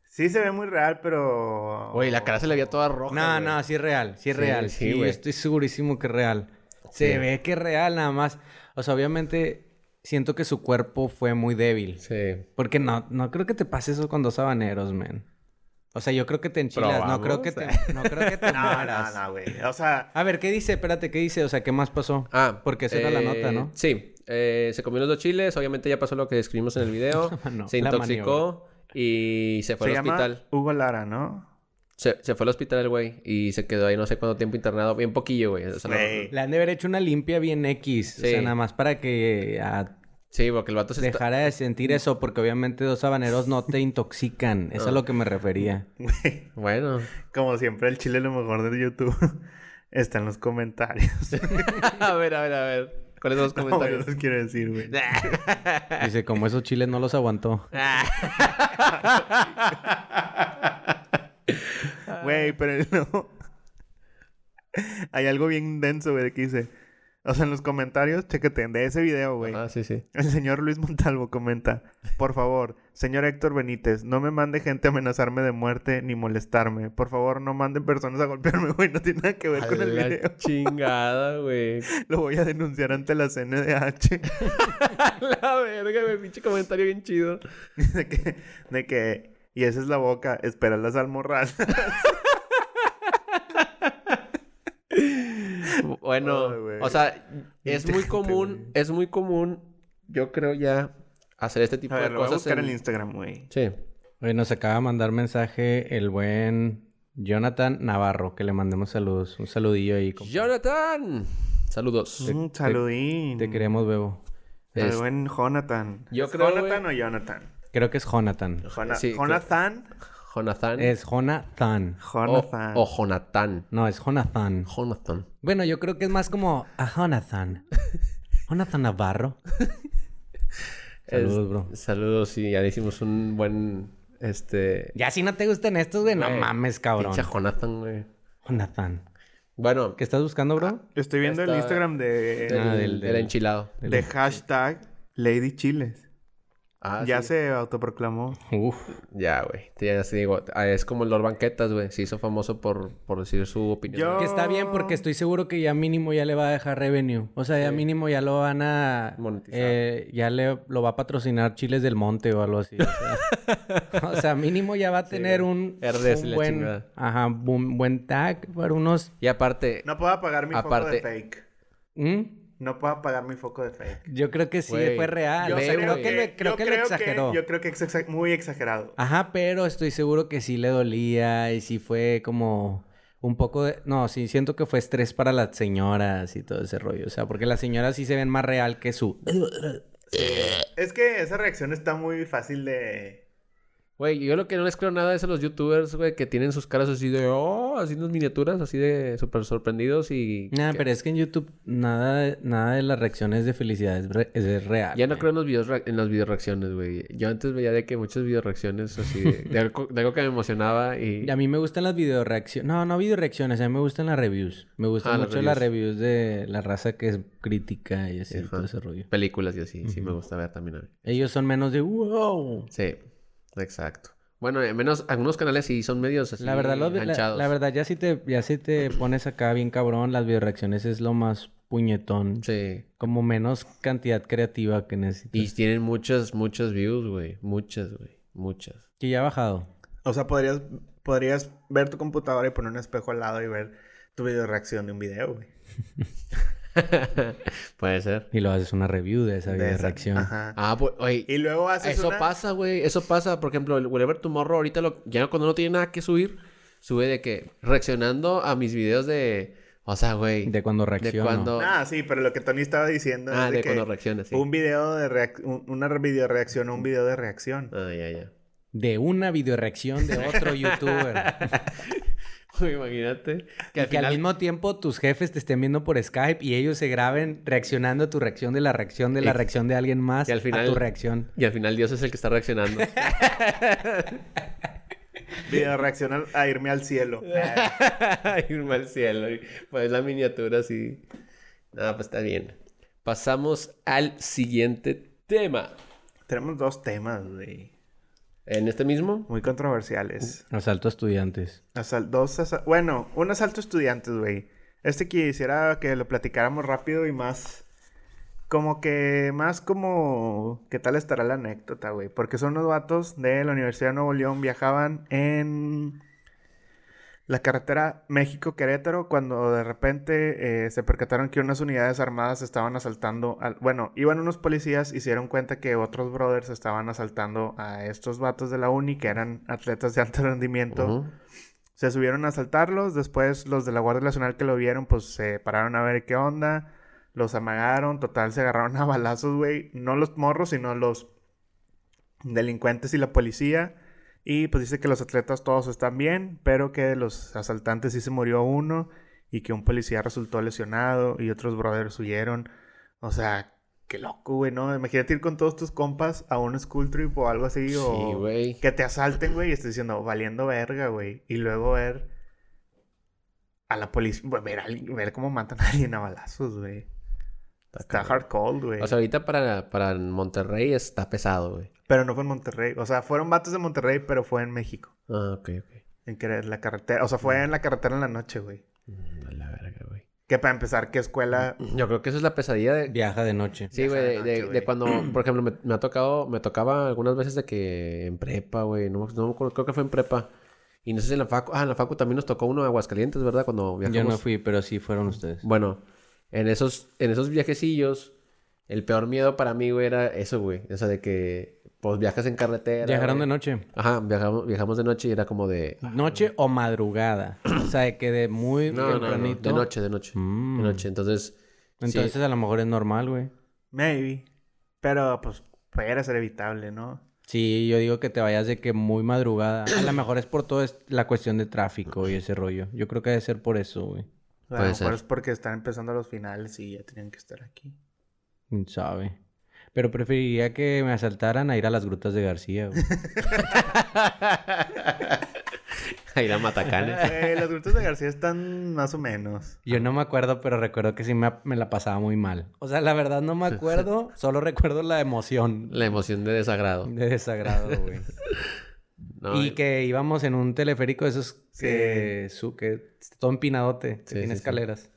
[SPEAKER 3] Sí se ve muy real, pero...
[SPEAKER 4] Güey, la cara se le veía toda roja.
[SPEAKER 1] No,
[SPEAKER 4] güey.
[SPEAKER 1] no, sí es real, sí es
[SPEAKER 4] Sí,
[SPEAKER 1] real.
[SPEAKER 4] sí,
[SPEAKER 1] Sí,
[SPEAKER 4] güey.
[SPEAKER 1] estoy segurísimo que es real. Se
[SPEAKER 4] Sí.
[SPEAKER 1] ve que es real nada más. O sea, obviamente siento que su cuerpo fue muy débil.
[SPEAKER 4] Sí.
[SPEAKER 1] Porque no, no creo que te pase eso con dos habaneros, man. O sea, yo creo que te enchilas, no creo que te,
[SPEAKER 4] eh.
[SPEAKER 1] no creo que te
[SPEAKER 3] No, no,
[SPEAKER 1] mueras.
[SPEAKER 3] no, güey. O sea,
[SPEAKER 1] A ver, ¿qué dice? Espérate, ¿qué dice? O sea, ¿qué más pasó?
[SPEAKER 4] Ah,
[SPEAKER 1] Porque esa era la
[SPEAKER 4] eh,
[SPEAKER 1] nota, ¿no?
[SPEAKER 4] Sí, eh, se comió los dos chiles, obviamente ya pasó lo que describimos en el video,
[SPEAKER 1] mano-
[SPEAKER 4] se
[SPEAKER 1] la
[SPEAKER 4] intoxicó y se fue
[SPEAKER 3] se
[SPEAKER 4] al
[SPEAKER 3] llama
[SPEAKER 4] hospital.
[SPEAKER 3] Hugo Lara, ¿no?
[SPEAKER 4] Se, se fue al hospital el güey y se quedó ahí no sé cuánto tiempo internado, bien poquillo, güey. o sea, no-
[SPEAKER 3] Güey.
[SPEAKER 1] Le han de haber hecho una limpia bien X. O
[SPEAKER 4] Sí.
[SPEAKER 1] sea, nada más para que eh, a-
[SPEAKER 4] sí, porque el vato se está-
[SPEAKER 1] dejara de sentir eso. Porque obviamente dos habaneros no te intoxican.
[SPEAKER 4] Ah.
[SPEAKER 1] Eso es a lo que me refería.
[SPEAKER 3] Güey,
[SPEAKER 4] Bueno,
[SPEAKER 3] Como siempre, el chile lo mejor de YouTube está en los comentarios.
[SPEAKER 4] a ver, a ver, a ver. ¿Cuáles son los
[SPEAKER 3] No, güey,
[SPEAKER 4] comentarios?
[SPEAKER 3] los quiero decir, güey.
[SPEAKER 1] Dice, como esos chiles no los aguantó.
[SPEAKER 3] Güey, pero no. Hay algo bien denso, güey, de que dice. O sea, en los comentarios, chécate, de ese video, güey.
[SPEAKER 4] Ah, sí, sí.
[SPEAKER 3] El señor Luis Montalvo comenta, por favor, señor Héctor Benítez, no me mande gente a amenazarme de muerte ni molestarme. Por favor, no manden personas a golpearme, güey, no tiene nada que ver
[SPEAKER 4] A
[SPEAKER 3] con el
[SPEAKER 4] la
[SPEAKER 3] video.
[SPEAKER 4] chingada, güey.
[SPEAKER 3] Lo voy a denunciar ante la CNDH.
[SPEAKER 4] A la verga, güey. Pinche comentario bien chido.
[SPEAKER 3] de, que, de que, y esa es la boca, espera las almorranas.
[SPEAKER 4] Bueno,
[SPEAKER 3] Ay, güey.
[SPEAKER 4] o sea, es muy
[SPEAKER 3] Gente,
[SPEAKER 4] común,
[SPEAKER 3] güey.
[SPEAKER 4] es muy común, yo creo ya, hacer este tipo
[SPEAKER 3] A ver,
[SPEAKER 4] de
[SPEAKER 3] lo voy a
[SPEAKER 4] cosas.
[SPEAKER 3] buscar en
[SPEAKER 4] en-
[SPEAKER 3] el Instagram, güey.
[SPEAKER 4] Sí.
[SPEAKER 1] Oye, nos acaba de mandar mensaje el buen Jonathan Navarro. Que le mandemos saludos. Un saludillo ahí. compa.
[SPEAKER 4] Jonathan, saludos.
[SPEAKER 3] Un saludín.
[SPEAKER 1] Te queremos, Bebo.
[SPEAKER 3] Al
[SPEAKER 4] Es-
[SPEAKER 3] buen Jonathan.
[SPEAKER 4] Este, Yo
[SPEAKER 3] ¿Es
[SPEAKER 4] creo,
[SPEAKER 3] ¿Jonathan o Jonathan?
[SPEAKER 1] Creo que es Jonathan.
[SPEAKER 3] Jona-
[SPEAKER 4] Sí,
[SPEAKER 3] Jonathan.
[SPEAKER 4] Jonathan.
[SPEAKER 1] Es Jonathan.
[SPEAKER 4] o,
[SPEAKER 3] Jonathan.
[SPEAKER 4] o Jonathan.
[SPEAKER 1] No, es Jonathan.
[SPEAKER 4] Jonathan.
[SPEAKER 1] Bueno, yo creo que es más como a Jonathan. Jonathan Navarro. Saludos,
[SPEAKER 4] Es-
[SPEAKER 1] bro.
[SPEAKER 4] Saludos y ya le hicimos un buen, este...
[SPEAKER 1] Ya si no te gustan estos, güey, no
[SPEAKER 4] Güey,
[SPEAKER 1] mames, cabrón.
[SPEAKER 4] pinche Jonathan, güey.
[SPEAKER 1] Jonathan.
[SPEAKER 4] Bueno,
[SPEAKER 1] ¿Qué estás buscando, bro?
[SPEAKER 3] Estoy viendo el
[SPEAKER 4] Está-
[SPEAKER 3] Instagram
[SPEAKER 4] el,
[SPEAKER 3] de,
[SPEAKER 1] Ah, del-
[SPEAKER 4] el
[SPEAKER 1] del-
[SPEAKER 4] enchilado.
[SPEAKER 3] de hashtag Lady Chiles.
[SPEAKER 4] Ah,
[SPEAKER 3] ya
[SPEAKER 4] sí.
[SPEAKER 3] se autoproclamó.
[SPEAKER 1] Uf.
[SPEAKER 4] Ya, güey. Te- Ya sí, digo, ah, es como el Lord Banquetas, güey. Se hizo famoso por, por decir su opinión.
[SPEAKER 3] Yo-
[SPEAKER 1] Que está bien porque estoy seguro que ya mínimo ya le va a dejar revenue. O sea, ya mínimo ya lo van a...
[SPEAKER 4] Monetizar.
[SPEAKER 1] eh, ya le, lo va a patrocinar Chiles del Monte o algo así. O sea, o sea, mínimo ya va a tener un,
[SPEAKER 4] Herdes y
[SPEAKER 1] un
[SPEAKER 4] la
[SPEAKER 1] buen...
[SPEAKER 4] chingada.
[SPEAKER 1] Ajá, un buen tag para unos...
[SPEAKER 4] Y aparte,
[SPEAKER 3] No puedo apagar mi foco
[SPEAKER 4] Aparte-
[SPEAKER 3] de fake.
[SPEAKER 1] ¿Mm?
[SPEAKER 3] No puedo apagar mi foco de fake.
[SPEAKER 1] Yo creo que sí
[SPEAKER 4] Güey,
[SPEAKER 1] fue real.
[SPEAKER 4] yo
[SPEAKER 1] O sea,
[SPEAKER 4] sé,
[SPEAKER 1] creo
[SPEAKER 4] güey.
[SPEAKER 1] que lo, creo
[SPEAKER 3] yo
[SPEAKER 1] que lo
[SPEAKER 3] creo
[SPEAKER 1] exageró.
[SPEAKER 3] yo creo que es exa- muy exagerado.
[SPEAKER 1] Ajá, pero estoy seguro que sí le dolía y sí fue como un poco de... No, sí siento que fue estrés para las señoras y todo ese rollo. O sea, porque las señoras sí se ven más real que su...
[SPEAKER 3] Es que esa reacción está muy fácil de...
[SPEAKER 4] güey, yo lo que no les creo nada es a los youtubers, güey, que tienen sus caras así de, oh, así unas miniaturas, así de súper sorprendidos y...
[SPEAKER 1] Nah,
[SPEAKER 4] que-
[SPEAKER 1] pero es que en YouTube nada, de- nada de las reacciones de felicidad es, re- es- es real.
[SPEAKER 4] Ya no
[SPEAKER 1] güey.
[SPEAKER 4] creo en los videos rea- en las video reacciones, güey. Yo antes veía de que muchas video reacciones así de, de algo, de algo que me emocionaba y...
[SPEAKER 1] Y a mí me gustan las video reacciones. No, no video reacciones, a mí me gustan las reviews. Me gustan
[SPEAKER 4] Ah, las
[SPEAKER 1] mucho las reviews de la raza que es crítica y así, todo ese rollo.
[SPEAKER 4] Películas y así, sí me gusta ver también a mí.
[SPEAKER 1] Ellos son menos de wow.
[SPEAKER 4] Sí, exacto. Bueno, eh, menos algunos canales sí son medios así
[SPEAKER 1] La verdad, los- la- la,
[SPEAKER 4] anchados.
[SPEAKER 1] verdad, ya si te, ya si te pones acá bien cabrón, las videoreacciones es lo más puñetón.
[SPEAKER 4] Sí.
[SPEAKER 1] Como menos cantidad creativa que necesitas.
[SPEAKER 4] Y tienen muchas, muchas views, güey. Muchas, güey. Muchas.
[SPEAKER 1] Que ya ha bajado.
[SPEAKER 3] O sea, podrías, podrías ver tu computadora y poner un espejo al lado y ver tu video reacción de un video, güey.
[SPEAKER 4] Puede ser.
[SPEAKER 1] Y lo haces una review de esa
[SPEAKER 3] De esa-
[SPEAKER 1] videoreacción.
[SPEAKER 3] Ajá.
[SPEAKER 4] Ah, pues, oye,
[SPEAKER 3] Y luego haces
[SPEAKER 4] eso
[SPEAKER 3] una-
[SPEAKER 4] pasa, güey. Eso pasa. Por ejemplo, el Whatever Tomorrow ahorita lo... ya cuando no tiene nada que subir, sube de que reaccionando a mis videos de... O sea, güey.
[SPEAKER 1] De cuando
[SPEAKER 4] de
[SPEAKER 1] reacciono.
[SPEAKER 4] cuando...
[SPEAKER 3] Ah, sí, pero lo que Tony estaba diciendo
[SPEAKER 4] Ah,
[SPEAKER 3] es
[SPEAKER 4] de,
[SPEAKER 3] de, que
[SPEAKER 4] cuando reaccionas, sí.
[SPEAKER 3] un video de reac- un- una video reacción a un video de reacción.
[SPEAKER 4] Ah, ya, ya.
[SPEAKER 1] De una videoreacción de otro youtuber.
[SPEAKER 4] Imagínate. Que
[SPEAKER 1] que
[SPEAKER 4] al
[SPEAKER 1] al
[SPEAKER 4] final
[SPEAKER 1] mismo tiempo tus jefes te estén viendo por Skype y ellos se graben reaccionando a tu reacción de la reacción de la
[SPEAKER 4] Y-
[SPEAKER 1] reacción de alguien más
[SPEAKER 4] y al final-
[SPEAKER 1] a tu reacción.
[SPEAKER 4] Y al final Dios es el que está reaccionando.
[SPEAKER 3] Video reacciona a irme al cielo.
[SPEAKER 4] Irme al cielo. y Pones la miniatura así. No, pues está bien. Pasamos al siguiente tema.
[SPEAKER 3] Tenemos dos temas, güey.
[SPEAKER 4] ¿En este mismo?
[SPEAKER 3] Muy controversiales.
[SPEAKER 1] Asalto a estudiantes.
[SPEAKER 3] Asal- dos asa- bueno, un asalto a estudiantes, güey. Este quisiera que lo platicáramos rápido y más... Como que más como... ¿Qué tal estará la anécdota, güey? Porque son unos vatos de la Universidad de Nuevo León. Viajaban en... La carretera México-Querétaro, cuando de repente eh, se percataron que unas unidades armadas estaban asaltando, al... bueno, iban unos policías y se dieron cuenta que otros brothers estaban asaltando a estos vatos de la uni, que eran atletas de alto rendimiento,
[SPEAKER 4] Ujú.
[SPEAKER 3] se subieron a asaltarlos. Después los de la Guardia Nacional que lo vieron, pues se pararon a ver qué onda. Los amagaron. Total, se agarraron a balazos, güey. No los morros, sino los delincuentes y la policía. Y pues dice que los atletas todos están bien, pero que de los asaltantes sí se murió uno y que un policía resultó lesionado y otros brothers huyeron. O sea, qué loco, güey, ¿no? Imagínate ir con todos tus compas a un school trip o algo así.
[SPEAKER 4] Sí,
[SPEAKER 3] o...
[SPEAKER 4] güey.
[SPEAKER 3] Que te asalten, güey, y estés diciendo, valiendo verga, güey. Y luego ver a la policía, ver, a alguien- ver cómo matan a alguien a balazos, güey. Está
[SPEAKER 4] cabrón.
[SPEAKER 3] hardcore, güey.
[SPEAKER 4] O sea, ahorita para, para Monterrey está pesado, güey.
[SPEAKER 3] pero no fue en Monterrey. O sea, fueron vatos de Monterrey, pero fue en México.
[SPEAKER 4] Ah, ok, ok.
[SPEAKER 3] En Querer- la carretera. O sea, fue en la carretera en la noche, güey.
[SPEAKER 4] Mm, a la verga, güey.
[SPEAKER 3] Que para empezar, ¿qué escuela?
[SPEAKER 4] Yo creo que eso es la pesadilla de,
[SPEAKER 1] Viaja de noche.
[SPEAKER 4] Sí, güey,
[SPEAKER 3] Viajar de
[SPEAKER 4] de, de-
[SPEAKER 3] noche,
[SPEAKER 4] de
[SPEAKER 3] güey.
[SPEAKER 4] cuando, por ejemplo, me, me ha tocado, me tocaba algunas veces de que en prepa, güey, no, me- no me acuerdo, creo que fue en prepa. Y no sé si en la facu, ah, en la facu también nos tocó uno de Aguascalientes, ¿verdad? Cuando viajamos.
[SPEAKER 1] Yo no fui, pero sí fueron ustedes.
[SPEAKER 4] Bueno, en esos, en esos viajecillos, el peor miedo para mí, güey, era eso, güey. O sea, de que, pues, viajas en carretera.
[SPEAKER 1] Viajaron de Ah,
[SPEAKER 4] güey.
[SPEAKER 1] noche.
[SPEAKER 4] Ajá, viajamos, viajamos de noche y era como de...
[SPEAKER 1] Noche o madrugada. O sea, de que de muy
[SPEAKER 4] No, no, no,
[SPEAKER 1] tempranito.
[SPEAKER 4] de noche, de noche.
[SPEAKER 1] Mm.
[SPEAKER 4] De noche, entonces... sí.
[SPEAKER 1] Entonces a lo mejor es normal, güey.
[SPEAKER 3] Maybe. Pero, pues, pudiera ser evitable, ¿no?
[SPEAKER 1] Sí, yo digo que te vayas de que muy madrugada. A lo mejor es por toda la cuestión de tráfico y ese rollo. Yo creo que debe ser por eso, güey.
[SPEAKER 3] O sea, a
[SPEAKER 4] Puede
[SPEAKER 3] lo mejor
[SPEAKER 4] ser.
[SPEAKER 3] es porque están empezando los finales y ya tenían que estar aquí.
[SPEAKER 1] ¿Quién sabe? Pero preferiría que me asaltaran a ir a las grutas de García, güey.
[SPEAKER 4] Ahí la matacanes.
[SPEAKER 3] Güey, los grupos de García están más o menos.
[SPEAKER 1] Yo no me acuerdo, pero recuerdo que sí me, me la pasaba muy mal. O sea, la verdad no me acuerdo, solo recuerdo la emoción
[SPEAKER 4] La emoción de desagrado.
[SPEAKER 1] de desagrado, güey.
[SPEAKER 4] No,
[SPEAKER 1] y que íbamos en un teleférico de esos que, su, que todo empinadote, que
[SPEAKER 4] Sí, sí,
[SPEAKER 1] tiene
[SPEAKER 4] sí.
[SPEAKER 1] escaleras.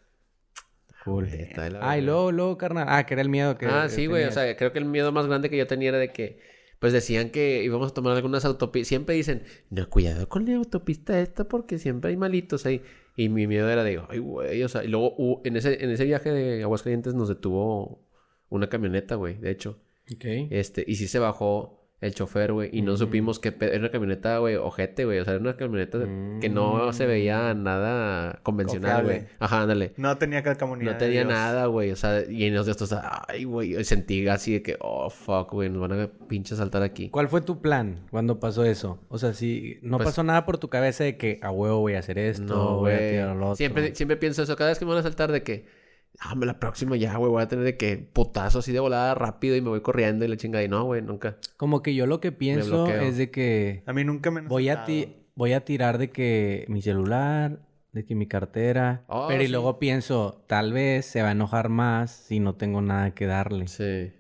[SPEAKER 1] Cool.
[SPEAKER 4] Está de la
[SPEAKER 1] Ah, y
[SPEAKER 4] verga.
[SPEAKER 1] luego, luego, carnal. Ah, que era el miedo que.
[SPEAKER 4] Ah,
[SPEAKER 1] que
[SPEAKER 4] sí, güey. O
[SPEAKER 1] tenías.
[SPEAKER 4] sea, creo que el miedo más grande que yo tenía era de que, pues decían que íbamos a tomar algunas autopistas. Siempre dicen, no, cuidado con la autopista esta porque siempre hay malitos ahí. Y mi miedo era de, ay, güey. O sea, y luego hubo- en, ese, en ese viaje de Aguascalientes nos detuvo una camioneta, güey, de hecho.
[SPEAKER 1] Ok.
[SPEAKER 4] Este, y sí se bajó el chofer, güey. Y no supimos que era una camioneta, güey, ojete, güey. O sea, era una camioneta que no se veía
[SPEAKER 1] Mm.
[SPEAKER 4] nada convencional, güey.
[SPEAKER 3] Confiable.
[SPEAKER 4] Ajá, ándale.
[SPEAKER 3] No tenía calcamonía.
[SPEAKER 4] No
[SPEAKER 3] de
[SPEAKER 4] tenía
[SPEAKER 3] Dios.
[SPEAKER 4] nada, güey. O sea, y en los de estos, ay, güey. Sentí así de que, oh, fuck, güey, nos van a pinche saltar aquí.
[SPEAKER 1] ¿Cuál fue tu plan cuando pasó eso? O sea, si no
[SPEAKER 4] Pues-
[SPEAKER 1] pasó nada por tu cabeza de que a huevo voy a hacer esto,
[SPEAKER 4] No,
[SPEAKER 1] voy a
[SPEAKER 4] güey.
[SPEAKER 1] tirar lo otro.
[SPEAKER 4] Siempre, siempre pienso eso. Cada vez que me van a saltar de que, ah, me la próxima ya, güey, voy a tener de que putazo así de volada rápido y me voy corriendo y la chingada. Y no, güey, nunca.
[SPEAKER 1] Como que yo lo que pienso
[SPEAKER 4] bloqueo.
[SPEAKER 1] es de que
[SPEAKER 3] A mí nunca me han
[SPEAKER 1] voy a,
[SPEAKER 3] asaltado.
[SPEAKER 1] ti voy a tirar de que mi celular, de que mi cartera.
[SPEAKER 4] Oh,
[SPEAKER 1] pero y
[SPEAKER 4] sí.
[SPEAKER 1] luego pienso, tal vez se va a enojar más si no tengo nada que darle.
[SPEAKER 4] Sí.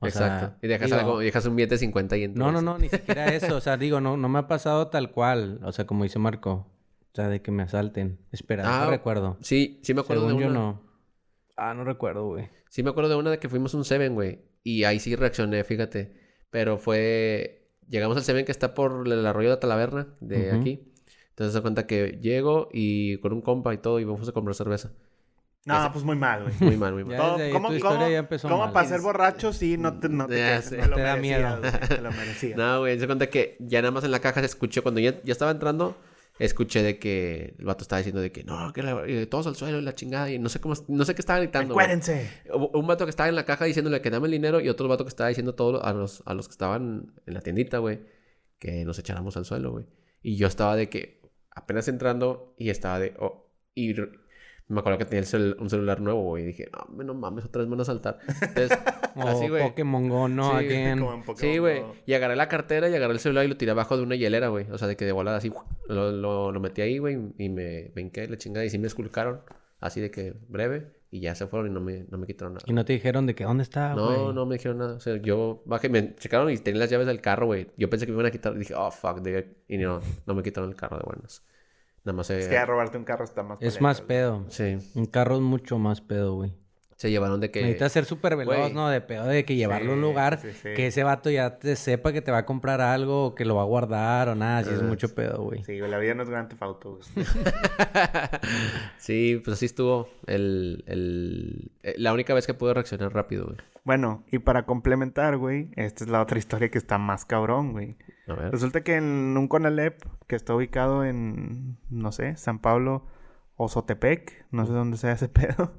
[SPEAKER 1] O
[SPEAKER 4] Exacto.
[SPEAKER 1] sea,
[SPEAKER 4] y dejas
[SPEAKER 1] digo-
[SPEAKER 4] algo, y dejas un billete de 50 y en tu
[SPEAKER 1] No, no,
[SPEAKER 4] bolsa.
[SPEAKER 1] no, ni siquiera eso. O sea, digo, no, no me ha pasado tal cual. O sea, como dice Marco. O sea, de que me asalten. Espera,
[SPEAKER 4] Ah,
[SPEAKER 1] no recuerdo.
[SPEAKER 4] Sí, sí me acuerdo
[SPEAKER 1] Según
[SPEAKER 4] de
[SPEAKER 1] yo
[SPEAKER 4] una.
[SPEAKER 1] no. Ah, no recuerdo, güey.
[SPEAKER 4] Sí, me acuerdo de una de que fuimos a un Seven, güey. Y ahí sí reaccioné, fíjate. Pero fue. Llegamos al Seven que está por el arroyo de Talaverna, de
[SPEAKER 1] Ujú.
[SPEAKER 4] aquí. Entonces se da cuenta que llego y con un compa y todo, y vamos a comprar cerveza.
[SPEAKER 3] No, pues muy mal, güey.
[SPEAKER 4] Muy mal, muy mal.
[SPEAKER 1] Ya
[SPEAKER 3] Todo-
[SPEAKER 1] desde ahí
[SPEAKER 3] ¿Cómo,
[SPEAKER 1] tu
[SPEAKER 3] cómo,
[SPEAKER 1] historia ya empezó
[SPEAKER 3] cómo
[SPEAKER 1] mal.
[SPEAKER 3] para ser borracho? Sí, no te, no te,
[SPEAKER 4] Ya
[SPEAKER 3] creas,
[SPEAKER 4] sé.
[SPEAKER 3] no lo
[SPEAKER 1] Te da
[SPEAKER 3] merecías,
[SPEAKER 1] miedo.
[SPEAKER 3] güey, Te lo merecías.
[SPEAKER 4] No, güey, se da cuenta que ya nada más en la caja se escuchó. Cuando ya, ya estaba entrando, escuché de que el vato estaba diciendo de que no, que la- eh, todos al suelo y la chingada. Y no sé cómo, no sé qué estaba gritando. güey.
[SPEAKER 3] Acuérdense.
[SPEAKER 4] Hubo Un vato que estaba en la caja diciéndole que dame el dinero y otro vato que estaba diciendo todo lo- a los, a los que estaban en la tiendita, güey, que nos echáramos al suelo, güey. Y yo estaba de que, apenas entrando y estaba de... oh, y r- me acuerdo que tenía el cel- un celular nuevo, güey. Y dije, "Ah, no, hombre, no mames, otra vez me van a saltar. Entonces,
[SPEAKER 1] O
[SPEAKER 4] así, güey.
[SPEAKER 1] Pokémon Go, no,
[SPEAKER 4] Sí,
[SPEAKER 1] again.
[SPEAKER 3] Como en Pokémon
[SPEAKER 4] Sí, güey.
[SPEAKER 3] Go.
[SPEAKER 4] Y agarré la cartera y agarré el celular y lo tiré abajo de una hielera, güey. O sea, de que de volada así, lo, lo, lo metí ahí, güey, y me me hinqué la chingada y sí me esculcaron. Así de que breve y ya se fueron y no me, no me quitaron nada.
[SPEAKER 1] Y no te dijeron de que dónde está, Ah, güey.
[SPEAKER 4] No, no me dijeron nada. O sea, yo bajé, me checaron y tenía las llaves del carro, güey. Yo pensé que me iban a quitar. Dije, oh, fuck, dude. Y no, no me quitaron el carro de buenas. Nada más se...
[SPEAKER 3] Es que ya robarte un carro está más
[SPEAKER 1] Es
[SPEAKER 3] paleta,
[SPEAKER 1] más
[SPEAKER 3] güey.
[SPEAKER 1] pedo.
[SPEAKER 4] Sí.
[SPEAKER 1] Un carro es mucho más pedo, güey.
[SPEAKER 4] Se llevaron de que...
[SPEAKER 1] Necesitas ser súper veloz,
[SPEAKER 4] Güey.
[SPEAKER 1] ¿no? De pedo de que llevarlo a un
[SPEAKER 3] Sí,
[SPEAKER 1] lugar
[SPEAKER 3] sí, sí.
[SPEAKER 1] que ese vato ya te sepa que te va a comprar algo o que lo va a guardar o nada. Así es
[SPEAKER 4] Ah,
[SPEAKER 1] mucho pedo, güey.
[SPEAKER 3] Sí, güey, la vida no es gran tefauto, güey.
[SPEAKER 4] sí, pues así estuvo el, el... eh, La única vez que pude reaccionar rápido, güey.
[SPEAKER 3] Bueno, y para complementar, güey, esta es la otra historia que está más cabrón, güey.
[SPEAKER 4] A ver.
[SPEAKER 3] Resulta que en un Conalep que está ubicado en, no sé, San Pablo o Sotepec, no sé dónde sea ese pedo,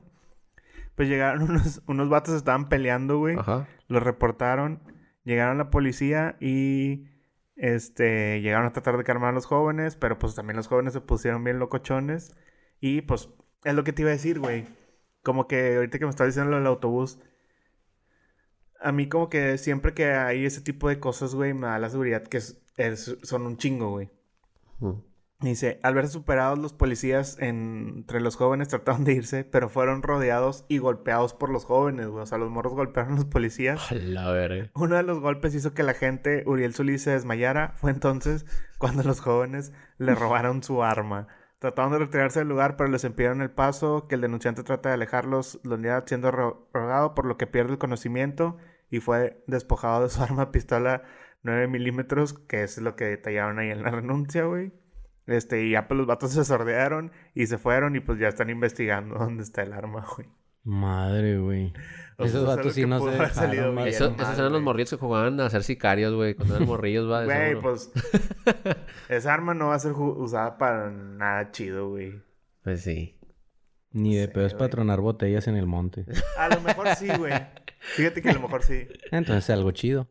[SPEAKER 3] pues llegaron unos, unos vatos, estaban peleando, güey.
[SPEAKER 4] Ajá.
[SPEAKER 3] Los reportaron, llegaron la policía y este llegaron a tratar de calmar a los jóvenes, pero pues también los jóvenes se pusieron bien locochones y pues es lo que te iba a decir, güey. Como que ahorita que me estaba diciendo lo del autobús a mí como que siempre que hay ese tipo de cosas, güey, me da la seguridad que es- es- son un chingo, güey.
[SPEAKER 4] Mm.
[SPEAKER 3] Dice, al verse superados los policías en- entre los jóvenes trataron de irse, pero fueron rodeados y golpeados por los jóvenes, güey. O sea, los morros golpearon a los policías.
[SPEAKER 4] A la verga.
[SPEAKER 3] Uno de los golpes hizo que la gente, Uriel Solís, se desmayara. Fue entonces cuando los jóvenes le robaron su arma. Trataron de retirarse del lugar, pero les impidieron el paso, que el denunciante trata de alejarlos, lo unidad siendo ro- rogado, por lo que pierde el conocimiento y fue despojado de su arma pistola 9 milímetros, que es lo que detallaron ahí en la renuncia, güey. Este, y ya pues los vatos se sordearon y se fueron y pues ya están investigando dónde está el arma, güey.
[SPEAKER 1] Madre, güey. Esos
[SPEAKER 3] O sea, es algo
[SPEAKER 1] vatos sí
[SPEAKER 3] que
[SPEAKER 1] no se
[SPEAKER 3] pudo haber
[SPEAKER 1] dejaron,
[SPEAKER 3] salido
[SPEAKER 1] madre.
[SPEAKER 3] bien.
[SPEAKER 4] Eso-
[SPEAKER 3] mal,
[SPEAKER 4] esos eran los
[SPEAKER 3] güey.
[SPEAKER 4] morrillos que jugaban a ser sicarios, güey. Cuando eran morrillos, va. Ah, de
[SPEAKER 3] Güey,
[SPEAKER 4] seguro.
[SPEAKER 3] pues. esa arma no va a ser ju- usada para nada chido, güey.
[SPEAKER 4] Pues sí.
[SPEAKER 1] Ni de
[SPEAKER 3] Sí,
[SPEAKER 1] pedo es
[SPEAKER 3] güey.
[SPEAKER 1] patronar botellas en el monte.
[SPEAKER 3] A lo mejor sí, güey. Fíjate que a lo mejor sí.
[SPEAKER 1] Entonces algo chido.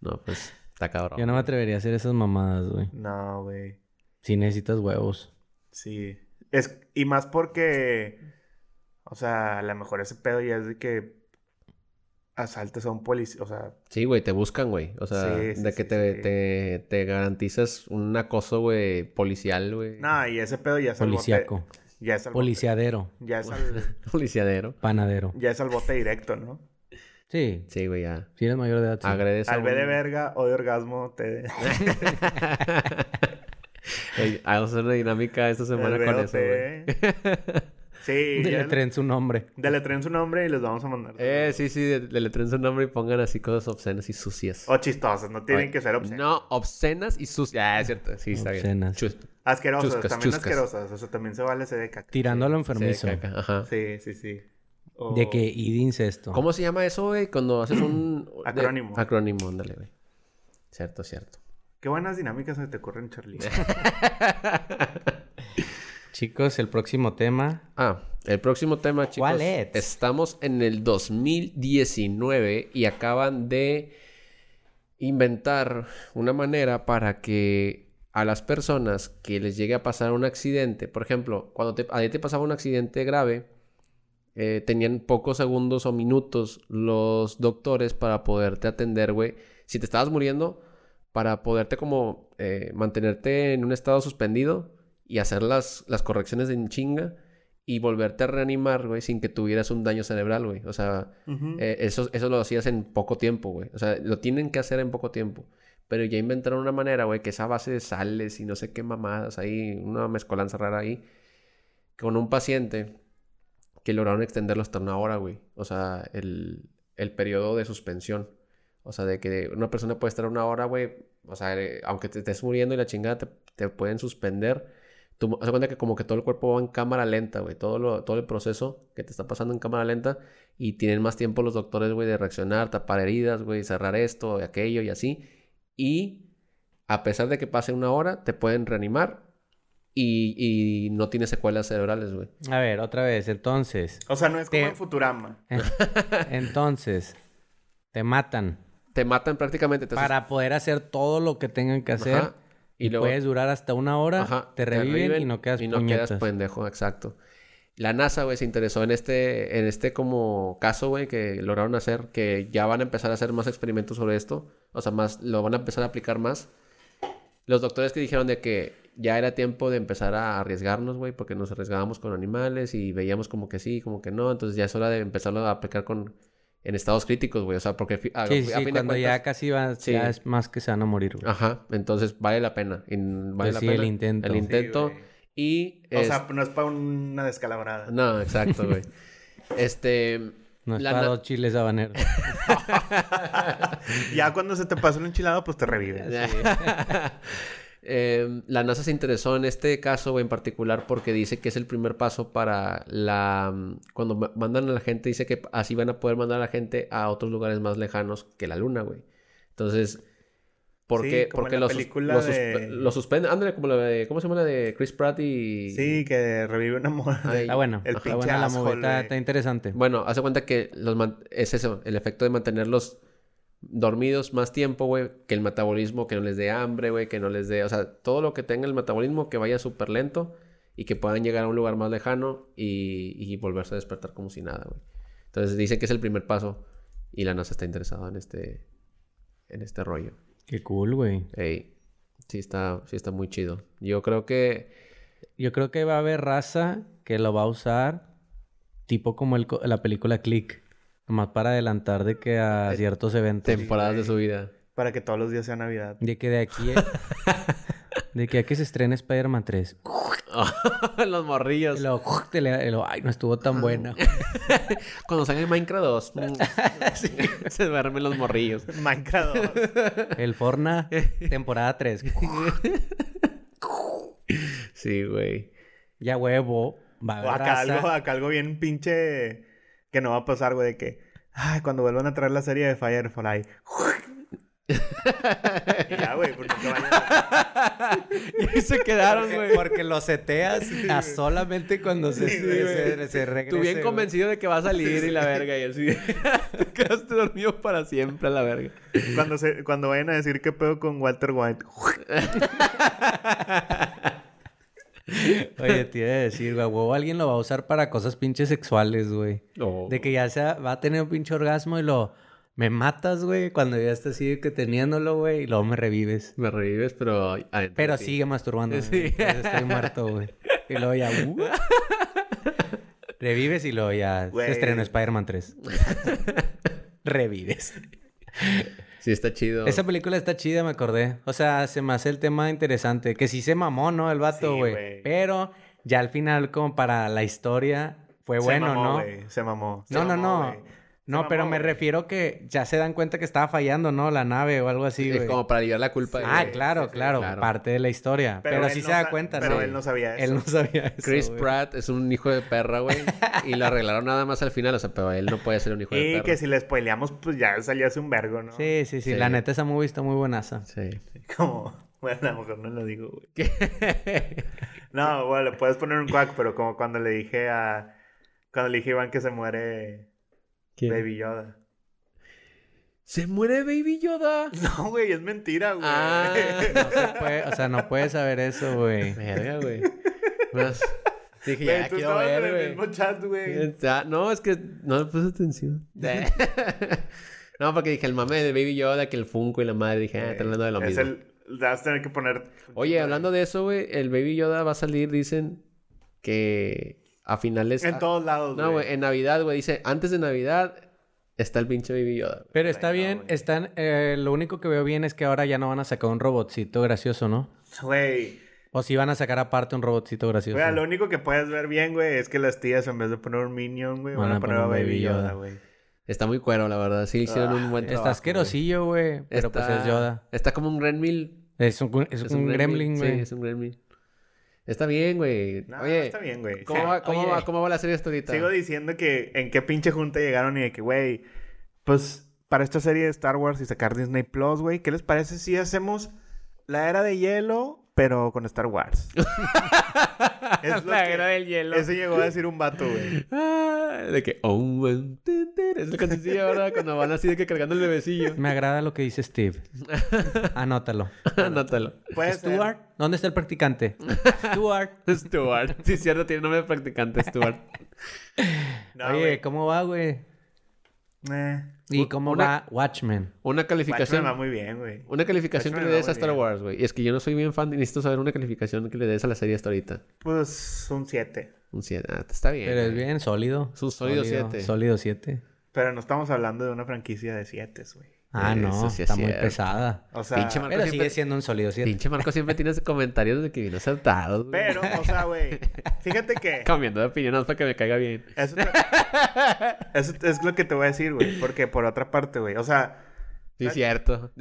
[SPEAKER 4] no, pues está cabrón.
[SPEAKER 1] Yo no me atrevería a hacer esas mamadas, güey.
[SPEAKER 3] No, güey.
[SPEAKER 1] Si necesitas huevos.
[SPEAKER 3] Sí. Es, y más porque. O sea, a lo mejor ese pedo ya es de que. Asaltes a un policía. O sea,
[SPEAKER 4] Sí, güey, te buscan, güey. O sea,
[SPEAKER 3] Sí, sí,
[SPEAKER 4] de que
[SPEAKER 3] sí,
[SPEAKER 4] te,
[SPEAKER 3] sí.
[SPEAKER 4] Te, te garantizas un acoso, güey, policial, güey.
[SPEAKER 3] no, y ese pedo ya es al
[SPEAKER 1] Policiaco.
[SPEAKER 3] bote. Ya es al bote.
[SPEAKER 1] Policiadero.
[SPEAKER 3] Ya es al,
[SPEAKER 4] Policiadero.
[SPEAKER 1] Panadero.
[SPEAKER 3] ya es al bote directo, ¿no?
[SPEAKER 1] Sí.
[SPEAKER 4] Sí, güey, ya.
[SPEAKER 1] Si eres mayor de edad, sí.
[SPEAKER 4] Agredes a
[SPEAKER 3] Al B de
[SPEAKER 4] un-
[SPEAKER 3] verga o de orgasmo te.
[SPEAKER 4] Ey, Vamos a hacer una dinámica esta semana
[SPEAKER 3] el
[SPEAKER 4] con
[SPEAKER 3] BOT.
[SPEAKER 4] eso, güey.
[SPEAKER 3] Sí, ya
[SPEAKER 1] Le
[SPEAKER 3] es-
[SPEAKER 1] traen su nombre.
[SPEAKER 3] Deletren su nombre y les vamos a mandar.
[SPEAKER 4] Eh, sí, sí, de- deletren su nombre y pongan así cosas obscenas y sucias.
[SPEAKER 3] O chistosas, no tienen
[SPEAKER 4] Ay,
[SPEAKER 3] que ser obscenas.
[SPEAKER 4] No, obscenas y sucias. Ah, es cierto. Sí, está
[SPEAKER 1] Obscenas.
[SPEAKER 4] bien. Chus-
[SPEAKER 3] Asquerosas,
[SPEAKER 4] Chuscas,
[SPEAKER 3] también
[SPEAKER 4] chuscas.
[SPEAKER 3] asquerosas. O sea, también se vale ese de caca.
[SPEAKER 1] Tirando a lo
[SPEAKER 4] se
[SPEAKER 1] enfermizo.
[SPEAKER 4] caca, Ajá.
[SPEAKER 3] Sí, sí, sí. O-
[SPEAKER 1] De que y de incesto.
[SPEAKER 4] ¿Cómo se llama eso, güey? Cuando haces un... de-
[SPEAKER 3] Acrónimo.
[SPEAKER 4] Acrónimo, ándale, güey. Cierto, cierto.
[SPEAKER 3] Qué buenas dinámicas se te ocurren, Charlie.
[SPEAKER 1] Chicos, el próximo tema.
[SPEAKER 4] Ah, el próximo tema, chicos.
[SPEAKER 1] ¿Cuál es?
[SPEAKER 4] Estamos en el 2019 y acaban de inventar una manera para que a las personas que les llegue a pasar un accidente, por ejemplo, cuando te, a ti te pasaba un accidente grave, eh, tenían pocos segundos o minutos los doctores para poderte atender, güey. Si te estabas muriendo, para poderte como eh, mantenerte en un estado suspendido y hacer las, las correcciones en chinga y volverte a reanimar, güey, sin que tuvieras un daño cerebral, güey. O sea,
[SPEAKER 3] Ujú.
[SPEAKER 4] eh, eso, eso lo hacías en poco tiempo, güey. O sea, lo tienen que hacer en poco tiempo. Pero ya inventaron una manera, güey, que esa base de sales y no sé qué mamadas ahí, una mezcolanza rara ahí, con un paciente que lograron extenderlo hasta una hora, güey. O sea, el, el periodo de suspensión. O sea, de que una persona puede estar una hora, güey. O sea, eh, aunque te estés muriendo y la chingada te, te pueden suspender. Tú haz de cuenta que como que todo el cuerpo va en cámara lenta, güey. Todo, lo- todo el proceso que te está pasando en cámara lenta. Y tienen más tiempo los doctores, güey, de reaccionar, tapar heridas, güey, cerrar esto, aquello y así. Y a pesar de que pase una hora, te pueden reanimar. Y, y no tiene secuelas cerebrales, güey.
[SPEAKER 1] A ver, otra vez. Entonces,
[SPEAKER 3] O sea, no es como
[SPEAKER 1] Te-
[SPEAKER 3] en Futurama.
[SPEAKER 1] entonces, te matan
[SPEAKER 4] Te matan prácticamente. Te sus-
[SPEAKER 1] para poder hacer todo lo que tengan que hacer
[SPEAKER 4] Ajá.
[SPEAKER 1] Y, puedes durar hasta una hora,
[SPEAKER 4] Ajá,
[SPEAKER 1] te, reviven y no quedas
[SPEAKER 4] y no
[SPEAKER 1] puñetas.
[SPEAKER 4] quedas pues, pendejo, exacto. La NASA, güey, se interesó en este, en este como caso, güey, que lograron hacer, que ya van a empezar a hacer más experimentos sobre esto, o sea, más, lo van a empezar a aplicar más. Los doctores que dijeron de que ya era tiempo de empezar a arriesgarnos, güey, porque nos arriesgábamos con animales y veíamos como que sí, como que no, entonces ya es hora de empezarlo a aplicar con, en estados críticos, güey, o sea, porque fi- a-
[SPEAKER 1] Sí,
[SPEAKER 4] a
[SPEAKER 1] sí,
[SPEAKER 4] fin de
[SPEAKER 1] cuando ya
[SPEAKER 4] cuentas-
[SPEAKER 1] casi van,
[SPEAKER 4] Sí. Ah,
[SPEAKER 1] ya es más que se van a morir, güey.
[SPEAKER 4] Ajá, entonces vale la pena, y vale
[SPEAKER 1] Pues
[SPEAKER 4] la
[SPEAKER 1] sí, el
[SPEAKER 4] pena.
[SPEAKER 1] intento.
[SPEAKER 4] El
[SPEAKER 1] Sí,
[SPEAKER 4] intento.
[SPEAKER 3] güey.
[SPEAKER 4] y
[SPEAKER 3] O sea,
[SPEAKER 4] este,
[SPEAKER 3] no es para una descalabrada.
[SPEAKER 4] No, exacto, güey. este.
[SPEAKER 1] No es
[SPEAKER 4] la
[SPEAKER 1] para
[SPEAKER 4] na-
[SPEAKER 1] dos chiles habaneros.
[SPEAKER 3] Ya cuando se te pasa un enchilado, pues te revives.
[SPEAKER 4] Eh, la NASA se interesó en este caso güey, en particular porque dice que es el primer paso para la... mm, Cuando ma- mandan a la gente, dice que así van a poder mandar a la gente a otros lugares más lejanos que la Luna, güey. Entonces, ¿por
[SPEAKER 3] Sí,
[SPEAKER 4] qué?
[SPEAKER 3] como
[SPEAKER 4] porque
[SPEAKER 3] en la
[SPEAKER 4] lo, sus-
[SPEAKER 3] película
[SPEAKER 4] lo, suspe-
[SPEAKER 3] de-
[SPEAKER 4] lo suspenden. Ándale, como la de... ¿Cómo se llama la de Chris Pratt y...?
[SPEAKER 3] Sí, que revive una moda.
[SPEAKER 4] Ay,
[SPEAKER 1] Está bueno.
[SPEAKER 3] El
[SPEAKER 1] Está
[SPEAKER 3] pinche
[SPEAKER 1] buena la
[SPEAKER 3] asshole,
[SPEAKER 1] movida. Está,
[SPEAKER 3] güey.
[SPEAKER 1] está interesante.
[SPEAKER 4] Bueno, hace cuenta que los man- es eso, el efecto de mantenerlos dormidos más tiempo, güey, que el metabolismo, que no les dé hambre, güey, que no les dé, o sea, todo lo que tenga el metabolismo, que vaya súper lento y que puedan llegar a un lugar más lejano y, y volverse a despertar como si nada, güey. Entonces dice que es el primer paso y la NASA está interesada en este, en este rollo.
[SPEAKER 1] Qué cool, güey.
[SPEAKER 4] Ey, sí está, sí está muy chido. Yo creo que,
[SPEAKER 1] Yo creo que va a haber raza que lo va a usar tipo como el co- la película Click. Nomás para adelantar de que a ciertos eventos.
[SPEAKER 4] temporadas de su vida.
[SPEAKER 3] Para que todos los días sea Navidad.
[SPEAKER 1] De que de aquí... eh, de que a que se estrene Spider-Man 3.
[SPEAKER 4] los morrillos.
[SPEAKER 1] Y luego, te le- y luego, ay, no estuvo tan buena.
[SPEAKER 4] Cuando salga el Minecraft 2, mm, se duermen los morrillos.
[SPEAKER 3] Minecraft dos.
[SPEAKER 1] El Forna, temporada 3.
[SPEAKER 4] Sí, güey.
[SPEAKER 1] ya huevo. Va a
[SPEAKER 3] O
[SPEAKER 1] haber
[SPEAKER 3] acá
[SPEAKER 1] raza.
[SPEAKER 3] algo, acá algo bien pinche que no va a pasar, güey, de que. Ay, cuando vuelvan a traer la serie de Firefly. Y ya, güey, porque nunca van a-
[SPEAKER 4] Y se quedaron,
[SPEAKER 1] Porque, porque lo seteas a solamente cuando se, se, se- se regrese.
[SPEAKER 4] Tú bien
[SPEAKER 1] güey.
[SPEAKER 4] convencido de que va a salir y la verga y así. Te quedaste dormido para siempre a la verga.
[SPEAKER 3] cuando, se, cuando vayan a decir qué pedo con Walter White.
[SPEAKER 1] Oye, te iba a decir, güey, a huevo, alguien lo va a usar para cosas pinches sexuales, güey.
[SPEAKER 4] No.
[SPEAKER 1] De que ya sea, va a tener un pinche orgasmo y lo... Me matas, güey, cuando ya estás así de que teniéndolo, güey, y luego me revives.
[SPEAKER 4] Me revives, pero... adentro
[SPEAKER 1] Pero
[SPEAKER 4] de ti.
[SPEAKER 1] sigue masturbando.
[SPEAKER 4] Sí.
[SPEAKER 1] Estoy muerto, güey. Y luego ya... uh, revives y luego ya...
[SPEAKER 3] Güey.
[SPEAKER 1] Se estrenó Spider-Man 3. revives.
[SPEAKER 4] Sí, está chido.
[SPEAKER 1] Esa película está chida, me acordé. O sea, se me hace el tema interesante. Que sí se mamó, ¿no? El vato,
[SPEAKER 3] Sí,
[SPEAKER 1] güey.
[SPEAKER 3] güey.
[SPEAKER 1] Pero ya al final, como para la historia, fue
[SPEAKER 3] Se
[SPEAKER 1] bueno,
[SPEAKER 3] mamó,
[SPEAKER 1] ¿no?
[SPEAKER 3] güey, se mamó. Se
[SPEAKER 1] No, no,
[SPEAKER 3] mamó,
[SPEAKER 1] no.
[SPEAKER 3] güey.
[SPEAKER 1] No,
[SPEAKER 3] mamó,
[SPEAKER 1] pero me
[SPEAKER 3] güey.
[SPEAKER 1] refiero que ya se dan cuenta que estaba fallando, ¿no? La nave o algo así,
[SPEAKER 4] Es
[SPEAKER 1] güey.
[SPEAKER 4] como para aliviar la culpa. de-
[SPEAKER 1] Ah, claro, claro,
[SPEAKER 4] claro.
[SPEAKER 1] Parte de la historia. Pero,
[SPEAKER 3] él
[SPEAKER 1] sí
[SPEAKER 3] no
[SPEAKER 1] se da
[SPEAKER 3] sa-
[SPEAKER 1] cuenta,
[SPEAKER 3] Pero
[SPEAKER 1] ¿no?
[SPEAKER 3] él no sabía eso.
[SPEAKER 1] Él no sabía eso.
[SPEAKER 4] Chris
[SPEAKER 1] güey.
[SPEAKER 4] Pratt es un hijo de perra, güey. Y lo arreglaron nada más al final. O sea, pero él no puede ser un hijo de
[SPEAKER 3] Y
[SPEAKER 4] perra.
[SPEAKER 3] que si le spoileamos, pues ya salió hace un vergo, ¿no?
[SPEAKER 1] Sí, sí, sí,
[SPEAKER 4] Sí.
[SPEAKER 1] La neta, esa movie está muy buenaza.
[SPEAKER 4] Sí.
[SPEAKER 3] Como, bueno, a lo mejor no lo digo, güey. No, bueno, le puedes poner un cuac, pero como cuando le dije a. Cuando le dije a Iván que se muere Baby Yoda.
[SPEAKER 4] Se muere Baby Yoda.
[SPEAKER 3] No, güey, es mentira, güey.
[SPEAKER 4] Ah,
[SPEAKER 1] No se puede- o sea, no puedes saber eso, güey.
[SPEAKER 4] verga, güey. Más. Dije,
[SPEAKER 3] Güey,
[SPEAKER 4] ya
[SPEAKER 3] tú
[SPEAKER 4] quiero
[SPEAKER 3] estabas en el
[SPEAKER 4] ver,
[SPEAKER 3] mismo
[SPEAKER 4] güey.
[SPEAKER 3] chat, güey.
[SPEAKER 4] Ya, No, es que no le puse atención. no, porque dije el mame de Baby Yoda, que el Funko y la madre. Dije, ah, están hablando de lo
[SPEAKER 3] es
[SPEAKER 4] mismo.
[SPEAKER 3] el. Vas a tener que poner.
[SPEAKER 4] Oye, hablando de eso, güey, el Baby Yoda va a salir, dicen, que a finales.
[SPEAKER 3] En
[SPEAKER 4] a-
[SPEAKER 3] todos lados,
[SPEAKER 4] No, güey, en Navidad, güey. Dice, antes de Navidad está el pinche Baby Yoda.
[SPEAKER 1] Pero está
[SPEAKER 3] Ay, no,
[SPEAKER 1] bien,
[SPEAKER 3] güey.
[SPEAKER 1] están, eh, lo único que veo bien es que ahora ya no van a sacar un robotcito gracioso, ¿no?
[SPEAKER 3] Güey.
[SPEAKER 1] O si van a sacar aparte un robotcito gracioso.
[SPEAKER 3] Güey, lo único que puedes ver bien, güey, es que las tías en vez de poner un Minion, güey, van a poner a Baby Yoda, güey.
[SPEAKER 4] Está muy cuero, la verdad. Sí,
[SPEAKER 3] Ah,
[SPEAKER 4] hicieron un buen trabajo.
[SPEAKER 1] Está asquerosillo, güey. Pero pues
[SPEAKER 4] Está-
[SPEAKER 1] es Yoda.
[SPEAKER 4] Está como un Renmil
[SPEAKER 1] Es un, es un gremlin, güey.
[SPEAKER 4] Sí, es un gremlin. Está bien, güey.
[SPEAKER 3] No,
[SPEAKER 4] Oye,
[SPEAKER 3] está bien, güey.
[SPEAKER 4] ¿cómo, va, cómo,
[SPEAKER 1] Oye.
[SPEAKER 4] va, cómo va la serie hasta ahorita?
[SPEAKER 3] Sigo diciendo que en qué pinche junta llegaron y de que, güey, pues para esta serie de Star Wars y sacar Disney Plus, güey, ¿qué les parece si hacemos la era de hielo, pero con Star Wars? es lo que-
[SPEAKER 4] del hielo.
[SPEAKER 3] Eso llegó a decir un vato, güey.
[SPEAKER 4] "Oh, Ah, de que... Es el cancioncillo ahora cuando van así de que cargando el bebecillo.
[SPEAKER 1] Me agrada lo que dice Steve. Anótalo.
[SPEAKER 4] Anótalo.
[SPEAKER 3] Puede ser.
[SPEAKER 1] Stuart, ¿dónde está el practicante? Stuart.
[SPEAKER 4] Stuart. Sí, cierto, tiene nombre de practicante, Stuart.
[SPEAKER 3] No,
[SPEAKER 1] Oye,
[SPEAKER 3] güey.
[SPEAKER 1] ¿cómo va, güey?
[SPEAKER 3] Eh,
[SPEAKER 1] ¿Y cómo va Watchmen?
[SPEAKER 4] Una
[SPEAKER 3] Watchmen
[SPEAKER 4] calificación.
[SPEAKER 3] va muy bien, güey.
[SPEAKER 4] Una calificación que
[SPEAKER 3] Watchmen
[SPEAKER 4] le
[SPEAKER 3] va
[SPEAKER 4] des
[SPEAKER 3] muy
[SPEAKER 4] a Star
[SPEAKER 3] bien.
[SPEAKER 4] Wars, güey. Y es que yo no soy bien fan y necesito saber una calificación que le des a la serie hasta ahorita.
[SPEAKER 3] Pues un 7.
[SPEAKER 4] Un 100. Ah, está bien.
[SPEAKER 1] Pero es
[SPEAKER 4] güey.
[SPEAKER 1] bien sólido.
[SPEAKER 4] Es un sólido siete.
[SPEAKER 1] Sólido 7.
[SPEAKER 3] Pero no estamos hablando de una franquicia de 7, güey.
[SPEAKER 1] Ah,
[SPEAKER 4] Eso
[SPEAKER 1] no.
[SPEAKER 4] sí es
[SPEAKER 1] está muy
[SPEAKER 4] cierto.
[SPEAKER 1] pesada.
[SPEAKER 3] O sea,
[SPEAKER 4] Pinche Marco
[SPEAKER 1] Pero
[SPEAKER 4] siempre-
[SPEAKER 1] sigue siendo un sólido 7.
[SPEAKER 4] Pinche Marco siempre tiene comentarios de que vino acertado. güey.
[SPEAKER 3] pero, o sea, güey, fíjate que
[SPEAKER 4] Cambiando de opinión hasta que me caiga bien.
[SPEAKER 3] Eso, te- eso te- es lo que te voy a decir, güey. Porque por otra parte, güey. O sea,
[SPEAKER 4] Sí, cierto.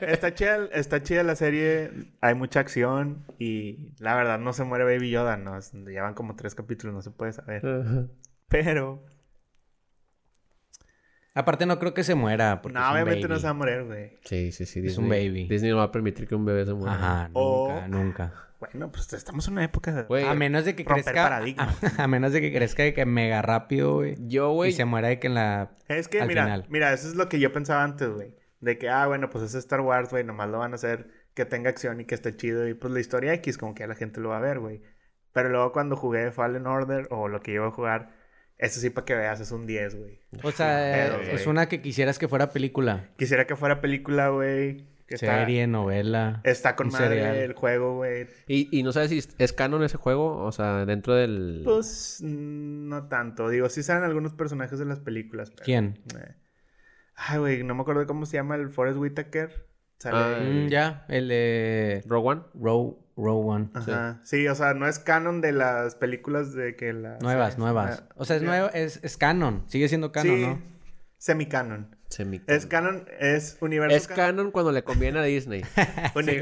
[SPEAKER 3] está chida, está chida la serie. Hay mucha acción. Y la verdad, no se muere Baby Yoda, ¿no? Es- Ya van como tres capítulos, no se puede saber. Pero.
[SPEAKER 1] Aparte, no creo que se muera. Porque es
[SPEAKER 3] no,
[SPEAKER 1] un
[SPEAKER 3] obviamente
[SPEAKER 1] baby.
[SPEAKER 3] no se va a morir, güey.
[SPEAKER 4] sí, sí, sí.
[SPEAKER 1] Es un
[SPEAKER 4] Disney-
[SPEAKER 1] baby.
[SPEAKER 4] Disney no va a permitir que un bebé se muera.
[SPEAKER 1] Ajá,
[SPEAKER 3] O-
[SPEAKER 1] nunca, nunca.
[SPEAKER 3] Bueno, pues estamos en una época de.
[SPEAKER 4] Güey,
[SPEAKER 1] A menos de que
[SPEAKER 3] romper
[SPEAKER 1] crezca.
[SPEAKER 3] paradigmas.
[SPEAKER 1] A, menos de que crezca de que mega rápido, güey.
[SPEAKER 4] yo,
[SPEAKER 1] Y
[SPEAKER 4] güey.
[SPEAKER 1] se muera de que en la.
[SPEAKER 3] Es que,
[SPEAKER 1] al
[SPEAKER 3] mira,
[SPEAKER 1] final.
[SPEAKER 3] mira, eso es lo que yo pensaba antes, güey. De que, ah, bueno, pues es Star Wars, güey, nomás lo van a hacer que tenga acción y que esté chido. Y pues la historia X, como que a la gente lo va a ver, güey. Pero luego cuando jugué Fallen Order o lo que yo iba a jugar, eso sí para que veas, es un 10, güey.
[SPEAKER 1] O sea, eh,
[SPEAKER 3] Pero,
[SPEAKER 1] es
[SPEAKER 3] güey.
[SPEAKER 1] una que quisieras que fuera película.
[SPEAKER 3] Quisiera que fuera película, güey. que está-
[SPEAKER 1] Serie, novela.
[SPEAKER 3] Está con
[SPEAKER 1] un
[SPEAKER 3] madre
[SPEAKER 1] serial.
[SPEAKER 3] el juego, güey.
[SPEAKER 4] Y, y no sabes si es- es canon ese juego, o sea, dentro del...
[SPEAKER 3] Pues mm, no tanto. Digo, sí salen algunos personajes de las películas. Pero...
[SPEAKER 1] ¿Quién?
[SPEAKER 3] eh. Ay, güey, no me acuerdo cómo se llama el Forrest Whitaker. Sale.
[SPEAKER 4] Ah,
[SPEAKER 1] Mm, ya, el de.
[SPEAKER 4] Rogue One.
[SPEAKER 1] Row, Row One.
[SPEAKER 3] Ajá. Sí. o sea, no es canon de las películas de que las...
[SPEAKER 1] Nuevas, nuevas. O sea, es
[SPEAKER 3] ya.
[SPEAKER 1] nuevo, es, es canon. Sigue siendo canon,
[SPEAKER 3] sí,
[SPEAKER 1] ¿no?
[SPEAKER 3] semicanon.
[SPEAKER 4] Semi-
[SPEAKER 3] Es canon, es universo
[SPEAKER 4] Es canon cuando le conviene a Disney.
[SPEAKER 3] uni-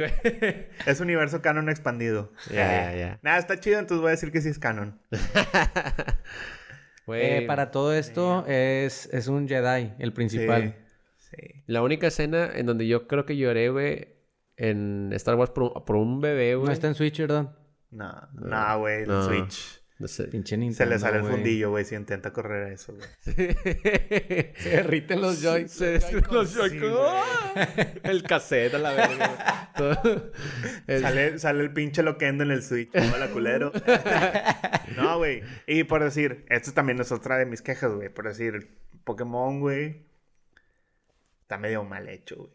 [SPEAKER 3] es universo canon expandido.
[SPEAKER 4] Ya, ya, ya.
[SPEAKER 3] Nada, está chido, entonces voy a decir que sí es canon.
[SPEAKER 1] Eh,
[SPEAKER 4] Güey,
[SPEAKER 1] para todo esto es, es un Jedi, el principal.
[SPEAKER 3] Sí. sí.
[SPEAKER 4] La única escena en donde yo creo que lloré, güey, en Star Wars por, un- por un bebé, güey.
[SPEAKER 1] No está en Switch, ¿verdad?
[SPEAKER 3] No, no, güey, el
[SPEAKER 4] No.
[SPEAKER 3] Switch.
[SPEAKER 4] No sé.
[SPEAKER 1] Pinche
[SPEAKER 3] Se
[SPEAKER 1] Nintendo,
[SPEAKER 3] le sale
[SPEAKER 1] güey.
[SPEAKER 3] el fundillo, güey, si intenta correr a eso, güey.
[SPEAKER 4] Se
[SPEAKER 1] Se derriten los Joy.
[SPEAKER 4] destruyen los
[SPEAKER 3] Sí,
[SPEAKER 4] Joy-Con. El cassette a la verga. güey. Todo- el-
[SPEAKER 3] Sale, sale el pinche loquendo en el Switch. Hola, culero. no, güey. Y por decir, esto también es otra de mis quejas, güey. Por decir, Pokémon, güey, está medio mal hecho, güey.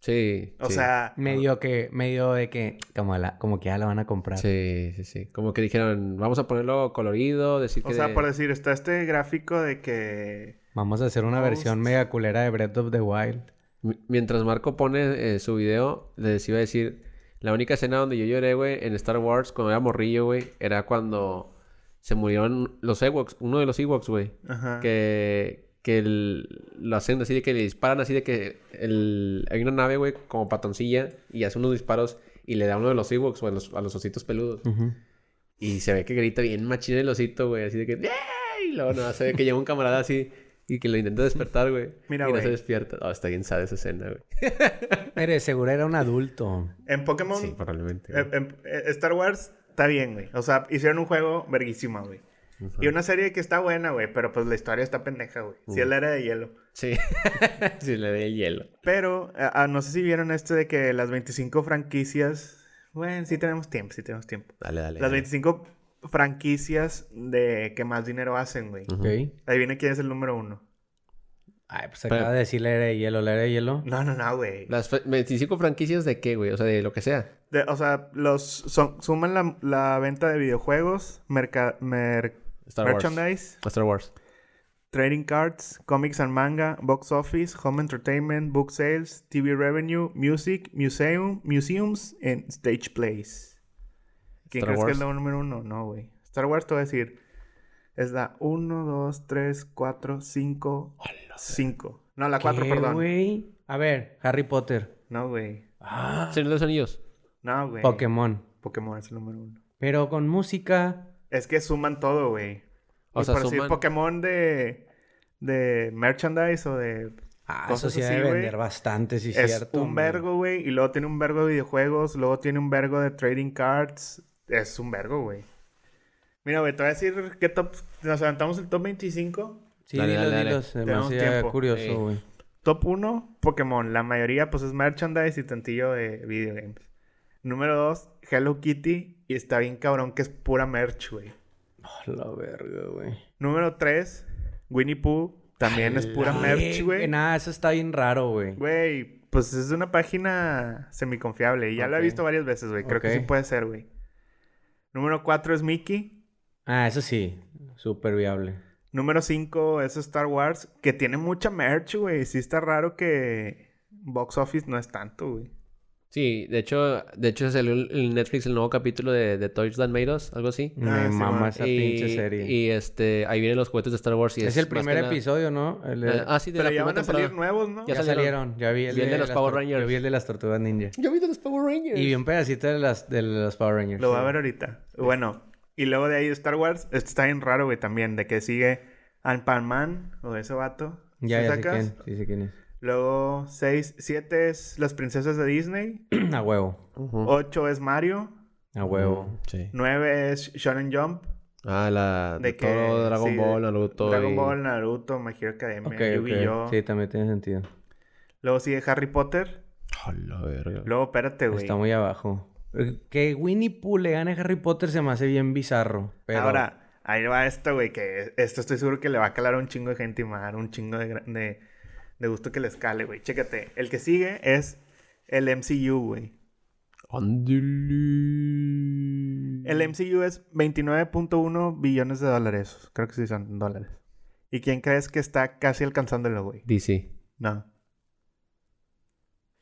[SPEAKER 4] Sí.
[SPEAKER 3] O
[SPEAKER 4] sí.
[SPEAKER 3] sea,
[SPEAKER 1] Medio que, medio de que, como, la, como que ya la van a comprar.
[SPEAKER 4] Sí, sí, sí. Como que dijeron, vamos a ponerlo colorido, decir
[SPEAKER 3] o
[SPEAKER 4] que...
[SPEAKER 3] sea, por decir, está este gráfico de que.
[SPEAKER 1] Vamos a hacer una
[SPEAKER 3] Ghost.
[SPEAKER 1] versión mega culera de Breath of the Wild.
[SPEAKER 4] Mi- Mientras Marco pone eh, su video, les iba a decir, la única escena donde yo lloré, güey, en Star Wars, cuando era morrillo, güey, era cuando se murieron los Ewoks, uno de los Ewoks, güey.
[SPEAKER 3] Ajá.
[SPEAKER 4] que, que el- lo hacen así de que le disparan así de que el, hay una nave, güey, como patoncilla y hace unos disparos y le da uno de los Ewoks, güey, a los, a los ositos peludos. Y se ve que grita bien machín el osito, güey, así de que... "¡Eh!", Y luego no, se ve que llega un camarada así y que lo intenta despertar, güey. y
[SPEAKER 3] Mira,
[SPEAKER 4] no
[SPEAKER 3] güey.
[SPEAKER 4] se despierta. Oh, está bien sad esa escena, güey.
[SPEAKER 1] Pero de seguro era un adulto.
[SPEAKER 3] En Pokémon.
[SPEAKER 4] Sí, probablemente. güey.
[SPEAKER 3] en- en- eh, Star Wars está bien, güey. O sea, hicieron un juego verguísima, güey. Y una serie que está buena, güey. Pero pues la historia está pendeja, güey. Si él era de hielo.
[SPEAKER 4] Sí. sí, le di el hielo.
[SPEAKER 3] Pero, a- a- no sé si vieron este de que las 25 franquicias. Bueno, sí tenemos tiempo, sí tenemos tiempo.
[SPEAKER 4] Dale, dale.
[SPEAKER 3] Las
[SPEAKER 4] dale.
[SPEAKER 3] 25 franquicias de que más dinero hacen, güey.
[SPEAKER 1] Ok.
[SPEAKER 3] Adivina quién es el número uno.
[SPEAKER 1] Ay, pues
[SPEAKER 4] Pero-
[SPEAKER 1] acaba de decir la era de hielo, la era de hielo.
[SPEAKER 3] No, no, no, güey.
[SPEAKER 4] Las fe- 25 franquicias de qué, güey? O sea, de lo que sea.
[SPEAKER 3] De- o sea, los son- suman la, la venta de videojuegos, merca- mer-
[SPEAKER 4] Star Wars.
[SPEAKER 3] merchandise,
[SPEAKER 4] Star Wars.
[SPEAKER 3] trading cards, comics and manga, box office, home entertainment, book sales, TV revenue, music, museum, museums, and stage plays. ¿Quién
[SPEAKER 4] Star
[SPEAKER 3] crees que es la
[SPEAKER 4] Wars.
[SPEAKER 3] número uno? No, güey. Star Wars te voy a decir. Es la 1, 2, 3, 4, 5, 5. No, la 4,
[SPEAKER 1] ¿Qué,
[SPEAKER 3] perdón.
[SPEAKER 1] güey? A ver, Harry Potter.
[SPEAKER 3] No, güey. Ah.
[SPEAKER 4] Señor de los Anillos.
[SPEAKER 3] No, güey.
[SPEAKER 1] Pokémon.
[SPEAKER 3] Pokémon es el número uno.
[SPEAKER 1] Pero con música.
[SPEAKER 3] Es que suman todo, güey.
[SPEAKER 4] O
[SPEAKER 3] O
[SPEAKER 4] sea,
[SPEAKER 3] sea,
[SPEAKER 4] suman-
[SPEAKER 3] por decir Pokémon de, de merchandise o de.
[SPEAKER 1] Ah,
[SPEAKER 3] Cosas
[SPEAKER 1] eso sí
[SPEAKER 3] así,
[SPEAKER 1] debe
[SPEAKER 3] güey.
[SPEAKER 1] vender bastante, sí,
[SPEAKER 3] es
[SPEAKER 1] cierto.
[SPEAKER 3] un
[SPEAKER 1] güey.
[SPEAKER 3] vergo, güey. Y luego tiene un vergo de videojuegos. Luego tiene un vergo de trading cards. Es un vergo, güey. Mira, güey, te voy a decir qué top. Nos aventamos el top 25.
[SPEAKER 6] Sí,
[SPEAKER 4] Dale,
[SPEAKER 6] dilo,
[SPEAKER 4] dale, dale.
[SPEAKER 6] dilo, se me
[SPEAKER 3] Tenemos
[SPEAKER 6] hacía
[SPEAKER 3] tiempo.
[SPEAKER 4] Sí.
[SPEAKER 6] curioso, güey.
[SPEAKER 3] Top 1, Pokémon. La mayoría, pues, es merchandise y tantillo de video games. Número 2, Hello Kitty. Y está bien cabrón que es pura merch, güey.
[SPEAKER 6] A la verga, güey.
[SPEAKER 3] Número 3, Winnie Pooh. También es pura merch, güey.
[SPEAKER 1] Nada, eso está bien raro, güey.
[SPEAKER 3] Güey, pues es una página semiconfiable. Y ya la he
[SPEAKER 1] Ok.
[SPEAKER 3] visto varias veces, güey. Creo
[SPEAKER 1] Ok.
[SPEAKER 3] que sí puede ser, güey. Número 4 es Mickey.
[SPEAKER 1] Ah, eso sí. Súper viable.
[SPEAKER 3] Número 5 es Star Wars, que tiene mucha merch, güey. Sí está raro que Box Office no es tanto, güey.
[SPEAKER 4] Sí, de hecho, de hecho salió en- en Netflix el nuevo capítulo de, de Toys That Made Us, algo así.
[SPEAKER 1] Me
[SPEAKER 3] Ah, sí,
[SPEAKER 1] mama
[SPEAKER 3] man.
[SPEAKER 1] esa
[SPEAKER 4] y,
[SPEAKER 1] pinche serie.
[SPEAKER 4] Y este, ahí vienen los juguetes de Star Wars. Y
[SPEAKER 1] es,
[SPEAKER 4] es,
[SPEAKER 1] el
[SPEAKER 4] más que
[SPEAKER 1] primer
[SPEAKER 4] nada-
[SPEAKER 1] episodio, ¿no? El-
[SPEAKER 4] Eh, ah, sí, de
[SPEAKER 3] Pero
[SPEAKER 4] la
[SPEAKER 3] ya van
[SPEAKER 4] primera
[SPEAKER 3] a salir
[SPEAKER 4] temporada.
[SPEAKER 3] nuevos, ¿no?
[SPEAKER 1] ya,
[SPEAKER 4] ya
[SPEAKER 1] salieron.
[SPEAKER 4] salieron.
[SPEAKER 1] Ya vi el,
[SPEAKER 4] Y el de los
[SPEAKER 1] las
[SPEAKER 4] Power
[SPEAKER 1] tor-
[SPEAKER 4] Rangers.
[SPEAKER 1] Yo vi el de las Tortugas Ninja.
[SPEAKER 4] Yo vi de los Power Rangers.
[SPEAKER 1] Y vi un pedacito de las de los Power Rangers.
[SPEAKER 3] Lo va a ver ahorita. Bueno, y luego de ahí Star Wars. Esto está bien raro, güey, también. De que sigue Ant-Man o ese vato.
[SPEAKER 1] Ya,
[SPEAKER 3] ¿Sí
[SPEAKER 1] ya sé
[SPEAKER 3] sacas?
[SPEAKER 1] quién. Sí, sé quién es.
[SPEAKER 3] Luego 6, 7 es Las Princesas de Disney.
[SPEAKER 1] a huevo.
[SPEAKER 4] Ujú. Mm,
[SPEAKER 3] 8 es Mario.
[SPEAKER 1] A huevo.
[SPEAKER 3] Mm,
[SPEAKER 4] Sí.
[SPEAKER 3] 9 es Shonen Jump.
[SPEAKER 4] Ah, la
[SPEAKER 3] De
[SPEAKER 4] de
[SPEAKER 3] que-
[SPEAKER 4] todo Dragon
[SPEAKER 3] sí,
[SPEAKER 4] Ball,
[SPEAKER 3] de-
[SPEAKER 4] Naruto.
[SPEAKER 3] Dragon
[SPEAKER 4] y-
[SPEAKER 3] Ball, Naruto, My Hero Academia,
[SPEAKER 1] Ok,
[SPEAKER 3] Yu-Gi-Oh.
[SPEAKER 1] ok. Sí, también tiene sentido.
[SPEAKER 3] Luego sigue Harry Potter.
[SPEAKER 4] A la verga.
[SPEAKER 3] Luego, espérate, güey.
[SPEAKER 1] Está muy abajo. Eh, Que Winnie Pooh le gane a Harry Potter se me hace bien bizarro. Pero...
[SPEAKER 3] Ahora, ahí va esto, güey, que esto estoy seguro que le va a calar a un chingo de gente y me va a dar un chingo de, gra- de, de gusto que les cale, güey. Chécate, el que sigue es el MCU, güey.
[SPEAKER 4] Ándale.
[SPEAKER 1] Mm.
[SPEAKER 3] El MCU es 29.1 billones de dólares. Creo que sí son dólares. ¿Y quién crees que está casi alcanzándolo, güey?
[SPEAKER 4] DC.
[SPEAKER 3] No.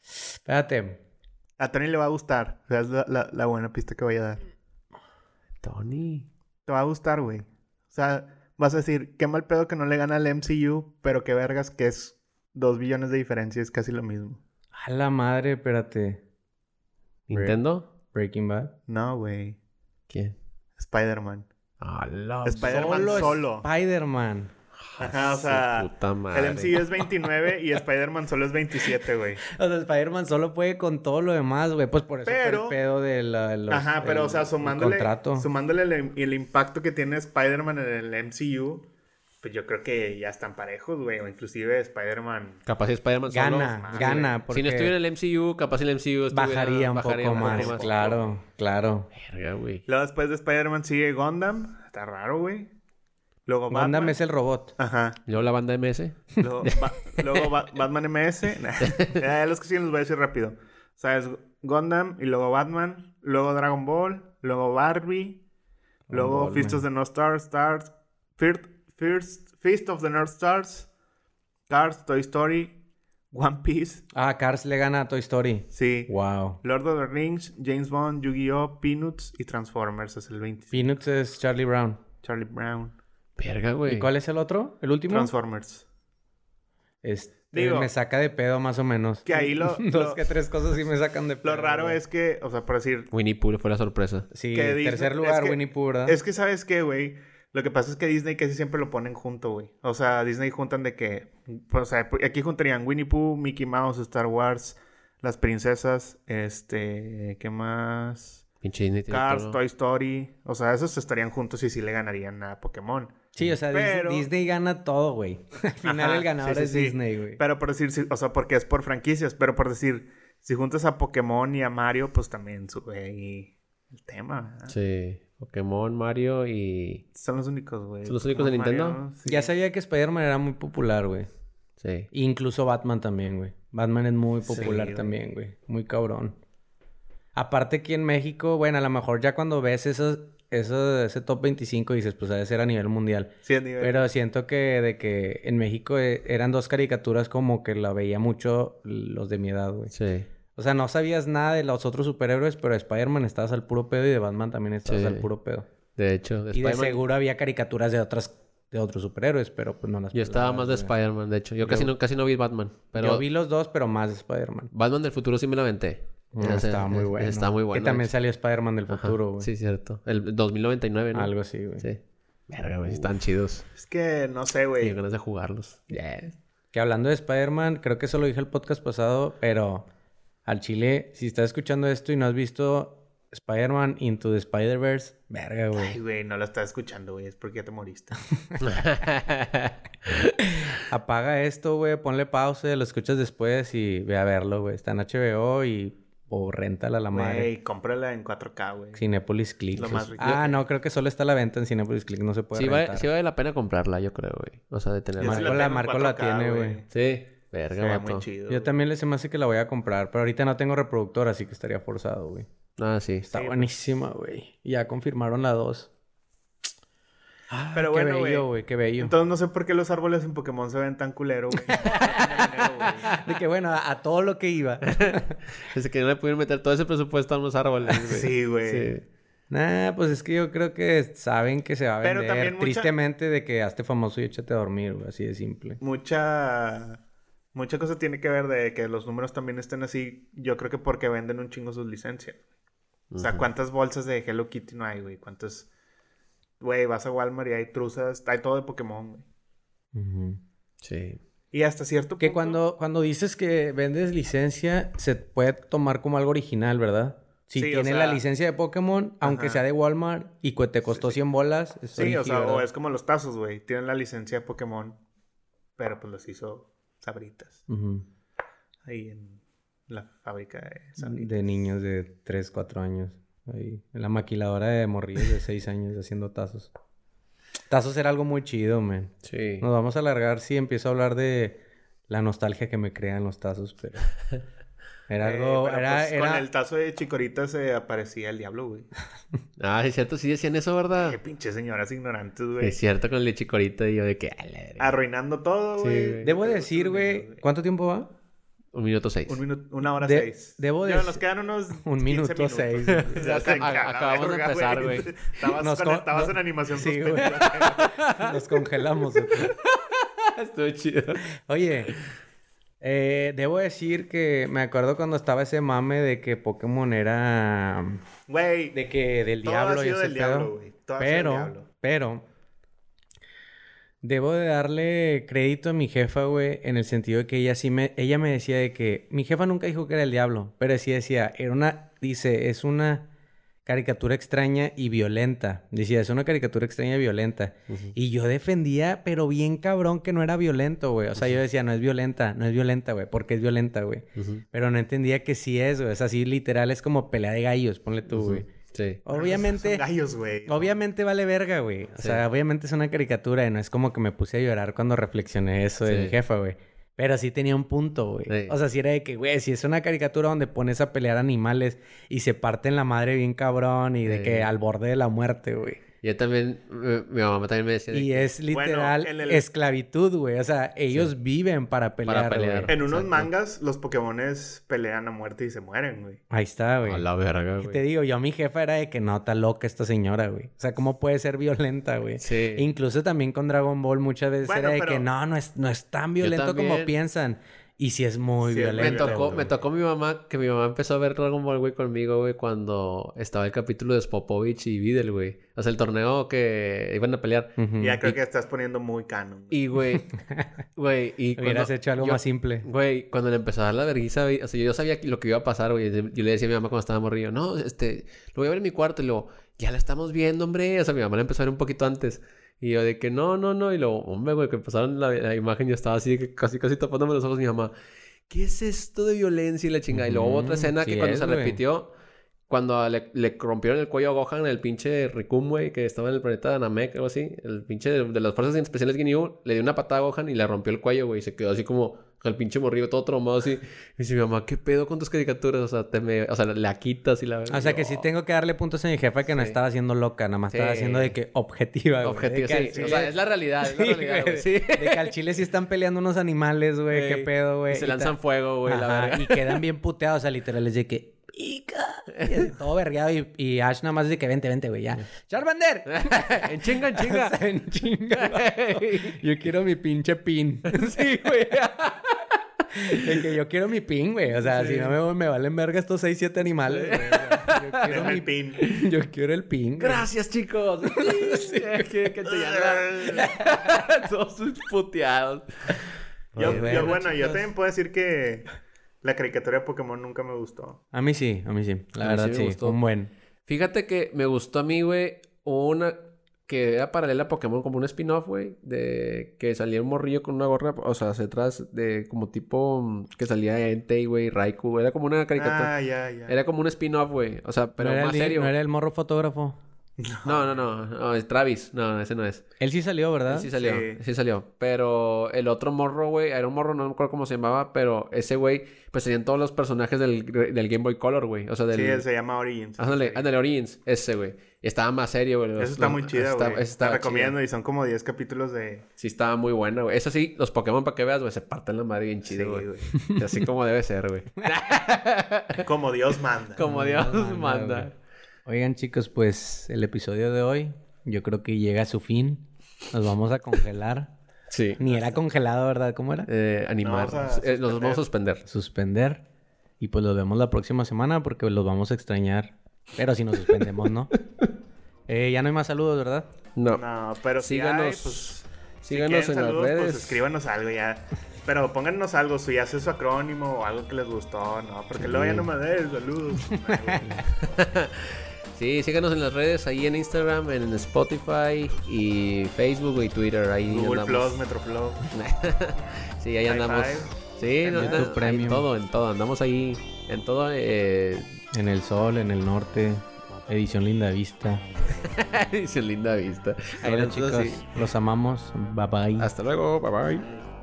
[SPEAKER 1] Espérate.
[SPEAKER 3] A Tony le va a gustar. O sea, es la, la- la buena pista que voy a dar.
[SPEAKER 4] Tony.
[SPEAKER 3] Te va a gustar, güey. O sea, vas a decir, qué mal pedo que no le gana al MCU, pero qué vergas que es 2 billones de diferencia, es casi lo mismo.
[SPEAKER 1] A la madre, espérate.
[SPEAKER 4] ¿Nintendo?
[SPEAKER 1] Breaking Bad.
[SPEAKER 3] No, güey.
[SPEAKER 4] ¿Quién?
[SPEAKER 3] Spider-Man.
[SPEAKER 4] A la
[SPEAKER 3] Spider-Man solo.
[SPEAKER 1] Spider-man.
[SPEAKER 3] Ajá, o
[SPEAKER 4] su
[SPEAKER 3] sea,
[SPEAKER 4] puta madre.
[SPEAKER 3] el MCU es 29 y Spider-Man solo es 27, güey.
[SPEAKER 1] O sea, Spider-Man solo puede con todo lo demás, güey. Pues por eso
[SPEAKER 3] Pero-
[SPEAKER 1] fue el pedo de la- los-
[SPEAKER 3] Ajá, pero
[SPEAKER 1] el-
[SPEAKER 3] o sea,
[SPEAKER 1] el
[SPEAKER 3] sumándole,
[SPEAKER 1] contrato.
[SPEAKER 3] sumándole el, el impacto que tiene Spider-Man en el MCU, pues yo creo que ya están parejos, güey. O inclusive Spider-Man.
[SPEAKER 4] Capaz si Spider-Man solo-
[SPEAKER 1] Gana,
[SPEAKER 4] Madre.
[SPEAKER 1] gana,
[SPEAKER 4] Si
[SPEAKER 1] porque-
[SPEAKER 4] no estuviera en el MCU, capaz el MCU estuviera-
[SPEAKER 1] bajaría un
[SPEAKER 4] bajaría
[SPEAKER 1] poco más. Claro, claro.
[SPEAKER 4] Verga, güey.
[SPEAKER 3] Luego después de Spider-Man sigue Gundam. Está raro, güey. Luego Batman.
[SPEAKER 1] Mándame es el robot.
[SPEAKER 3] Ajá.
[SPEAKER 4] Luego la banda MS.
[SPEAKER 3] Luego, Ba- luego Ba- Batman MS. Nah. Eh, los que siguen los voy a decir rápido. O sea, es Gundam y luego Batman, luego Dragon Ball, luego Barbie, luego
[SPEAKER 1] Ball,
[SPEAKER 3] Fist
[SPEAKER 1] man.
[SPEAKER 3] of the North Star, Stars, First, First, Fist of the North Stars, Cars, Toy Story, One Piece,
[SPEAKER 1] Ah, Cars le gana a Toy Story.
[SPEAKER 3] sí.
[SPEAKER 1] Wow.
[SPEAKER 3] Lord of the Rings, James Bond, Yu-Gi-Oh, Peanuts y Transformers es el 25.
[SPEAKER 1] Peanuts es Charlie Brown.
[SPEAKER 3] Charlie Brown,
[SPEAKER 4] Verga, güey.
[SPEAKER 1] ¿Y cuál es el otro? ¿El último?
[SPEAKER 3] Transformers.
[SPEAKER 1] Este,
[SPEAKER 3] Digo-
[SPEAKER 1] me saca de pedo más o menos.
[SPEAKER 3] Que ahí lo-
[SPEAKER 1] Dos
[SPEAKER 3] lo-
[SPEAKER 1] que tres cosas sí me sacan de pedo.
[SPEAKER 3] Lo raro
[SPEAKER 1] güey.
[SPEAKER 3] es que, o sea, por decir,
[SPEAKER 4] Winnie Pooh fue la sorpresa.
[SPEAKER 1] Sí,
[SPEAKER 3] que Disney-
[SPEAKER 1] tercer
[SPEAKER 3] es
[SPEAKER 1] lugar,
[SPEAKER 3] que-
[SPEAKER 1] Winnie Pooh,
[SPEAKER 4] ¿Ah?
[SPEAKER 1] ¿verdad?
[SPEAKER 3] Es que, ¿sabes qué, güey? Lo que pasa es que Disney casi siempre lo ponen junto, güey. O sea, Disney juntan de que... pues, o sea, aquí juntarían Winnie Pooh, Mickey Mouse, Star Wars, Las Princesas, este... ¿Qué más?
[SPEAKER 4] Pinche Disney. tiene
[SPEAKER 3] Cars,
[SPEAKER 4] todo.
[SPEAKER 3] Toy Story. O sea, esos estarían juntos y sí le ganarían a Pokémon.
[SPEAKER 1] Sí, o sea, Dis-
[SPEAKER 3] Pero-
[SPEAKER 1] Disney gana todo, güey. Al final
[SPEAKER 3] Ajá,
[SPEAKER 1] el ganador
[SPEAKER 3] sí, sí,
[SPEAKER 1] es
[SPEAKER 3] sí.
[SPEAKER 1] Disney, güey.
[SPEAKER 3] Pero por decir... si- O sea, porque es por franquicias. Pero por decir... Si juntas a Pokémon y a Mario, pues también sube ahí el tema. ¿verdad?
[SPEAKER 4] Sí. Pokémon, Mario y.
[SPEAKER 3] Son los únicos, güey.
[SPEAKER 4] ¿Son los únicos de
[SPEAKER 3] Pokémon,
[SPEAKER 4] Nintendo?
[SPEAKER 3] Mario, sí.
[SPEAKER 1] Ya sabía que Spider-Man era muy popular, güey.
[SPEAKER 4] Sí.
[SPEAKER 1] Incluso Batman también, güey. Batman es muy popular
[SPEAKER 3] güey.
[SPEAKER 1] también, güey. Muy cabrón. Aparte aquí en México, bueno, a lo mejor ya cuando ves esos, esos- ese top 25 dices, pues a ser a nivel mundial.
[SPEAKER 3] Sí, a nivel-
[SPEAKER 1] Pero siento que de que en México eh, eran dos caricaturas como que la veía mucho los de mi edad, güey.
[SPEAKER 4] Sí.
[SPEAKER 1] O sea, no sabías nada de los otros superhéroes, pero de Spider-Man estabas al puro pedo y de Batman también estabas
[SPEAKER 4] Sí.
[SPEAKER 1] al puro pedo.
[SPEAKER 4] De hecho, de
[SPEAKER 1] Y de
[SPEAKER 4] Spider-Man.
[SPEAKER 1] seguro había caricaturas de otras de otros superhéroes, pero pues no las
[SPEAKER 4] Yo estaba
[SPEAKER 1] pelabas,
[SPEAKER 4] más de
[SPEAKER 1] güey.
[SPEAKER 4] Spider-Man, de hecho. Yo casi no, casi no vi Batman. Pero
[SPEAKER 1] Yo vi los dos, pero más de Spider-Man.
[SPEAKER 4] Batman del futuro sí me la aventé.
[SPEAKER 1] Ah,
[SPEAKER 4] Ese-
[SPEAKER 1] estaba muy
[SPEAKER 4] ese
[SPEAKER 1] bueno.
[SPEAKER 4] Está muy bueno.
[SPEAKER 1] Que
[SPEAKER 4] de
[SPEAKER 1] también
[SPEAKER 4] hecho.
[SPEAKER 1] salió Spider-Man del
[SPEAKER 4] Ajá,
[SPEAKER 1] futuro, güey.
[SPEAKER 4] Sí, cierto. El 2099, ¿no?
[SPEAKER 1] Algo así, güey.
[SPEAKER 4] Sí. Verga, güey. Están chidos.
[SPEAKER 3] Es que no sé,
[SPEAKER 4] Tengo
[SPEAKER 3] güey.
[SPEAKER 4] ganas de jugarlos. Yes.
[SPEAKER 1] Que hablando de Spider-Man, creo que eso lo dije el podcast pasado, pero al chile, si estás escuchando esto y no has visto Spider-Man Into the Spider-Verse. Verga,
[SPEAKER 3] Ay,
[SPEAKER 1] güey.
[SPEAKER 3] güey, no lo estás escuchando, güey. Es porque ya te moriste.
[SPEAKER 1] Apaga esto, güey. Ponle pausa, lo escuchas después y ve a verlo, güey. Está en HBO y... O réntala a la madre.
[SPEAKER 3] Güey, cómprala en 4K, güey.
[SPEAKER 1] Cinepolis Click.
[SPEAKER 3] Lo más rico.
[SPEAKER 1] Ah, no, creo que solo está a la venta en Cinepolis Click, no se puede
[SPEAKER 4] sí, vale,
[SPEAKER 1] rentar.
[SPEAKER 4] sí vale la pena comprarla, yo creo, güey. O sea, de
[SPEAKER 3] Yo sí
[SPEAKER 4] tenerla.
[SPEAKER 1] Marco la-
[SPEAKER 3] tengo en
[SPEAKER 1] Marco la
[SPEAKER 3] 4K,
[SPEAKER 1] tiene, güey.
[SPEAKER 4] Sí.
[SPEAKER 3] Se
[SPEAKER 4] Verga,
[SPEAKER 3] ve
[SPEAKER 4] vato.
[SPEAKER 3] muy chido.
[SPEAKER 1] Yo
[SPEAKER 3] güey.
[SPEAKER 1] también les se me hace que la voy a comprar, pero ahorita no tengo reproductor, así que estaría forzado, güey.
[SPEAKER 4] Ah, sí.
[SPEAKER 1] Está
[SPEAKER 3] Sí,
[SPEAKER 1] buenísima, güey. Ya confirmaron la 2.
[SPEAKER 3] Pero
[SPEAKER 1] Ah, qué bello,
[SPEAKER 3] bueno, güey.
[SPEAKER 1] güey, qué bello.
[SPEAKER 3] Entonces no sé por qué los árboles en Pokémon se ven tan culero, güey.
[SPEAKER 1] De que bueno, a, a todo lo que iba.
[SPEAKER 4] Desde que no le pudieron meter todo ese presupuesto a unos árboles, güey.
[SPEAKER 3] Sí, güey.
[SPEAKER 1] nah, pues es que yo creo que saben que se va a
[SPEAKER 3] Pero
[SPEAKER 1] vender.
[SPEAKER 3] también mucha-
[SPEAKER 1] Tristemente de que hazte famoso y échate a dormir, güey, así de simple.
[SPEAKER 3] Mucha... Mucha cosa tiene que ver de que los números también estén así. Yo creo que porque venden un chingo sus licencias. O sea,
[SPEAKER 4] Ujú.
[SPEAKER 3] ¿cuántas bolsas de Hello Kitty no hay, güey? ¿Cuántas... Güey, vas a Walmart y hay truzas. Hay todo de Pokémon, güey.
[SPEAKER 1] Ujú.
[SPEAKER 4] Sí.
[SPEAKER 3] Y hasta cierto
[SPEAKER 1] Que
[SPEAKER 3] punto-
[SPEAKER 1] cuando, cuando dices que vendes licencia, se puede tomar como algo original, ¿verdad? Si
[SPEAKER 3] Sí, o
[SPEAKER 1] tienes
[SPEAKER 3] sea-
[SPEAKER 1] la licencia de Pokémon, aunque
[SPEAKER 3] Ajá.
[SPEAKER 1] sea de Walmart y que te costó 100 bolas, es
[SPEAKER 3] Sí, o sea,
[SPEAKER 1] original,
[SPEAKER 3] o
[SPEAKER 1] ¿verdad?
[SPEAKER 3] es como los tazos, güey. Tienen la licencia de Pokémon, pero pues los hizo Sabritas.
[SPEAKER 1] Ujú.
[SPEAKER 3] Ahí en la fábrica de Sabritas. Eh,
[SPEAKER 1] De niños de 3, 4 años. Ahí. En la maquiladora de morrillos de 6 años haciendo tazos. Tazos era algo muy chido, man.
[SPEAKER 4] Sí.
[SPEAKER 1] Nos vamos a alargar si empiezo a hablar de la nostalgia que me crean los tazos, pero... Era
[SPEAKER 3] Eh,
[SPEAKER 1] algo...
[SPEAKER 3] pero,
[SPEAKER 1] era,
[SPEAKER 3] pues,
[SPEAKER 1] era...
[SPEAKER 3] Con el tazo de Chicorita se aparecía el diablo, güey.
[SPEAKER 4] Ah, es cierto, sí decían eso,
[SPEAKER 1] Ah.
[SPEAKER 4] ¿verdad?
[SPEAKER 3] Qué pinche señoras ignorantes, güey.
[SPEAKER 4] Es cierto con el chicorita y yo de que. "A la verga".
[SPEAKER 3] Arruinando todo,
[SPEAKER 4] Sí,
[SPEAKER 3] güey.
[SPEAKER 4] güey.
[SPEAKER 1] Debo
[SPEAKER 3] Pero,
[SPEAKER 1] decir,
[SPEAKER 3] un
[SPEAKER 1] güey...
[SPEAKER 3] minuto,
[SPEAKER 1] ¿Cuánto tiempo va?
[SPEAKER 4] Un minuto seis.
[SPEAKER 3] Un minuto, una hora
[SPEAKER 1] De-
[SPEAKER 3] seis.
[SPEAKER 1] debo
[SPEAKER 3] Ya,
[SPEAKER 1] decir-
[SPEAKER 3] nos quedan unos
[SPEAKER 1] Un
[SPEAKER 3] 15
[SPEAKER 1] minuto
[SPEAKER 3] minutos.
[SPEAKER 1] seis,
[SPEAKER 4] güey.
[SPEAKER 3] Ya se
[SPEAKER 4] Ac-
[SPEAKER 3] encarga,
[SPEAKER 4] acabamos de
[SPEAKER 3] verga,
[SPEAKER 4] empezar, güey.
[SPEAKER 3] Estabas,
[SPEAKER 1] Nos
[SPEAKER 3] con-
[SPEAKER 1] co-
[SPEAKER 3] estabas
[SPEAKER 1] no-
[SPEAKER 3] en animación
[SPEAKER 1] Sí, güey.
[SPEAKER 3] suspendida.
[SPEAKER 1] Nos congelamos. güey.
[SPEAKER 4] Estuvo chido.
[SPEAKER 1] Oye, eh, debo decir que me acuerdo cuando estaba ese mame de que Pokémon era
[SPEAKER 3] Güey,
[SPEAKER 1] de que del
[SPEAKER 3] Todo ha
[SPEAKER 1] diablo y
[SPEAKER 3] sido
[SPEAKER 1] ese
[SPEAKER 3] del
[SPEAKER 1] pedo.
[SPEAKER 3] diablo, güey. Todo ha sido del
[SPEAKER 1] pero,
[SPEAKER 3] diablo.
[SPEAKER 1] pero debo de darle crédito a mi jefa, güey, en el sentido de que ella sí me, ella me decía de que mi jefa nunca dijo que era el diablo, pero sí decía era una, dice es una caricatura extraña y violenta. Decía, es una caricatura extraña y violenta. Y yo defendía, pero bien cabrón, que no era violento, güey. O sea, yo decía, no es violenta, no es violenta, güey, porque es violenta, güey. Pero no entendía que sí es, güey. Es así, literal, es como pelea de gallos, ponle tú, güey.
[SPEAKER 4] Sí.
[SPEAKER 1] Obviamente,
[SPEAKER 3] Son gallos, güey.
[SPEAKER 1] obviamente vale verga, güey. O sea, obviamente es una caricatura y no es como que me puse a llorar cuando reflexioné eso de
[SPEAKER 4] Sí.
[SPEAKER 1] mi jefa, güey. Pero sí tenía un punto, güey.
[SPEAKER 4] Sí.
[SPEAKER 1] O sea, sí era de que, güey, si es una caricatura donde pones a pelear animales y se parten la madre bien cabrón y de
[SPEAKER 4] Sí.
[SPEAKER 1] que al borde de la muerte, güey.
[SPEAKER 4] Yo también, eh, mi mamá también me decía de
[SPEAKER 1] Y
[SPEAKER 4] que
[SPEAKER 1] es
[SPEAKER 3] Bueno,
[SPEAKER 1] literal
[SPEAKER 3] en el-
[SPEAKER 1] esclavitud, güey. O sea, ellos viven para pelear,
[SPEAKER 4] pelear.
[SPEAKER 1] güey.
[SPEAKER 3] En unos
[SPEAKER 4] Exacto.
[SPEAKER 3] mangas, los Pokémones pelean a muerte y se mueren, güey.
[SPEAKER 1] Ahí está, güey.
[SPEAKER 4] a la verga,
[SPEAKER 1] Y te
[SPEAKER 4] güey.
[SPEAKER 1] digo, yo a mi jefa era de que no, está loca esta señora, güey. O sea, ¿cómo puede ser violenta, güey?
[SPEAKER 4] Sí.
[SPEAKER 1] Incluso también con Dragon Ball muchas veces
[SPEAKER 3] Bueno,
[SPEAKER 1] era de
[SPEAKER 3] pero-
[SPEAKER 1] que no, no es, no es tan violento como
[SPEAKER 4] también.
[SPEAKER 1] piensan. Y sí es muy
[SPEAKER 3] Sí, me
[SPEAKER 4] Me
[SPEAKER 1] violento.
[SPEAKER 4] tocó,
[SPEAKER 1] güey.
[SPEAKER 4] me tocó mi mamá, que mi mamá empezó a ver Dragon Ball, güey, conmigo, güey, cuando estaba el capítulo de Spopovich y Videl, güey. O sea, el torneo que iban a pelear.
[SPEAKER 1] Ujú.
[SPEAKER 3] Ya creo que estás poniendo muy canon. güey.
[SPEAKER 4] Mm. Y, güey, güey, y cuando-
[SPEAKER 1] Hubieras hecho algo
[SPEAKER 4] yo-
[SPEAKER 1] más simple.
[SPEAKER 4] Güey, cuando le empezó a dar la vergüenza, güey, o sea, yo sabía lo que iba a pasar, güey. Yo le decía a mi mamá cuando estaba morrillo, no, este, lo voy a ver en mi cuarto. Y luego, ya la estamos viendo, hombre. O sea, mi mamá la empezó a ver un poquito antes. Y yo de que no, no, no. Y luego, hombre, güey, que pasaron la, la imagen, yo estaba así, que casi, casi tapándome los ojos. Mi mamá, ¿qué es esto de violencia y la chingada? Y luego
[SPEAKER 1] Ujú,
[SPEAKER 4] otra escena
[SPEAKER 1] Mm, sí
[SPEAKER 4] que cuando
[SPEAKER 1] es,
[SPEAKER 4] se
[SPEAKER 1] güey.
[SPEAKER 4] repitió, cuando le, le rompieron el cuello a Gohan, el pinche Rikun, güey, que estaba en el planeta de Namek, algo así. El pinche de, de las fuerzas especiales Ginyu le dio una patada a Gohan y le rompió el cuello, güey. Y se quedó así como el pinche morrillo todo tromado así. Y dice mi mamá, ¿qué pedo con tus caricaturas? O sea, te me... o sea la quitas y la...
[SPEAKER 1] O sea, que sí tengo que darle puntos a mi jefa que no
[SPEAKER 4] Sí.
[SPEAKER 1] estaba haciendo loca, nada más estaba
[SPEAKER 4] Sí.
[SPEAKER 1] haciendo de que objetiva, güey. de
[SPEAKER 4] Objetivo,
[SPEAKER 1] que al
[SPEAKER 4] sí. O sea,
[SPEAKER 1] chile-
[SPEAKER 4] es la realidad, es la
[SPEAKER 1] Sí,
[SPEAKER 4] realidad,
[SPEAKER 1] güey,
[SPEAKER 4] güey. Sí.
[SPEAKER 1] De que al chile sí están peleando unos animales, güey. Qué
[SPEAKER 4] Ey,
[SPEAKER 1] pedo, güey.
[SPEAKER 4] Y se
[SPEAKER 1] Y ta-
[SPEAKER 4] lanzan fuego, güey, la
[SPEAKER 1] Ajá,
[SPEAKER 4] verdad.
[SPEAKER 1] Y quedan bien puteados, o sea, literal, es de que... ¡Pica! Y así, Todo vergueado y, y Ash nada más de que vente, vente, güey, ya. ¡Charmander!
[SPEAKER 4] en chinga, en chinga.
[SPEAKER 1] Se en chinga. Yo quiero mi pinche pin. Sí, güey. De que yo quiero mi pin, güey. O sea, si no me, me valen verga estos 6, 7 animales, güey. Yo quiero
[SPEAKER 3] Deja
[SPEAKER 1] mi
[SPEAKER 3] el pin.
[SPEAKER 1] Yo quiero el pin. güey.
[SPEAKER 4] Gracias, chicos. Sí, que, que te llaman. Todos sus puteados.
[SPEAKER 3] Yo,
[SPEAKER 1] Oye,
[SPEAKER 3] yo,
[SPEAKER 1] bueno,
[SPEAKER 3] bueno, yo
[SPEAKER 1] chicos.
[SPEAKER 3] también puedo decir que la caricatura de Pokémon nunca me gustó.
[SPEAKER 1] A mí sí, a mí sí. La
[SPEAKER 4] A mí sí
[SPEAKER 1] verdad
[SPEAKER 4] me
[SPEAKER 1] sí,
[SPEAKER 4] gustó.
[SPEAKER 1] un buen.
[SPEAKER 4] Fíjate que me gustó a mí, güey, una que era paralela a Pokémon, como un spin-off, güey, de que salía un morrillo con una gorra, o sea, hacia atrás de como tipo mm, que salía Entei, güey, Raikou, era como una caricatura.
[SPEAKER 3] Ah, ya, ya.
[SPEAKER 4] Era como un spin-off, güey, o sea, pero
[SPEAKER 1] no era
[SPEAKER 4] más
[SPEAKER 1] el-
[SPEAKER 4] serio.
[SPEAKER 1] No era el morro fotógrafo.
[SPEAKER 4] No, no, no, no, es Travis, no, ese no es.
[SPEAKER 1] Él sí salió, ¿verdad?
[SPEAKER 4] Sí salió,
[SPEAKER 3] Sí.
[SPEAKER 4] sí. salió. Pero el otro morro, güey, era un morro, no me acuerdo cómo se llamaba, pero ese güey, pues serían todos los personajes del, del Game Boy Color, güey. O sea, del...
[SPEAKER 3] Sí, él se llama Origins.
[SPEAKER 4] Ándale,
[SPEAKER 3] Sí.
[SPEAKER 4] ándale, Origins, ese, güey. Estaba más serio, güey. los-
[SPEAKER 3] Eso está
[SPEAKER 4] los-
[SPEAKER 3] muy chida,
[SPEAKER 4] está-
[SPEAKER 3] güey.
[SPEAKER 4] esa estaba
[SPEAKER 3] Te recomiendo
[SPEAKER 4] chida.
[SPEAKER 3] y son como 10 capítulos de...
[SPEAKER 4] Sí, estaba muy buena, güey. Eso sí, los Pokémon, para que veas, güey, se parten la madre bien
[SPEAKER 3] Sí,
[SPEAKER 4] chido, güey.
[SPEAKER 3] güey.
[SPEAKER 4] Así como debe ser, güey.
[SPEAKER 3] Como Dios manda.
[SPEAKER 4] como Dios
[SPEAKER 1] manda,
[SPEAKER 4] manda.
[SPEAKER 1] güey. Oigan, chicos, pues el episodio de hoy yo creo que llega a su fin. Nos vamos a congelar.
[SPEAKER 4] Sí.
[SPEAKER 1] Ni era congelado, ¿verdad? ¿Cómo era?
[SPEAKER 4] Eh, animar.
[SPEAKER 3] Nos vamos a
[SPEAKER 4] Eh, nos vamos a suspender.
[SPEAKER 1] Suspender. Y pues los vemos la próxima semana porque los vamos a extrañar. Pero si nos suspendemos, ¿no? Eh, ya no hay más saludos, ¿verdad?
[SPEAKER 4] No.
[SPEAKER 3] No, pero si
[SPEAKER 4] síganos.
[SPEAKER 3] hay, pues, si
[SPEAKER 4] síganos
[SPEAKER 3] quieren
[SPEAKER 4] en
[SPEAKER 3] saludos,
[SPEAKER 4] las redes.
[SPEAKER 3] Pues escríbanos algo ya. Pero pónganos algo, si hace su acrónimo o algo que les gustó, ¿no? Porque luego ya no me des saludos.
[SPEAKER 4] Sí, síganos en las redes, ahí en Instagram, en Spotify y Facebook y Twitter. Ahí
[SPEAKER 3] Google
[SPEAKER 4] andamos.
[SPEAKER 3] Plus, Metroflow.
[SPEAKER 4] sí, ahí
[SPEAKER 3] High
[SPEAKER 4] andamos.
[SPEAKER 3] five.
[SPEAKER 4] Sí, no,
[SPEAKER 1] YouTube
[SPEAKER 4] no, en
[SPEAKER 1] Premium.
[SPEAKER 4] todo, en todo. Andamos ahí, en todo. Eh,
[SPEAKER 1] En el sol, en el norte. Edición Linda Vista.
[SPEAKER 4] dice linda vista. Ahí
[SPEAKER 1] Hola,
[SPEAKER 4] nosotros
[SPEAKER 1] chicos.
[SPEAKER 4] sí.
[SPEAKER 1] Los amamos. Bye bye.
[SPEAKER 4] Hasta luego, bye bye.